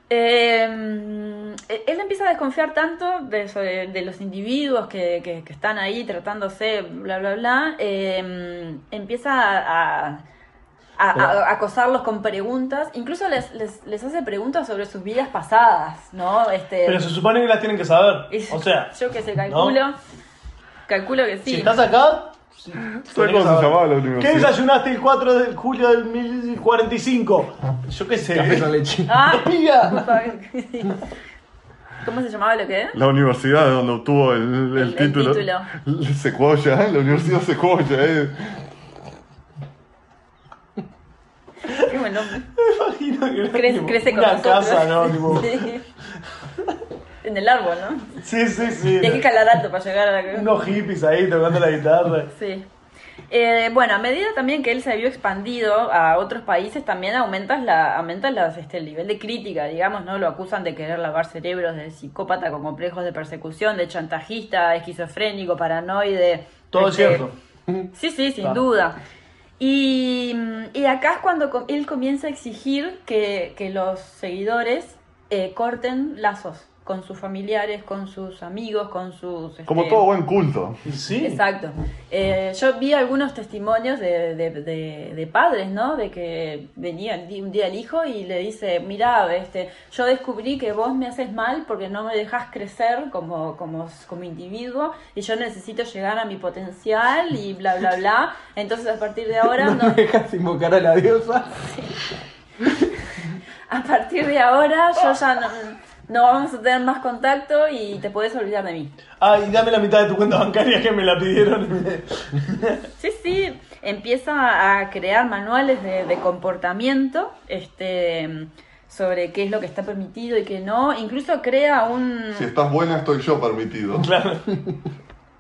Eh, él empieza a desconfiar tanto de, eso, de- de los individuos que, que- que están ahí tratándose, bla, bla, bla. eh, empieza a, a- a- Pero- a acosarlos con preguntas. Incluso les, les- les hace preguntas sobre sus vidas pasadas, ¿no? Este, Pero se supone que las tienen que saber. es- O sea, yo que sé, calculo. Calculo que sí. si estás acá. sí, ¿Sabes tenés que cómo se saber. llamaba la ¿Qué universidad? desayunaste el 4 de julio del 1045? Yo qué <laughs> Café con sé. leche. Ah, Espía. <laughs> ¿Cómo se llamaba lo que era? La universidad donde obtuvo el, el El- el título. título. L- Secuoya, ¿eh? la Universidad Secuoya. ¿eh? Qué buen nombre. Imagino que era crece, tipo crece con una nosotros. casa, ¿no? Tipo, <laughs> Sí. En el árbol, ¿no? sí, sí, sí. Tienes que calar alto para llegar a la... Unos hippies ahí tocando la guitarra. <laughs> Sí. Eh, bueno, a medida también que él se vio expandido a otros países, también aumentas la, aumentas las, este, el nivel de crítica, digamos, ¿no? Lo acusan de querer lavar cerebros de psicópata con complejos de persecución, de chantajista, esquizofrénico, paranoide. Todo este, cierto. Sí, sí, sin Ah. duda. Y, mm, y acá es cuando com- él comienza a exigir que, que los seguidores eh, corten lazos con sus familiares, con sus amigos, con sus... este, Como todo buen culto. Y sí. Exacto. Eh, yo vi algunos testimonios de, de- de- de padres, ¿no? De que venía el di- un día el hijo y le dice, mirá, este, yo descubrí que vos me haces mal porque no me dejas crecer como, como, como individuo y yo necesito llegar a mi potencial y bla, bla, bla. Entonces a partir de <laughs> ahora No no, me dejas invocar a la diosa. a partir de ahora yo ya no, no vamos a tener más contacto y te podés olvidar de mí. Ah, y dame la mitad de tu cuenta bancaria que me la pidieron. <laughs> Sí, sí, empieza a crear manuales de, de comportamiento este, sobre qué es lo que está permitido y qué no. Incluso crea un... Si estás buena, estoy yo permitido. claro.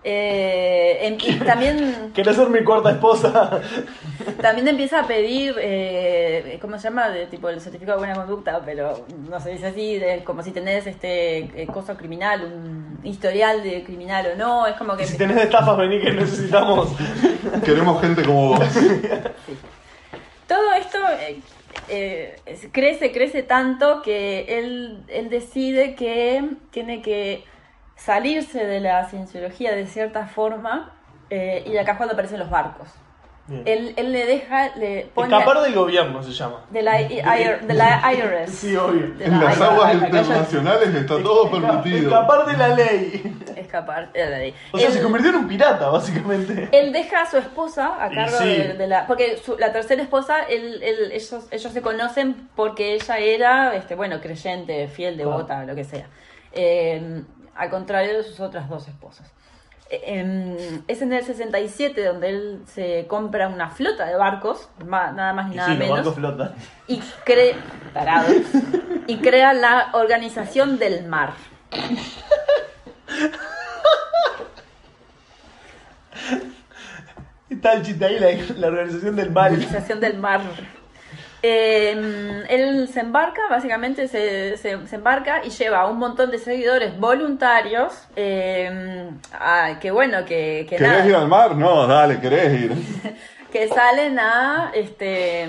eh, em- y también, ¿Querés ser mi cuarta esposa? <laughs> también empieza a pedir, eh, ¿cómo se llama? De, tipo el certificado de buena conducta, pero no se dice así, de- como si tenés este eh, cosa criminal, un historial de criminal o no. Es como que... Si tenés estafas, vení que necesitamos. Queremos gente como vos. Todo esto eh, eh, es- crece, crece tanto que él, él decide que tiene que salirse de la cienciología de cierta forma eh, y acá es cuando aparecen los barcos. Bien. Él, él le deja, le pone... Escapar del gobierno se llama. De la, I- IR de la IRS. Sí, obvio. De En las IRS. aguas acá ya- internacionales está todo Esca- permitido. Escapar de la ley. Escapar eh, de la ley. O sea, Él- se convirtió en un pirata, básicamente. Él deja a su esposa a Y cargo sí. de, de la. Porque su- la tercera esposa, él, él- ellos, ellos se conocen porque ella era, este, bueno, creyente, fiel, devota, lo que sea. Eh, al contrario de sus otras dos esposas. Eh, em, es en el 67 donde él se compra una flota de barcos, ma- nada más ni Y nada sí, los menos barcos flotan. y cre- <laughs> tarado. y crea la organización del mar. Está el chiste ahí, la, la organización del mal. Organización del mar. Eh, él se embarca, básicamente se, se- se embarca y lleva a un montón de seguidores voluntarios. eh, a- que bueno, que, que ¿Querés nada, ir <laughs> al mar? No, dale, querés ir. que salen a este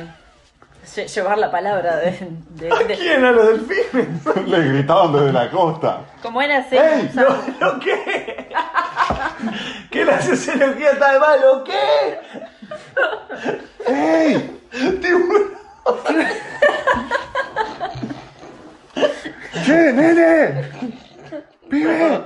lle- llevar la palabra de. de- ¿A de- quién? ¿A los delfines? Le gritaban desde la costa. como era ese. ¡Ey! ¿No, ¿Lo qué? ¿Qué la sociología está de malo? ¿Qué? ¡Ey! ¡Che, nene! ¡Pibe!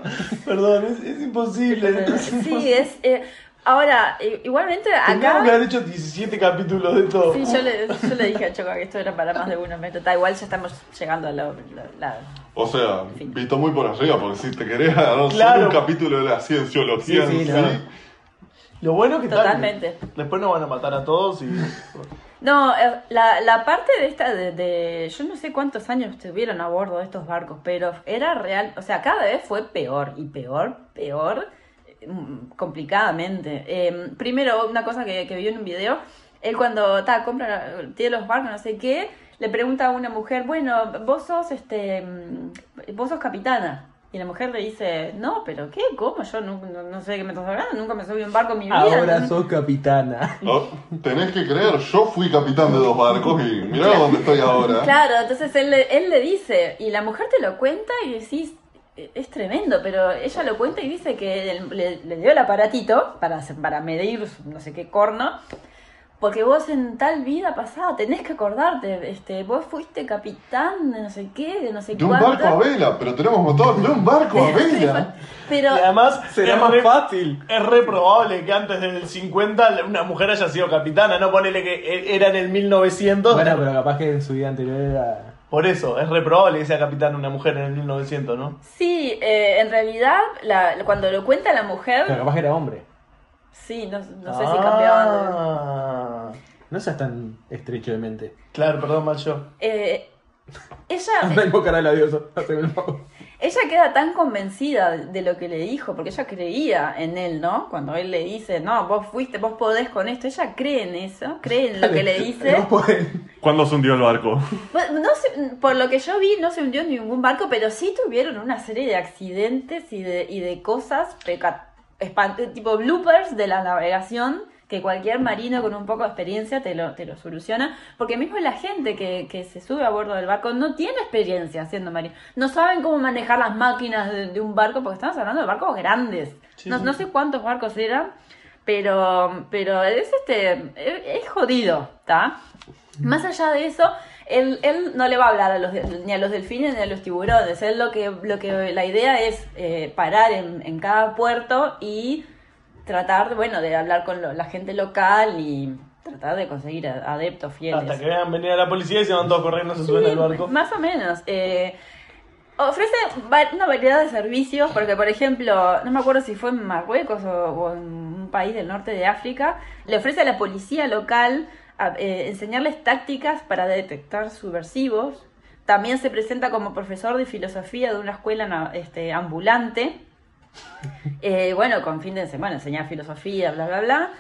Perdón, es, es imposible. Sí, es. eh, ahora, i- igualmente Tendríamos que acá. haber hecho 17 capítulos de todo. Sí, yo le, yo le dije a Choco que esto era para más de una meta. Da igual, ya estamos llegando a la. la- la- O sea, visto muy por arriba, porque si te querés agarrar Claro. solo un capítulo de la cienciología Sí, sí, en sí, no. Lo bueno que está- Totalmente. Después nos van a matar a todos y. No, eh, la, la parte de esta de, de- Yo no sé cuántos años estuvieron a bordo de estos barcos, pero era real. O sea, cada vez fue peor y peor, peor, eh, mm, complicadamente. Eh, primero, una cosa que, que vi en un video: él cuando ta, compra, tiene los barcos, no sé qué, le pregunta a una mujer, bueno, vos sos, este, mm, vos sos capitana. Y la mujer le dice, no, pero ¿qué? ¿Cómo? Yo no, no- no sé de qué me estás hablando, nunca me subí a un barco en mi vida. Ahora no- sos <laughs> capitana. Oh, tenés que creer, yo fui capitán de dos barcos y mirá dónde estoy ahora. Claro, entonces él, le- él le dice, y la mujer te lo cuenta y decís, "E-, es tremendo, pero ella lo cuenta y dice que el- le, le dio el aparatito para, hacer- para medir su no sé qué corno, porque vos en tal vida pasada tenés que acordarte, este, vos fuiste capitán de no sé qué, de no sé De un cuánto. barco a vela, pero tenemos motor, de un barco a <laughs> vela. Y Pero además, Será es más re- fácil. Es re probable que antes del 50 una mujer haya sido capitana, no ponele que e- era en el 1900. Bueno, pero capaz que en su vida anterior era. Por eso, es re probable que sea capitana una mujer en el 1900, ¿no? sí, eh, en realidad, la- cuando lo cuenta la Pero mujer, capaz que era hombre. sí, no, no sé si cambiaban. de- Ah. No seas tan estrecho de mente. Claro, perdón, mal yo. Eh, <laughs> ella... Anda invocar a la diosa. Haceme el favor. Ella queda tan convencida de lo que le dijo, porque ella creía en él, ¿no? Cuando él le dice, no, vos fuiste, vos podés con esto, ella cree en eso, cree en lo <laughs> que le dice. No puede. ¿Cuándo se hundió <laughs> el barco? Bueno, Pues, no se- por lo que yo vi, no se hundió ningún barco, pero sí tuvieron una serie de accidentes y de, y de cosas, peca- espant- tipo bloopers de la navegación, que cualquier marino con un poco de experiencia te lo, te lo soluciona, porque mismo la gente que, que se sube a bordo del barco no tiene experiencia siendo marino, no saben cómo manejar las máquinas de, de un barco, porque estamos hablando de barcos grandes, Sí, no, sí. no sé cuántos barcos eran. Pero, pero es este, es es jodido, ¿está? Más allá de eso, él, él no le va a hablar a los, del- ni a los delfines ni a los tiburones. Él lo que, lo que la idea es eh, parar en, en cada puerto y tratar, bueno, de hablar con lo- la gente local y tratar de conseguir a- adeptos fieles. Hasta que vean venir a la policía y se van todos corriendo, se suben Sí, al barco. Más o menos. Eh, ofrece va- una variedad de servicios, porque por ejemplo, no me acuerdo si fue en Marruecos o, o en un país del norte de África, le ofrece a la policía local a- eh, enseñarles tácticas para detectar subversivos. También se presenta como profesor de filosofía de una escuela na- este, ambulante. Eh, bueno, con fin de semana, enseñar filosofía, bla, bla, bla.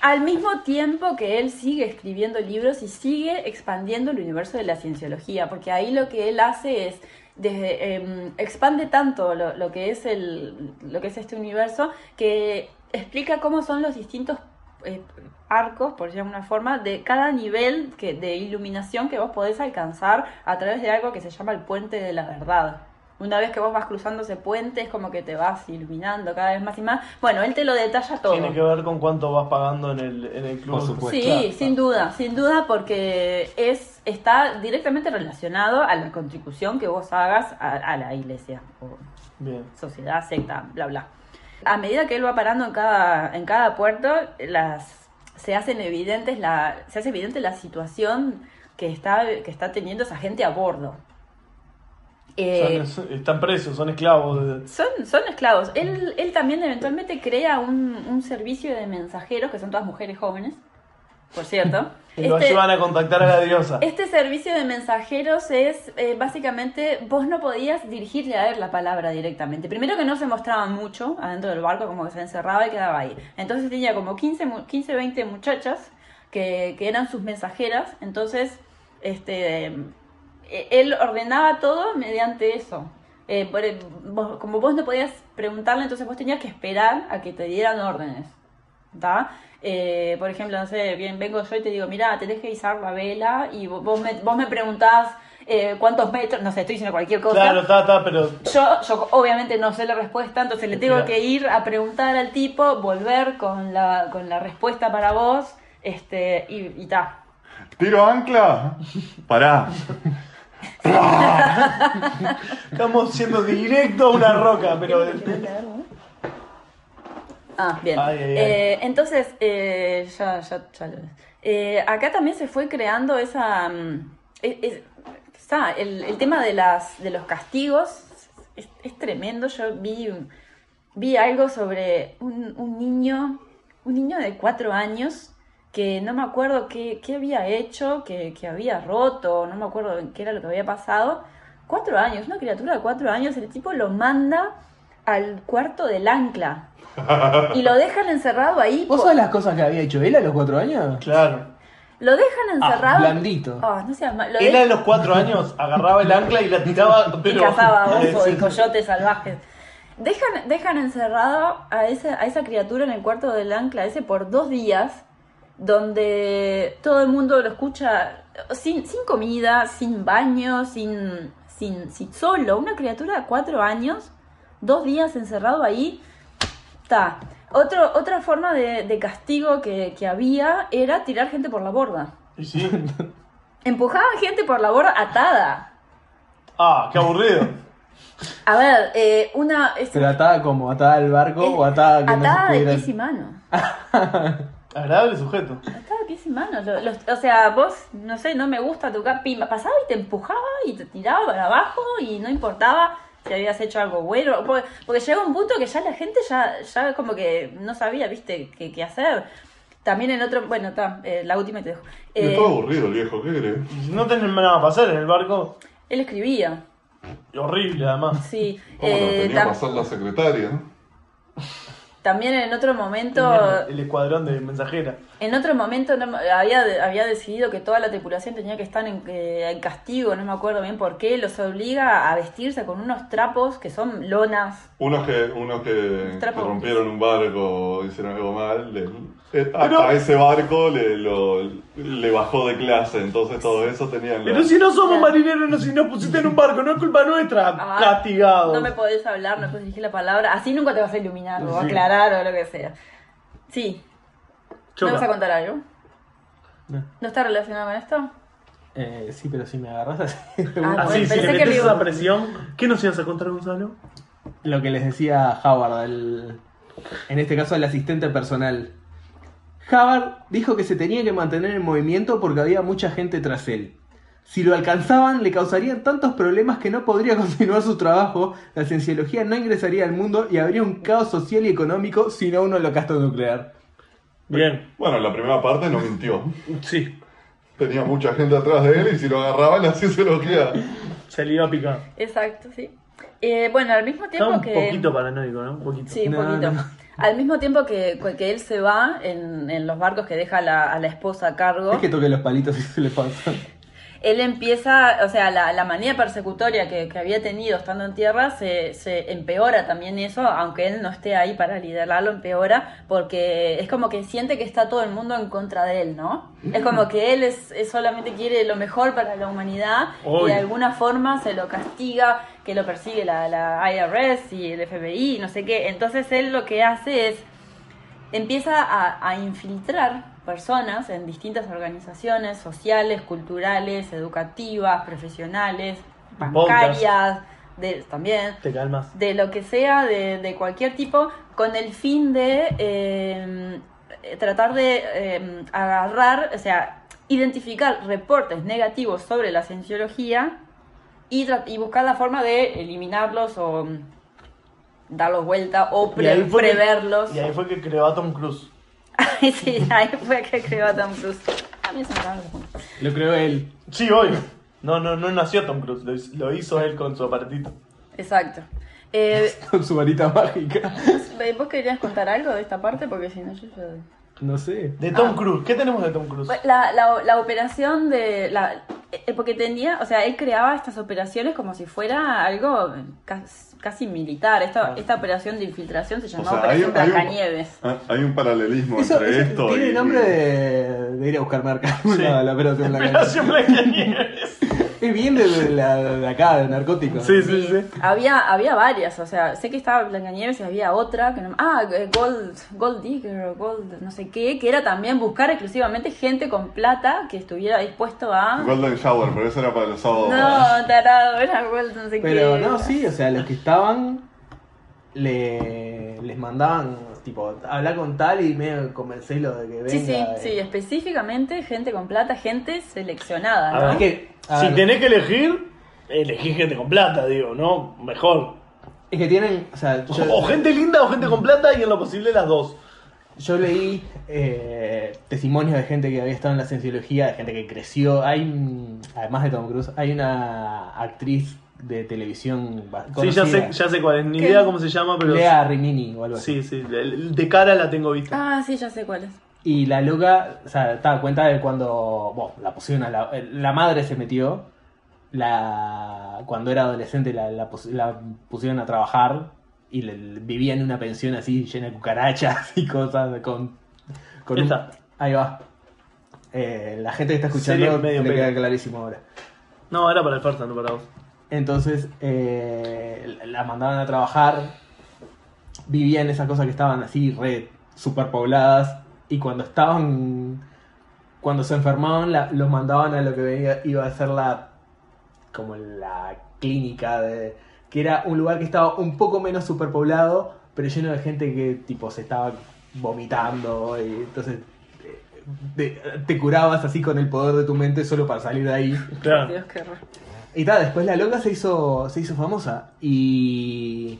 Al mismo tiempo que él sigue escribiendo libros y sigue expandiendo el universo de la cienciología, porque ahí lo que él hace es desde, em, expande tanto lo, lo que es el, lo que es este universo que explica cómo son los distintos eh, arcos, por decirlo de alguna forma, de cada nivel que, de iluminación que vos podés alcanzar a través de algo que se llama el puente de la verdad. Una vez que vos vas cruzando ese puente es como que te vas iluminando cada vez más y más. Bueno, él te lo detalla todo. Tiene que ver con cuánto vas pagando en el, en el club. Por supuesto. Pues Sí, claro, sin duda, sin duda, porque es está directamente relacionado a la contribución que vos hagas a, a la iglesia o Bien. sociedad, secta, bla, bla. A medida que él va parando en cada, en cada puerto, las, se, hacen evidentes la, se hace evidente la situación que está, que está teniendo esa gente a bordo. Eh, Son- están presos, son esclavos. Eh, son, son esclavos. Él, él también eventualmente crea un, un servicio de mensajeros, que son todas mujeres jóvenes, por cierto. Y Lo ayudan a contactar a la diosa. este servicio de mensajeros es eh, básicamente vos no podías dirigirle a él la palabra directamente. Primero que no se mostraba mucho adentro del barco, como que se encerraba y quedaba ahí. Entonces tenía como 15, mu- 15 20 muchachas que, que eran sus mensajeras. Entonces, este, eh, él ordenaba todo mediante eso. Eh, por- eh, vos- como vos no podías preguntarle, entonces vos tenías que esperar a que te dieran órdenes. ¿da? Eh, por ejemplo, no sé, bien, vengo yo y te digo, mira, tenés que izar la vela y vo- vos me, vos me preguntás eh, cuántos metros, no sé, estoy diciendo cualquier cosa. Claro, está, está, pero. Yo, yo obviamente no sé la respuesta, entonces le tengo Claro. que ir a preguntar al tipo, volver con la, con la respuesta para vos, este, y, y ta. ¿Tiro ancla? Pará. Estamos siendo directo a una roca, pero. <laughs> Ah, bien. Ay, ay, ay. Eh, entonces, eh, ya, ya, ya lo- eh, acá también se fue creando esa. mm, es- es- está, el, el tema de, las, de los castigos es, es tremendo. Yo vi, un- vi algo sobre un, un niño, un niño de cuatro años que no me acuerdo qué, qué había hecho, que, que había roto, no me acuerdo qué era lo que había pasado. Cuatro años, una criatura de cuatro años, el tipo lo manda al cuarto del ancla. Y lo dejan encerrado ahí. ¿Vos po- sabés las cosas que había hecho él a los cuatro años? Claro. Lo dejan encerrado. blandito. Ah, no seas mal- Lo Él de- a los cuatro años agarraba el ancla y la tiraba. <laughs> y Pero... <laughs> cazaba osos Sí, y sí. coyotes salvajes. Dejan, dejan encerrado a esa, a esa criatura en el cuarto del ancla ese por dos días, donde todo el mundo lo escucha sin, sin comida, sin baño, sin, sin, sin solo. Una criatura de cuatro años, dos días encerrado ahí, está. Otro, otra forma de, de castigo que, que había era tirar gente por la borda. Y sí. Empujaban gente por la borda atada. Ah, qué aburrido. A ver, eh, una. es- Pero atada como, atada al barco es- o Oh, atada que atada no se de pudiera... pies y manos. Agradable sujeto. Atada de pies y manos. Lo- los- o sea, vos, no sé, no me gusta tocar pimba. Pasaba y te empujaba y te tiraba para abajo y no importaba si habías hecho algo bueno. Porque, porque llega un punto que ya la gente ya, ya como que no sabía, viste, qué, qué hacer. También el otro, bueno, está, eh, la última te dejo. Eh, Está aburrido el viejo, ¿qué crees? Y No tenés nada para hacer en el barco. él escribía. Horrible, además. Sí. ¿Cómo lo Eh, tenía tam- que hacer la secretaria? también en otro momento. El escuadrón de mensajera. En otro momento no me- había, había decidido que toda la tripulación tenía que estar en, eh, en castigo, no me acuerdo bien por qué, los obliga a vestirse con unos trapos que son lonas. Unos que, unos que, que Trapos. rompieron un barco, hicieron algo mal. le- eh, a, Pero- a ese barco le, lo- le bajó de clase, entonces todo eso tenían la- Pero si no somos marineros, no, si nos pusiste en un barco, no es culpa nuestra. Ah, Castigado. No me podés hablar, no puedes dirigir la palabra, así nunca te vas a iluminar o Sí. aclarar o lo que sea. Sí, ¿me Choca. vas a contar algo? No. ¿No está relacionado con esto? Eh, sí, pero si me agarras así... <laughs> de Ah, una- Así, Bueno, si pensé le que metes le- esa presión, ¿qué nos ibas a contar, Gonzalo? Lo que les decía Howard, el- en este caso el asistente personal. Howard dijo que se tenía que mantener en movimiento porque había mucha gente tras él. Si lo alcanzaban, le causarían tantos problemas que no podría <laughs> continuar su trabajo, la cienciología no ingresaría al mundo y habría un caos social y económico si no un holocausto nuclear. Bien. Bueno, en la primera parte no mintió. Sí, Tenía mucha gente atrás de él y si lo agarraban así se lo queda. se le iba a picar. Exacto, sí. Eh, bueno, al mismo Está tiempo un que... poquito paranoico, ¿no? Un poquito. Sí, un No, poquito. no. Al mismo tiempo que, que él se va en, en los barcos que deja la- a la esposa a cargo. Es que toque los palitos y se le pasa. él empieza, o sea, la, la manía persecutoria que, que había tenido estando en tierra se, se empeora también eso, aunque él no esté ahí para liderarlo, empeora, porque es como que siente que está todo el mundo en contra de él, ¿no? Es como que él es, es solamente quiere lo mejor para la humanidad y Oy. de alguna forma se lo castiga, que lo persigue la, la IRS y el FBI, no sé qué. Entonces él lo que hace es empieza a, a infiltrar personas en distintas organizaciones sociales, culturales, educativas, profesionales, bancarias, de, también, Te calmas. de lo que sea, de, de cualquier tipo, con el fin de eh, tratar de eh, agarrar, o sea, identificar reportes negativos sobre la cienciología y, tra- y buscar la forma de eliminarlos o mm, darlos vuelta o Y pre- ahí fue que- preverlos. Y ahí fue que creó a Tom Cruise. Ay, <laughs> sí, ahí fue que creó a Tom Cruise. A mí se me acaban los puntos. Lo creo él. Sí, obvio. No, no, no nació Tom Cruise, lo, hizo- lo hizo él con su aparatito. Exacto. Eh, Con su varita mágica. ¿Vos querías contar algo de esta parte? Porque si no, yo. yo- No sé. De Tom Ah. Cruise, ¿qué tenemos de Tom Cruise? La, la- la operación de. La, eh, porque tenía, o sea, él creaba estas operaciones como si fuera algo cas- casi militar. Esta, esta operación de infiltración se O llamaba sea, hay, Operación hay Blancanieves. un, ah, hay un paralelismo Eso, entre eso esto tiene y. nombre de, de ir a buscar merca. <laughs> No, la <laughs> operación Blanca. Operación Blancanieves. Es bien de, de la, de acá, de narcóticos. Sí, sí, Sí, sí. Había, había varias, o sea, sé que estaba Blancanieves y había otra, que no- ah, eh, Gold, Gold Digger o Gold no sé qué, que era también buscar exclusivamente gente con plata que estuviera dispuesto a... Golden Shower, pero eso era para los sábados. No, tarado, era Gold no sé Pero qué. no, sí, o sea, los que estaban le, les mandaban, tipo, hablar con tal y medio convencerlo de que venga. Sí, sí, eh. sí, específicamente gente con plata, gente seleccionada. A ¿no? ver, Es que, a si ver, tenés que elegir, elegí gente con plata, digo, ¿no? Mejor. Es que tienen, o sea, yo, O gente linda o gente con plata y en lo posible las dos. yo leí eh, testimonios de gente que había estado en la cienciología, de gente que creció. Hay, mm, además de Tom Cruise, hay una actriz de televisión ba- Sí, ya conocida, sé, ya sé cuál es. Ni ¿Qué? idea cómo se llama, pero. Lea Rimini o algo así. Sí, sí. de- De cara la tengo vista. Ah, sí, ya sé cuál es. Y la loca, o sea, estaba cuenta de cuando, bueno, la pusieron a la, la madre se metió, la cuando era adolescente la, la pus- la pusieron a trabajar y le- vivía en una pensión así llena de cucarachas y cosas con... con un- Esta. ahí va. Eh, la gente que está Serie escuchando medio le queda pelo. clarísimo ahora. No, era para el Farsa, no para vos. Entonces eh, la mandaban a trabajar, vivían esas cosas que estaban así re superpobladas y cuando estaban, cuando se enfermaban la- los mandaban a lo que venía- iba a ser la, como la clínica de, que era un lugar que estaba un poco menos superpoblado, pero lleno de gente que tipo se estaba vomitando y entonces eh, te- te curabas así con el poder de tu mente solo para salir de ahí. Claro. Dios, qué horror. Y tal, después la loca se hizo, se hizo famosa. Y.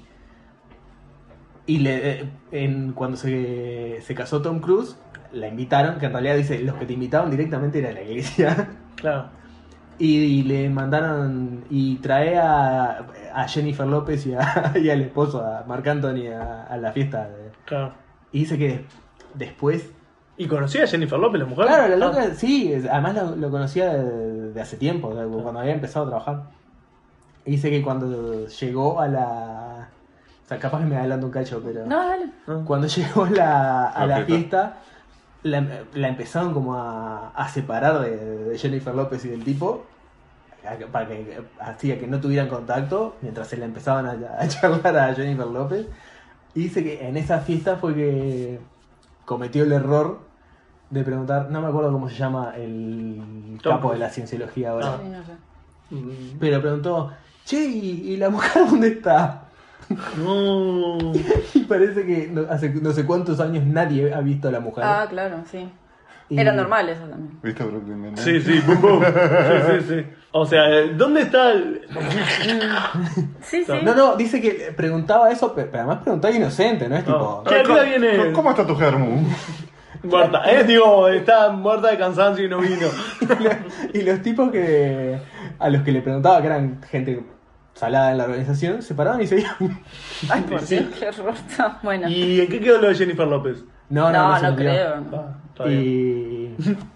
Y le, eh, en, cuando se, se casó Tom Cruise, la invitaron, que en realidad dice, los que te invitaban directamente era la iglesia. <laughs> Claro. Y, y le mandaron. Y trae a, a Jennifer López y, a- <laughs> y al esposo, a Marc Anthony, a, a la fiesta. de- Claro. y dice que después ¿Y conocía a Jennifer López, la mujer? Claro, la loca, Ah, sí, es- además lo, lo conocía de, de hace tiempo, de- cuando había empezado a trabajar. Y dice que cuando llegó a la. O sea, capaz que me adelanto un cacho, pero. No, dale. ah. Cuando <laughs> llegó a la, a La la fiesta, la, la empezaron como a, a separar de, de Jennifer López y del tipo. a- Para que hacía que no tuvieran contacto mientras se la empezaban a, <laughs> a charlar a Jennifer López. Y dice que en esa fiesta fue que cometió el error de preguntar, no me acuerdo cómo se llama el Tom capo de Cruise. la cienciología ahora. Ah. Sí, no sé. Mm, Pero preguntó, che, ¿y, y la mujer <laughs> dónde está? No. Y parece que no- hace no sé cuántos años nadie ha visto a la mujer. Ah, claro, sí. Y- Era normal eso también. ¿Viste Brooklyn Nine-Nine? Sí, sí, pum, pum. Sí, sí, sí. O sea, eh, ¿dónde está? el- Sí, sí. No, no, dice que preguntaba eso, pe- pero además preguntaba inocente, ¿no? Es tipo. No. ¿Qué ¿Cómo- día Ah, viene? ¿Cómo está tu germú? Muerta. Eh, digo, está muerta de cansancio y no vino. <laughs> y los tipos que. a los que le preguntaba, que eran gente salada en la organización, se paraban y se iban. <laughs> Ay, por Sí. Dios, qué horror. <laughs> No, Bueno. ¿Y en qué quedó lo de Jennifer López? No, No, no, no, se murió. creo. Ah, está bien. Y.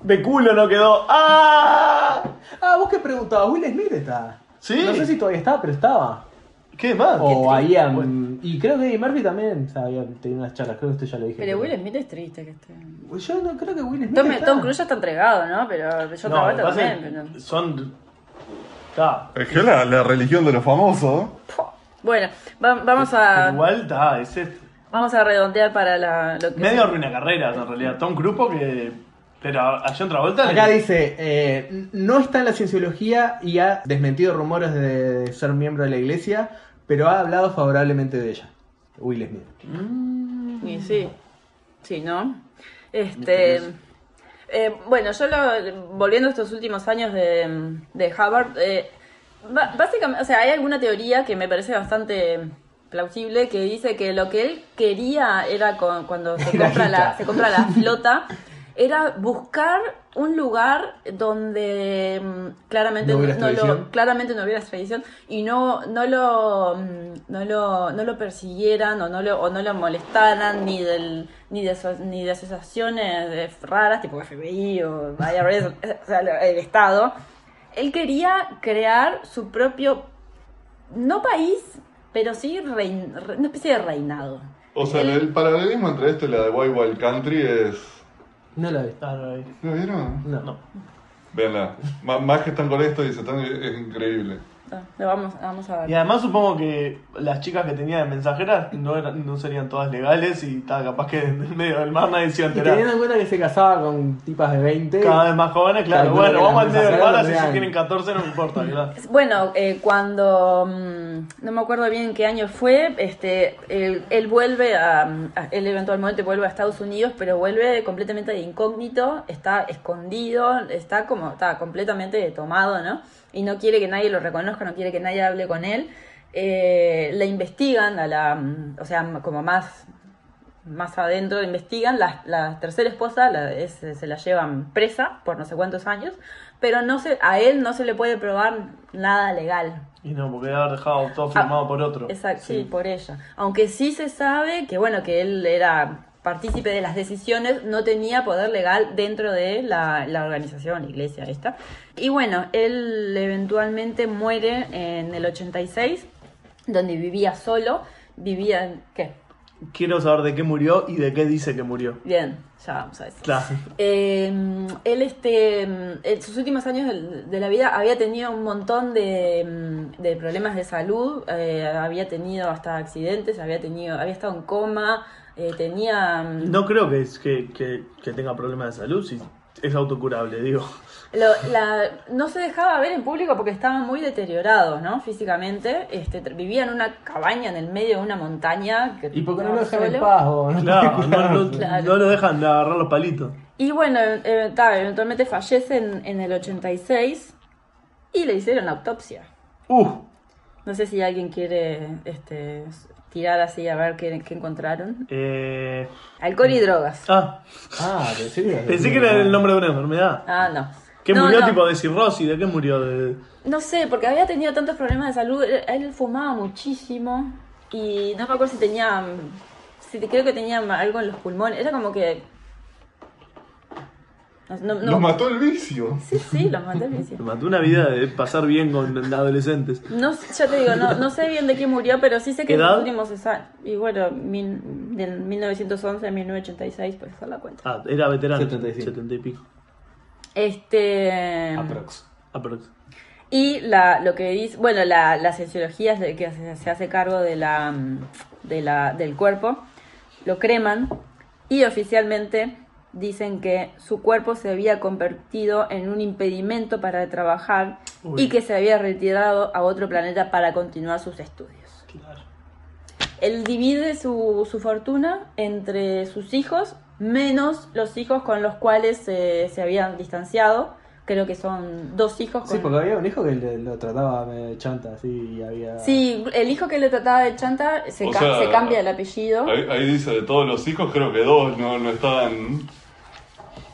De culo no quedó. ¡Ah! Ah, vos que preguntabas, Will Smith está. Sí. No sé si todavía estaba, pero estaba. ¿Qué más? O Qué triste. había. Y creo que Eddie Murphy también o sea, había tenido unas charlas, creo que esto ya lo dije. Pero Will Smith es triste que esté. Yo no creo que Will Smith. Tom, está. Tom Cruise ya está entregado, ¿no? Pero yo No, lo que trabajo pasa también. es pero- que son. Está. Es que la, la religión de los famosos. Bueno, va- vamos a Igual está. Es es- vamos a redondear para la, lo que medio arruina carreras en realidad. Tom Cruise que. Pero a John Travolta. Acá dice, eh, no está en la cienciología y ha desmentido rumores de ser miembro de la iglesia, pero ha hablado favorablemente de ella. Will Smith. Y sí, sí, ¿no? Este, eh, bueno, yo lo, volviendo a estos últimos años de, de Harvard, eh, ba- básicamente, o sea, hay alguna teoría que me parece bastante plausible que dice que lo que él quería era cu- cuando se Era compra la, rica. se compra la flota era buscar un lugar donde mm, claramente No no, hubiera no lo, extradición. claramente no hubiera extradición y no, no, lo, mm, no, lo, no lo persiguieran o no lo, o no lo molestaran ni del ni de, aso- ni de <laughs> asociaciones de- raras tipo FBI o IRS, o sea, el Estado. Él quería crear su propio, no país, pero sí rein- re- una especie de reinado. O sea, el, el paralelismo entre esto y la de Wild Wild Country es. No la vi. Ah, no, ahí. ¿Lo vieron? No. No. Veanla. más que están con esto y se están. Es increíble. Ah, Lo vamos, vamos a Y ver. además supongo que las chicas que tenía de mensajeras no, eran, no serían todas legales y estaba capaz que en medio del mar nadie se iba a Y teniendo enterar. en cuenta que se casaba con tipas de 20. Cada vez más jóvenes, claro. Calculo Bueno, que vamos al las medio del mar, mensajeras así si tienen tendrían- 14 no me importa, claro. Bueno, eh, cuando mm, no me acuerdo bien qué año fue, este, él, él vuelve a, a- él eventualmente vuelve a Estados Unidos, pero vuelve completamente de incógnito, está escondido, está como, está completamente tomado, ¿no? Y no quiere que nadie lo reconozca, no quiere que nadie hable con él. Eh, le investigan a la, mm, o sea, como más más adentro investigan, la, la tercera esposa la- es- se la llevan presa por no sé cuántos años, pero no se, a él no se le puede probar nada legal. Y no, porque debe haber dejado todo Ah, firmado por otro. Exacto, sí, por ella. Aunque sí se sabe que, bueno, que él era partícipe de las decisiones, no tenía poder legal dentro de la, la organización, la iglesia esta. Y bueno, él eventualmente muere en el 86, donde vivía solo, vivía en... ¿Qué? Quiero saber de qué murió y de qué dice que murió. Bien, ya vamos a decir. Claro. Eh, él, este, mm, en sus últimos años del- de la vida había tenido un montón de, mm, de problemas de salud, eh, había tenido hasta accidentes, había tenido, había estado en coma, eh, tenía. mm, No creo que, es- que, que, que tenga problemas de salud, si es autocurable, <laughs> digo. lo- la- no se dejaba ver en público porque estaba muy deteriorado, ¿no? Físicamente. Este, tr- vivía en una cabaña en el medio de una montaña. Que ¿Y por qué no lo estaba dejan en solo. paz? vos? Claro, no, no- Claro. no lo dejan de agarrar los palitos. Y bueno, ev- ev- ta, eventualmente fallece en, en el 86 y le hicieron la autopsia. Uh, No sé si alguien quiere este, s- tirar así a ver qué, qué encontraron. eh, Alcohol y drogas. ah, <laughs> Ah, pensé que, pensé que era el nombre de una enfermedad. Ah, no. ¿Qué No, murió no. tipo de cirrosis? ¿De qué murió? De... No sé, porque había tenido tantos problemas de salud. Él, él fumaba muchísimo y no me acuerdo si tenía... Si, creo que tenía algo en los pulmones. Era como que... No, no, no. Lo mató el vicio. Sí, sí, los maté. me decía. Me mató una vida de pasar bien con adolescentes. No, sé- ya te digo, no, no sé bien de qué murió, pero sí sé que en ¿Edad? los últimos años, y bueno, mil- del 1911 a 1986, pues, por hacer la cuenta. Ah, era veterano. 75. 70 y pico. Este Aprox. Aprox. y la lo que dice, bueno, la, la cienciología es la que se, se hace cargo de la mm, de la del cuerpo, lo creman y oficialmente dicen que su cuerpo se había convertido en un impedimento para trabajar Uy. y que se había retirado a otro planeta para continuar sus estudios. Claro. Él divide su, su fortuna entre sus hijos, menos los hijos con los cuales eh, se habían distanciado. Creo que son dos hijos. Con... Sí, porque había un hijo que le- lo trataba medio chanta, así, y había... Sí, el hijo que le trataba de chanta se, O ca- sea, se cambia el apellido. Ahí, ahí dice de todos los hijos, creo que dos no, no estaban.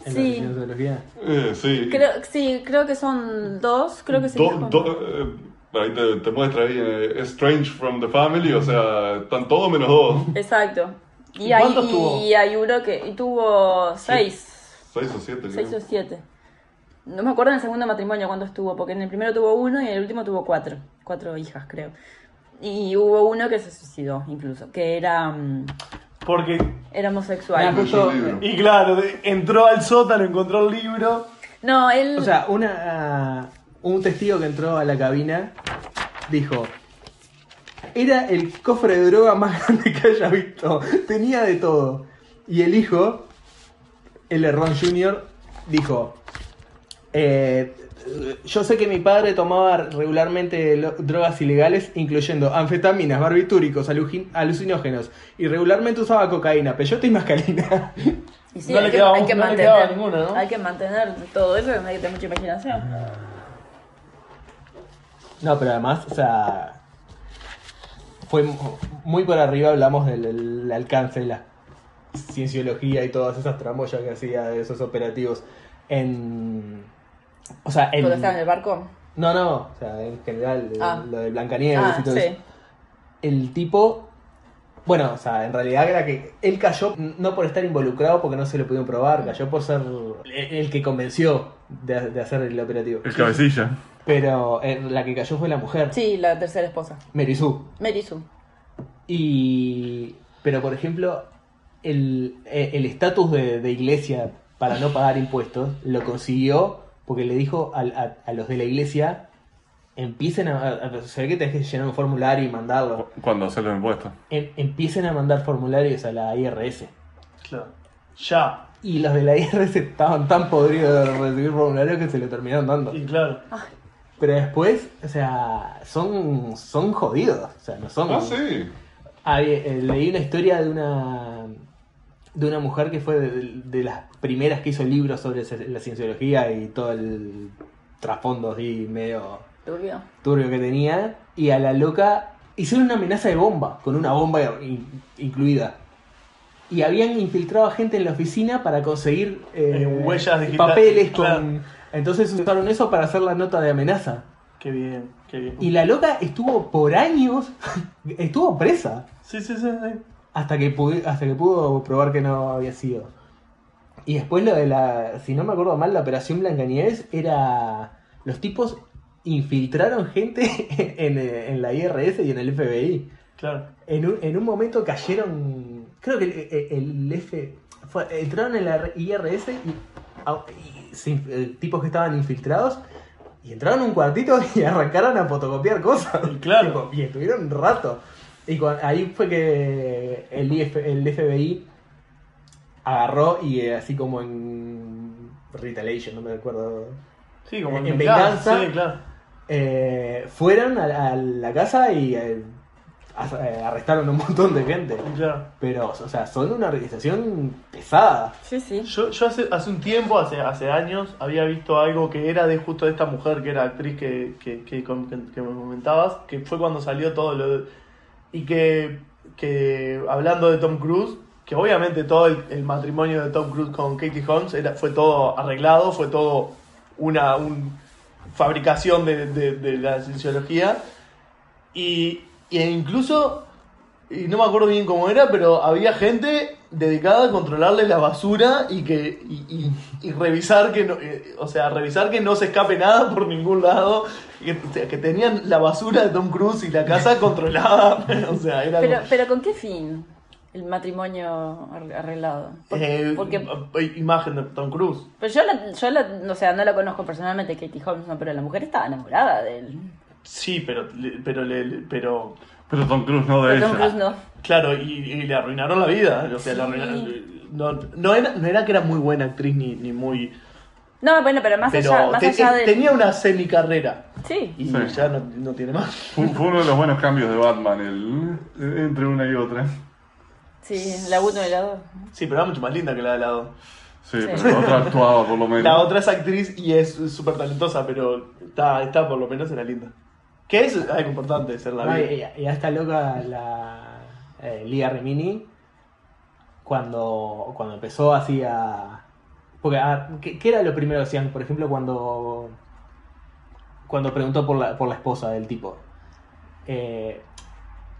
En sí. la cienciología. eh, sí. Creo, sí, creo que son dos. Creo que se Do- dijo- do- eh, ahí te, te muestra ahí, eh, Strange from the Family, o sea, están todos menos dos. <laughs> Exacto. Y, ¿Y hay, cuántos tuvo? y hay uno que y tuvo seis, Seis o siete, seis o creo. siete. No me acuerdo en el segundo matrimonio cuántos tuvo, porque en el primero tuvo uno y en el último tuvo cuatro. Cuatro hijas, creo. Y hubo uno que se suicidó, incluso, que era, mm, Porque, era Mirá, homosexual. justo- Leí el libro. y claro, de- entró al sótano, encontró el libro. No, él. O sea, una, ah, un testigo que entró a la cabina dijo: Era el cofre de droga más <laughs> grande que haya visto. Tenía de todo. Y el hijo, el Ron Jr., dijo: eh, Yo sé que mi padre tomaba regularmente lo- drogas ilegales, incluyendo anfetaminas, barbitúricos, alugi- alucinógenos. Y regularmente usaba cocaína, peyote y mascarina. <laughs> y sí, no hay le que, quedaba- hay que no le mantener. quedaba ninguno, ¿no? Hay que mantener todo eso, hay que tener mucha imaginación. No, pero además, o sea. Fue mu- muy por arriba, hablamos del, del alcance de la cienciología y todas esas tramoyas que hacía de esos operativos en. O sea, en. Cuando estaba en el barco. No, no, o sea, en general, de- Ah. lo de Blancanieves Ah, y todo sí. eso. El tipo Bueno, o sea, en realidad era que él cayó no por estar involucrado porque no se lo pudieron probar, Mm. cayó por ser el que convenció de, de hacer el operativo. El cabecilla. Pero eh, la que cayó fue la mujer, Sí, la tercera esposa. Mary Sue. Mary Sue. Y. Pero por ejemplo, el eh, el estatus de, de iglesia para no pagar impuestos lo consiguió porque le dijo al- a, a los de la iglesia: empiecen a. a- a- se ve que tenés que llenar un formulario y mandarlo. Cuando se los impuestos. Em- empiecen a mandar formularios a la IRS. Claro. Ya. Y los de la IRS estaban tan podridos de recibir formularios que se lo terminaron dando. Y claro. Pero después, o sea, son, son jodidos. O sea, no son. Ah, sí. Ah, bien, eh, leí una historia de una de una mujer que fue de, de las primeras que hizo libros sobre ce- la cienciología y todo el trasfondo así medio Turbio. turbio que tenía y a la loca hicieron una amenaza de bomba con una bomba in- incluida y habían infiltrado a gente en la oficina para conseguir eh, Eh, huellas digitales, papeles con- claro. entonces usaron eso para hacer la nota de amenaza Qué bien, qué bien. y la loca estuvo por años <laughs> estuvo presa Sí, sí, sí, sí. hasta que pude, hasta que pudo probar que no había sido. Y después lo de la, si no me acuerdo mal, la operación Blancanieves era los tipos infiltraron gente <laughs> en, eh, en la IRS y en el FBI. Claro. En un, en un momento cayeron, creo que el, el- el F fue- entraron en la IRS y, a- y se inf- eh, tipos que estaban infiltrados y entraron en un cuartito <laughs> y arrancaron a fotocopiar cosas. Y claro. Tipo, y estuvieron un rato. Y cua- ahí fue que el, IF el FBI agarró y eh, así como en Retaliation, no me acuerdo. Sí, como En el venganza. Sí, claro. eh, fueron a, a la casa y eh, as- eh, arrestaron a un montón de gente. Claro. Pero, o sea, son una organización pesada. Sí, sí. Yo, yo hace, hace un tiempo, hace, hace años, había visto algo que era de justo de esta mujer que era actriz que, que, que, com- que- que me comentabas, que fue cuando salió todo lo de- Y que, que hablando de Tom Cruise, que obviamente todo el, el matrimonio de Tom Cruise con Katie Holmes era, fue todo arreglado, fue todo una un- fabricación de, de- de la cienciología. Y, y incluso y no me acuerdo bien cómo era, pero había gente dedicada a controlarle la basura y que y, y- y revisar que no, eh, o sea, revisar que no se escape nada por ningún lado, que, que tenían la basura de Tom Cruise y la <laughs> casa controlada, <laughs> o sea, era Pero, como- pero ¿con qué fin el matrimonio ar- arreglado? Por- eh, porque, eh, imagen de Tom Cruise. pero yo, la, yo la, o sea, no la conozco personalmente, Katie Holmes, no, pero la mujer estaba enamorada de él. Sí, pero le- pero le- le- pero Pero Tom Cruise no de Pero Tom ella. Cruise no. Claro, y, y le arruinaron la vida. O sea, le arruinaron- no, no, era, no era que era muy buena actriz ni, ni muy. No, bueno, pero más pero allá, más te- eh, allá de... tenía una semicarrera. Sí, Y Sí. ya no, no tiene más. Fue, fue uno de los buenos cambios de Batman, el, eh, entre una y otra. sí, la uno y la dos. Sí, pero era mucho más linda que la de la dos. Sí, Sí. pero la otra actuaba por lo menos. La otra es actriz y es súper talentosa, pero está, está por lo menos era linda. Que es algo importante ser la No, vida. y, y a esta loca, la eh, Lía Remini, cuando, cuando empezó así a... Porque, ah, ¿qué, qué era lo primero que hacían? Por ejemplo, cuando, cuando preguntó por la, por la esposa del tipo. Eh,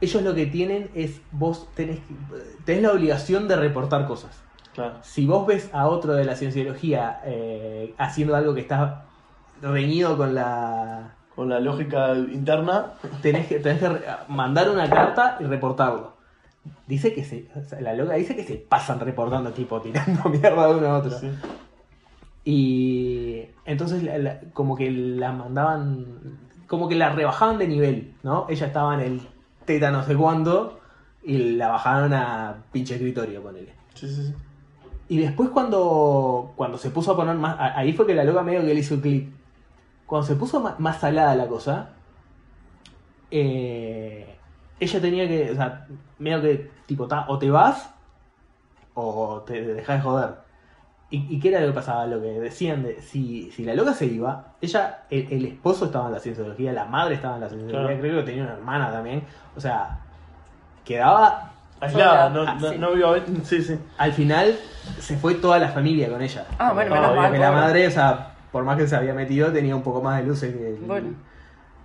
ellos lo que tienen es, vos tenés, que- tenés la obligación de reportar cosas. Claro. Si vos ves a otro de la cienciología eh, haciendo algo que está reñido con la, Con la lógica interna. tenés que, tenés que re- mandar una carta y reportarlo. Dice que se. o sea, la loca dice que se pasan reportando, tipo, tirando <laughs> mierda de uno a otro. sí. Y. Entonces, la- la- como que la mandaban. Como que la rebajaban de nivel, ¿no? Ella estaba en el teta no sé cuándo. Y la bajaron a pinche escritorio, ponele. Sí, sí, sí. Y después cuando, cuando se puso a poner más... a- Ahí fue que la loca medio que le hizo clic. Cuando se puso ma- más, salada la cosa, eh, ella tenía que... O sea, medio que tipo, ta, o te vas o te dejas de joder. ¿Y, y qué era lo que pasaba? Lo que decían de si, si la loca se iba, ella, el, el esposo estaba en la cienciología, la madre estaba en la cienciología, Claro. creo que tenía una hermana también. O sea, quedaba Aislada, Sola. no, no, Ah, sí. no vio a ver- Sí, sí. al final se fue toda la familia con ella. Ah, bueno, menos Porque mal, la pobre. madre, o sea, por más que se había metido, tenía un poco más de luces que. Bueno.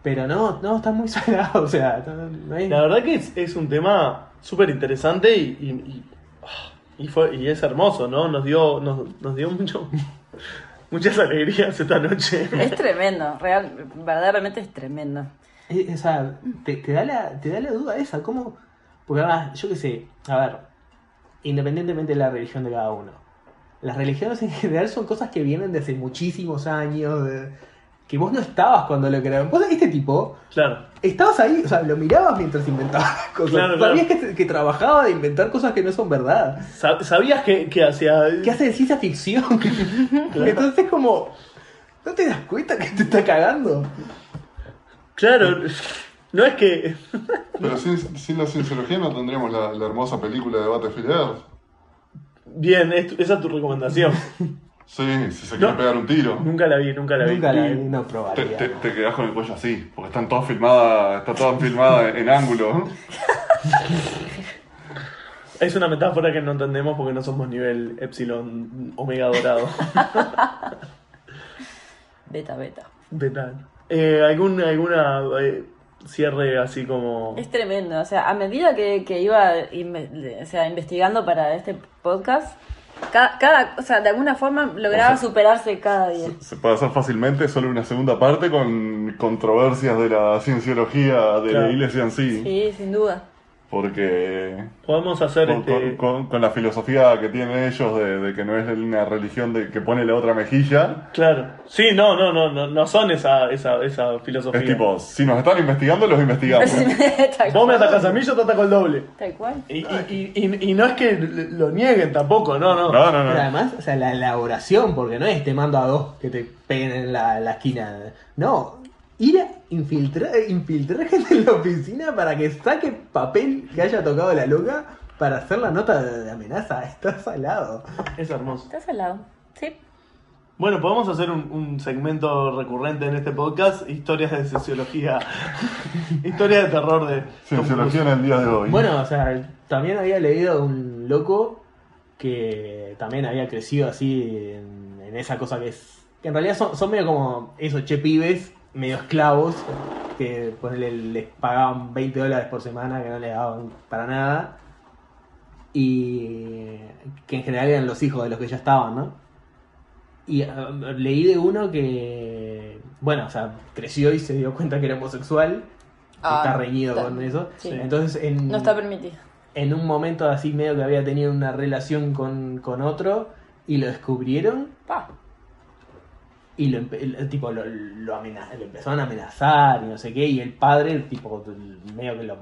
Pero no, no, está muy <laughs> salado, o sea, está- no hay- La verdad que es, es un tema súper interesante y, y, y- ah, y fue, y es hermoso, ¿no? Nos dio, nos, nos dio mucho, <laughs> muchas alegrías esta <laughs> noche. Es tremendo, real, verdaderamente es tremendo. Eh, O sea, te, te da la, te da la duda esa, ¿cómo? Porque además, yo qué sé, a ver, independientemente de la religión de cada uno, las religiones en general son cosas que vienen desde muchísimos años, de- que vos no estabas cuando lo crearon. Vos, este tipo, Claro. estabas ahí, o sea, lo mirabas mientras inventaba las <laughs> cosas. Claro, claro. Sabías que, que trabajaba de inventar cosas que no son verdad. Sa- ¿Sabías que, que hacía... ¿Qué hace de <laughs> ciencia ficción? Entonces, como, ¿no te das cuenta que te está cagando? Claro, no es que... Pero sin, sin la cienciología no tendríamos la, la hermosa película de Battlefield Earth. Bien, es tu- esa es tu recomendación. Sí, si se quiere No. pegar un tiro. Nunca la vi, nunca la vi. Nunca la Y- vi, no Te, probaría. te, te quedás con el cuello así, porque están todas filmadas, está toda filmada en, en ángulo. Es una metáfora que no entendemos porque no somos nivel epsilon omega <laughs> dorado. Beta, beta. De tal. Eh, ¿algún, ¿Alguna eh, cierre así como... Es tremendo, o sea, a medida que, que iba inve- o sea, investigando para este podcast, cada, cada- o sea, de alguna forma lograba O sea, superarse cada día. Se puede hacer fácilmente solo una segunda parte con controversias de la cienciología de Claro. la iglesia en sí. Sí, sin duda. Porque Podemos hacer con, este... con- con- con la filosofía que tienen ellos de, de que no es una religión de que pone la otra mejilla, Claro. Sí, no, no, no, no, no son esa, esa, esa filosofía. es tipo, si nos están investigando, los <laughs> investigamos. <laughs> tal, Vos me cual, atacás a mí, yo te ataco el doble. tal cual. Y, y, y, y- y no es que lo nieguen tampoco, no, no. No, no, Pero no. además, o sea, la, la oración, porque no es te mando a dos que te peguen en la, la esquina. No, ir a infiltrar, infiltrar gente en la oficina para que saque papel que haya tocado la loca para hacer la nota de, de amenaza. Estás al lado. Es hermoso. Estás al lado. Sí. Bueno, podemos hacer un, un segmento recurrente en este podcast, historias de sociología, <laughs> historias de terror de... Cienciología en el día de hoy. Bueno, o sea, también había leído un loco que también había crecido así en, en esa cosa que es. Que en realidad son, son medio como esos che pibes, medio esclavos, que ponele, les pagaban 20 dólares por semana, que no les daban para nada. Y que en general eran los hijos de los que ya estaban, ¿no? Y um, leí de uno que, bueno, o sea, creció y se dio cuenta que era homosexual. que Ah, está reñido está- con eso. sí. Entonces, en, No está permitido. en un momento así medio que había tenido una relación con, con otro y lo descubrieron Pa. y lo, empe- el- tipo, lo, lo amena- lo empezaron a amenazar y no sé qué y el padre tipo medio que lo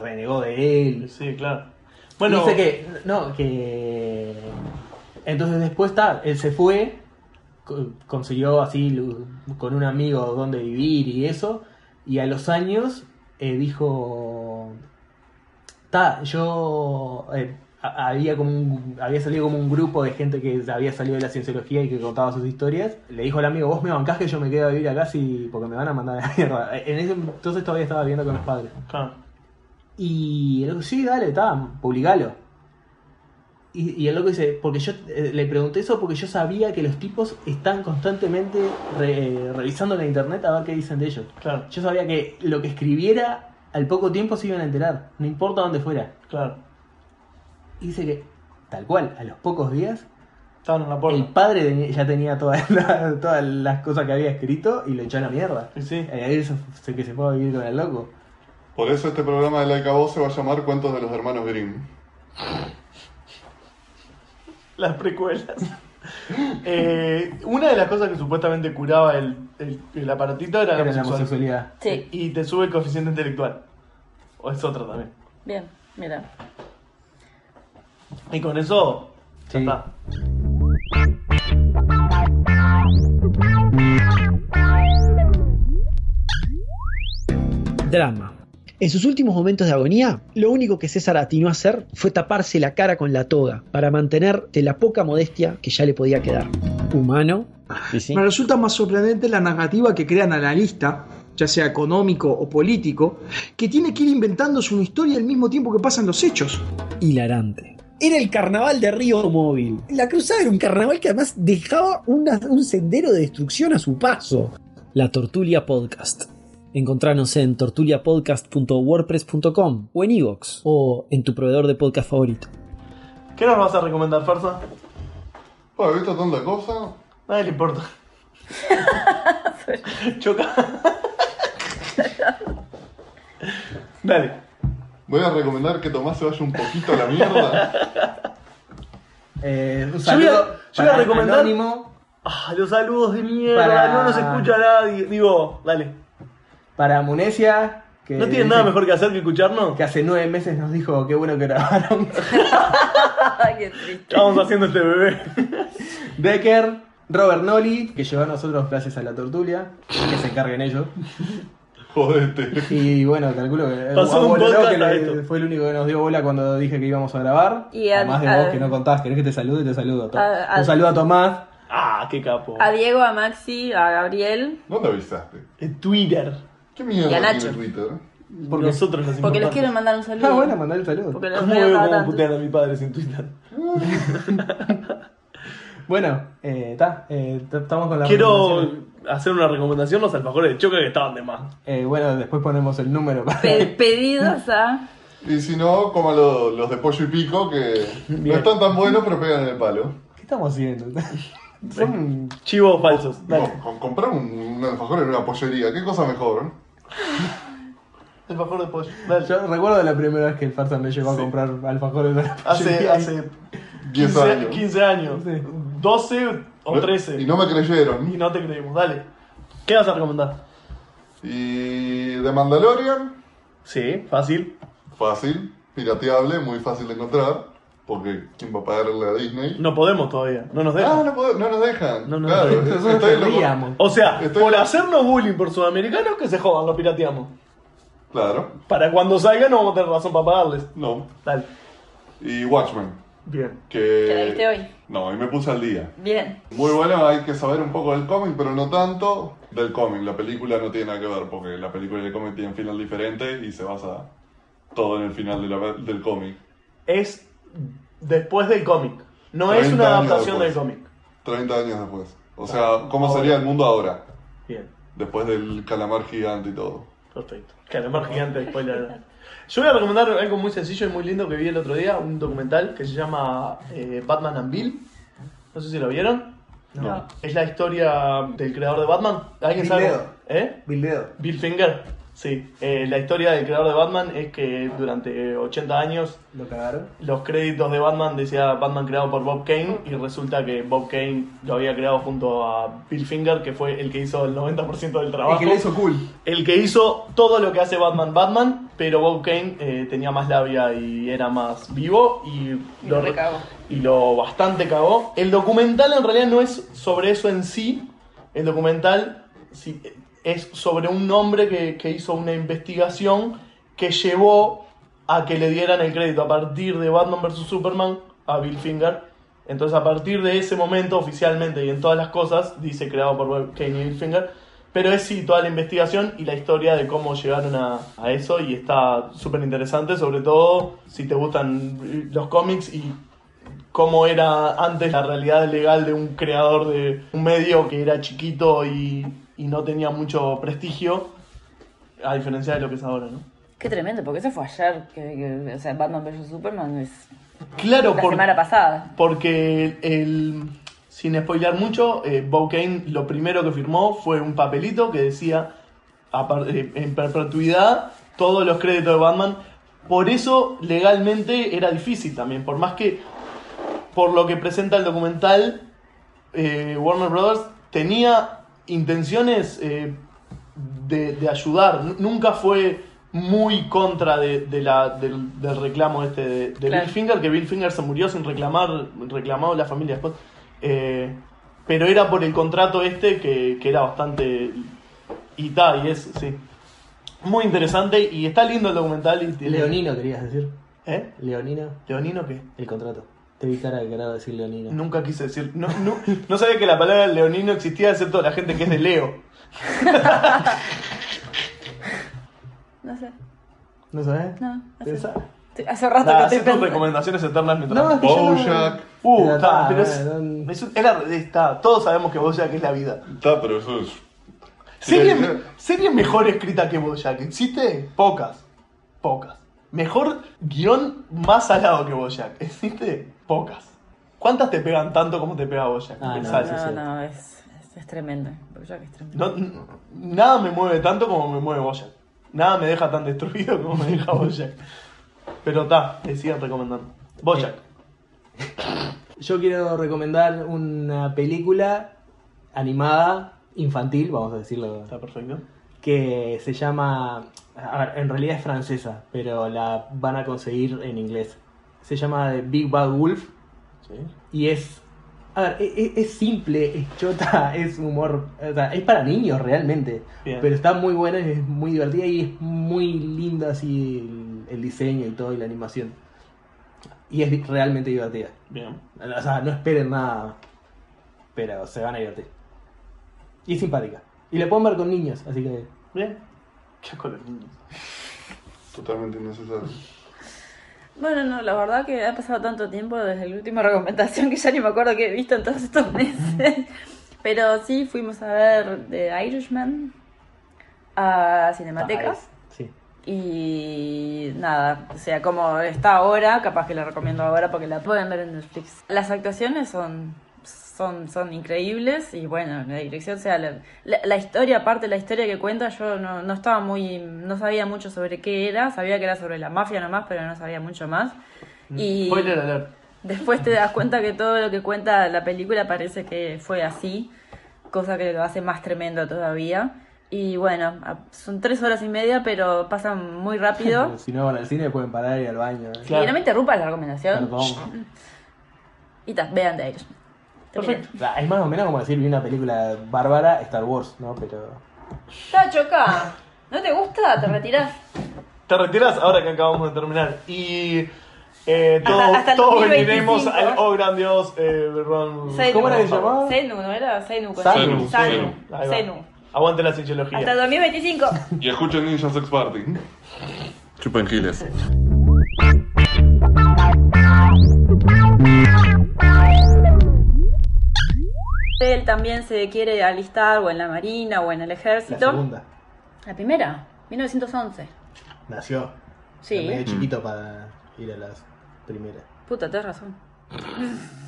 renegó de él. Sí, claro. Bueno, Dice que, no, que... Entonces después está, él se fue, co- consiguió así lu- con un amigo donde vivir y eso, y a los años eh, dijo, está, yo eh, ha- había, como un- había salido como un grupo de gente que había salido de la cienciología y que contaba sus historias, le dijo al amigo, vos me bancás que yo me quedo a vivir acá si, porque me van a mandar a la mierda. En ese entonces todavía estaba viviendo con los padres. ah, Y el loco, sí, dale, está, publicalo. Y, y el loco dice, porque yo eh, le pregunté eso porque yo sabía que los tipos están constantemente re- revisando la internet a ver qué dicen de ellos. claro, Yo sabía que lo que escribiera al poco tiempo se iban a enterar, no importa dónde fuera. claro. Y dice que, tal cual, a los pocos días, Estaban en la el puerta. padre tenía- ya tenía <laughs> todas las- todas las cosas que había escrito y lo echó a la mierda. Sí, sí. Y ahí se, se- que se fue a vivir con el loco. Por eso este programa de Like a Vos se va a llamar Cuentos de los Hermanos Grimm. Las precuelas. Eh, una de las cosas que supuestamente curaba el, el, el aparatito era Era la la homosexualidad. homosexualidad. Sí, Eh, Y te sube el coeficiente intelectual. O es otra también. bien, mira. Y con eso, ya Sí. está. Drama. En sus últimos momentos de agonía, lo único que César atinó a hacer fue taparse la cara con la toga para mantener de la poca modestia que ya le podía quedar. Humano. Me resulta más sorprendente la narrativa que crean analista, ya sea económico o político, que tiene que ir inventándose una historia al mismo tiempo que pasan los hechos. Hilarante. Era el carnaval de Río Móvil. La cruzada era un carnaval que además dejaba una- un sendero de destrucción a su paso. La Tortulia Podcast. Encontranos en tortuliapodcast.wordpress.com o en iVoox o en tu proveedor de podcast favorito. ¿Qué nos vas a recomendar, Farsa? Bueno, he visto tanta cosa. Nadie le <laughs> importa. Choca. Dale. Voy a recomendar que Tomás se vaya un poquito a <laughs> la mierda. Eh, Yo un voy a- saludo yo voy a para recomendar- Anónimo, Ah, los saludos de mierda. Para- No nos escucha nadie. Digo, dale. para Munecia. Que ¿No tienen nada mejor que hacer que escucharnos? Que hace nueve meses nos dijo qué bueno que grabaron. <laughs> Qué triste. Estábamos haciendo este bebé. Decker, Robert Nolly, que llevó a nosotros gracias a la tortulia, que se encarguen ellos. Jodete. Y bueno, calculo que eh, Pasó a un vos, podcast Lolo, que a no- esto. fue el único que nos dio bola cuando dije que íbamos a grabar. Y a- Además de a- vos que no contás, querés que te salude, te saludo. Tom. A- a- Un saludo a Tomás. Ah, qué capo. A Diego, a Maxi, a Gabriel. ¿Dónde avisaste? En Twitter. ¿Qué Y a mierda Nacho. tiene Twitter? Porque nosotros los Porque les importantes. quiero mandar un saludo. Ah, bueno, mandale el saludo. Porque los ¿Cómo veo veo cada cómo tanto. putean a mi padre sin Twitter? Bueno, eh, ta, eh, ta- estamos con la Quiero hacer una recomendación los alfajores de choca que estaban de más. Eh, bueno, después ponemos el número. para- Pe- pedidos a. Y si no, como lo- los de pollo y pico, que no están tan buenos, pero pegan en el palo. <laughs> ¿Qué estamos haciendo? <laughs> Son- Chivos falsos. Dale. No, con- comprar un, un alfajor en una pollería, qué cosa mejor. Alfajor de pollo. Dale. Yo recuerdo la primera vez que el Farsa me llevó a comprar alfajores <laughs> de la Hace, pollería. hace 10 15, años. 15 años. Sí. 12 o No- 13. Y no me creyeron. te creímos. Dale. ¿Qué vas a recomendar? Y de Mandalorian, Sí, fácil. fácil, pirateable, muy fácil de encontrar. Porque ¿quién va a pagarle a Disney? No podemos todavía. No nos Ah, dejan. no, puedo- no nos dejan. No, no, claro, no. Nosotros estoy loco. reíamos. O sea, Estoy- por hacernos bullying por sudamericanos, que se jodan, lo pirateamos. Claro, Para cuando salga no vamos a tener razón para pagarles. no. Dale. Y Watchmen, Bien. que... Que la viste hoy. No, y me puse al día. Bien. Muy bueno, hay que saber un poco del cómic, pero no tanto del cómic. La película no tiene nada que ver, porque la película y el cómic tienen final diferente y se basa todo en el final de la- del cómic. Es después del cómic. No es 30 una años adaptación del después. cómic. 30 años después. O sea, ¿cómo sería el mundo ahora? Bien. Después del calamar gigante y todo. Perfecto. Calamar gigante después la Yo voy a recomendar algo muy sencillo y muy lindo que vi el otro día, un documental que se llama eh, Batman and Bill. No sé si lo vieron. No. Es la historia del creador de Batman. ¿Alguien Bill sabe? Leo. ¿Eh? Bildedo. Bill Finger. Sí. Eh, la historia del creador de Batman es que durante 80 años Lo cagaron. los créditos de Batman decía Batman creado por Bob Kane y resulta que Bob Kane lo había creado junto a Bill Finger que fue el que hizo el 90% del trabajo. El que le hizo cool. El que hizo todo lo que hace Batman Batman, pero Bob Kane eh, tenía más labia y era más vivo y Y lo recagó. y lo bastante cagó. El documental en realidad no es sobre eso en sí. El documental sí, es sobre un hombre que, que hizo una investigación que llevó a que le dieran el crédito a partir de Batman vs. Superman a Bill Finger. Entonces a partir de ese momento oficialmente y en todas las cosas dice creado por Bob Kane y Bill Finger. Pero es sí toda la investigación y la historia de cómo llegaron a, a eso y está súper interesante, sobre todo si te gustan eh, los cómics y cómo era antes la realidad legal de un creador de un medio que era chiquito y, y no tenía mucho prestigio, a diferencia de lo que es ahora, ¿no? Qué tremendo, porque eso fue ayer. Que, que- o sea, Batman vs Superman es. Claro, la por- semana pasada. porque el, sin spoiler mucho, eh, Bob Kane lo primero que firmó fue un papelito que decía a par- eh, en perpetuidad todos los créditos de Batman. Por eso legalmente era difícil también, por más que por lo que presenta el documental, eh, Warner Brothers tenía intenciones eh, de, de ayudar. N- Nunca fue muy contra de, de la, del, del reclamo este de, de Claro. Bill Finger, que Bill Finger se murió sin reclamar, reclamado la familia después. Eh, pero era por el contrato este que, que era bastante ita y es, sí. Muy interesante y está lindo el documental. Y tiene- Leonino querías decir. ¿Eh? Leonino, ¿Leonino qué? el contrato. Te vi cara de querer decir Leonino. Nunca quise decir. No, no, no sabía que la palabra leonino existía, excepto la gente que es de <laughs> Leo. No sé. ¿No sabes? No. Hace, Pensá. estoy- hace rato Nah, que haces estoy tus pensando. recomendaciones eternas mientras. No, es que yo no- Bojack. uh, Pero está, está, pero es. no, no. es un- era- está, todos sabemos que vos ya que es la vida. Está, pero eso es. Serie, Sí. serie mejor escrita que Bojack. ¿Existe? Pocas. Pocas. Mejor guión más salado que Bojack. ¿Existe? Pocas. ¿Cuántas te pegan tanto como te pega Bojack? Ah, no, Pensá No, eso. no, no, es, es, es tremendo. Bojack es tremendo. No- n- nada me mueve tanto como me mueve Bojack. Nada me deja tan destruido como me deja Bojack. Pero ta, le sigan recomendando. Bojack. Yo quiero recomendar una película animada, infantil, vamos a decirlo, Está perfecto. que se llama. A ver, en realidad es francesa, pero la van a conseguir en inglés. Se llama The Big Bad Wolf Sí. y es. A ver, e- e- es, simple, es chota, <laughs> es humor. o sea, es para niños realmente. Bien. Pero está muy buena, es muy divertida y es muy linda así el, el diseño y todo y la animación. Y es di- realmente divertida. Bien. O sea, no esperen nada. Pero se van a divertir. Y es simpática. Y la pueden ver con niños, así que. Bien. ¿Qué con los niños? Totalmente innecesario. Bueno, no, la verdad que ha pasado tanto tiempo desde la última recomendación que ya ni me acuerdo que he visto en todos estos meses. Pero sí, fuimos a ver The Irishman a Cinemateca. Ah, es- Sí. Y nada, o sea, como está ahora, capaz que la recomiendo ahora porque la pueden ver en Netflix. Las actuaciones son, son, son increíbles y bueno, la dirección, o sea, la, la- la historia, aparte de la historia que cuenta, yo no, no estaba muy, no sabía mucho sobre qué era, sabía que era sobre la mafia nomás, pero no sabía mucho más. Y Spoiler alert. después te das cuenta que todo lo que cuenta la película parece que fue así, cosa que lo hace más tremendo todavía. Y bueno, a- son tres horas y media, pero pasan muy <laughs> rápido. Si no van al cine, pueden parar y ir al baño. ¿eh? Claro. Y no me interrumpas la recomendación. Perdón. Y ta, vean de ellos. Perfecto. O sea, es más o menos como decir, vi una película bárbara, Star Wars, ¿no? Pero. Está choca. ¿No te gusta? Mm. Te retirás. Te retiras ahora que acabamos de terminar. Y eh, todos, Hasta- hasta el todos 2025. veniremos al Oh Gran Dios eh, Ron. ¿Cómo era que Ron se llamaba? Zenu, ¿no era? Zenu. con- Zenu, Zenu. Ahí va. Zenu. Aguante la cienciología. <laughs> Hasta 2025. Y escuchen Ninja Sex Party. Chupen giles. Él también se quiere alistar o en la marina o en el La ejército. segunda. La primera, 1911. Nació. Sí. Mm. Era medio chiquito para ir a las primeras. Puta, tenés razón.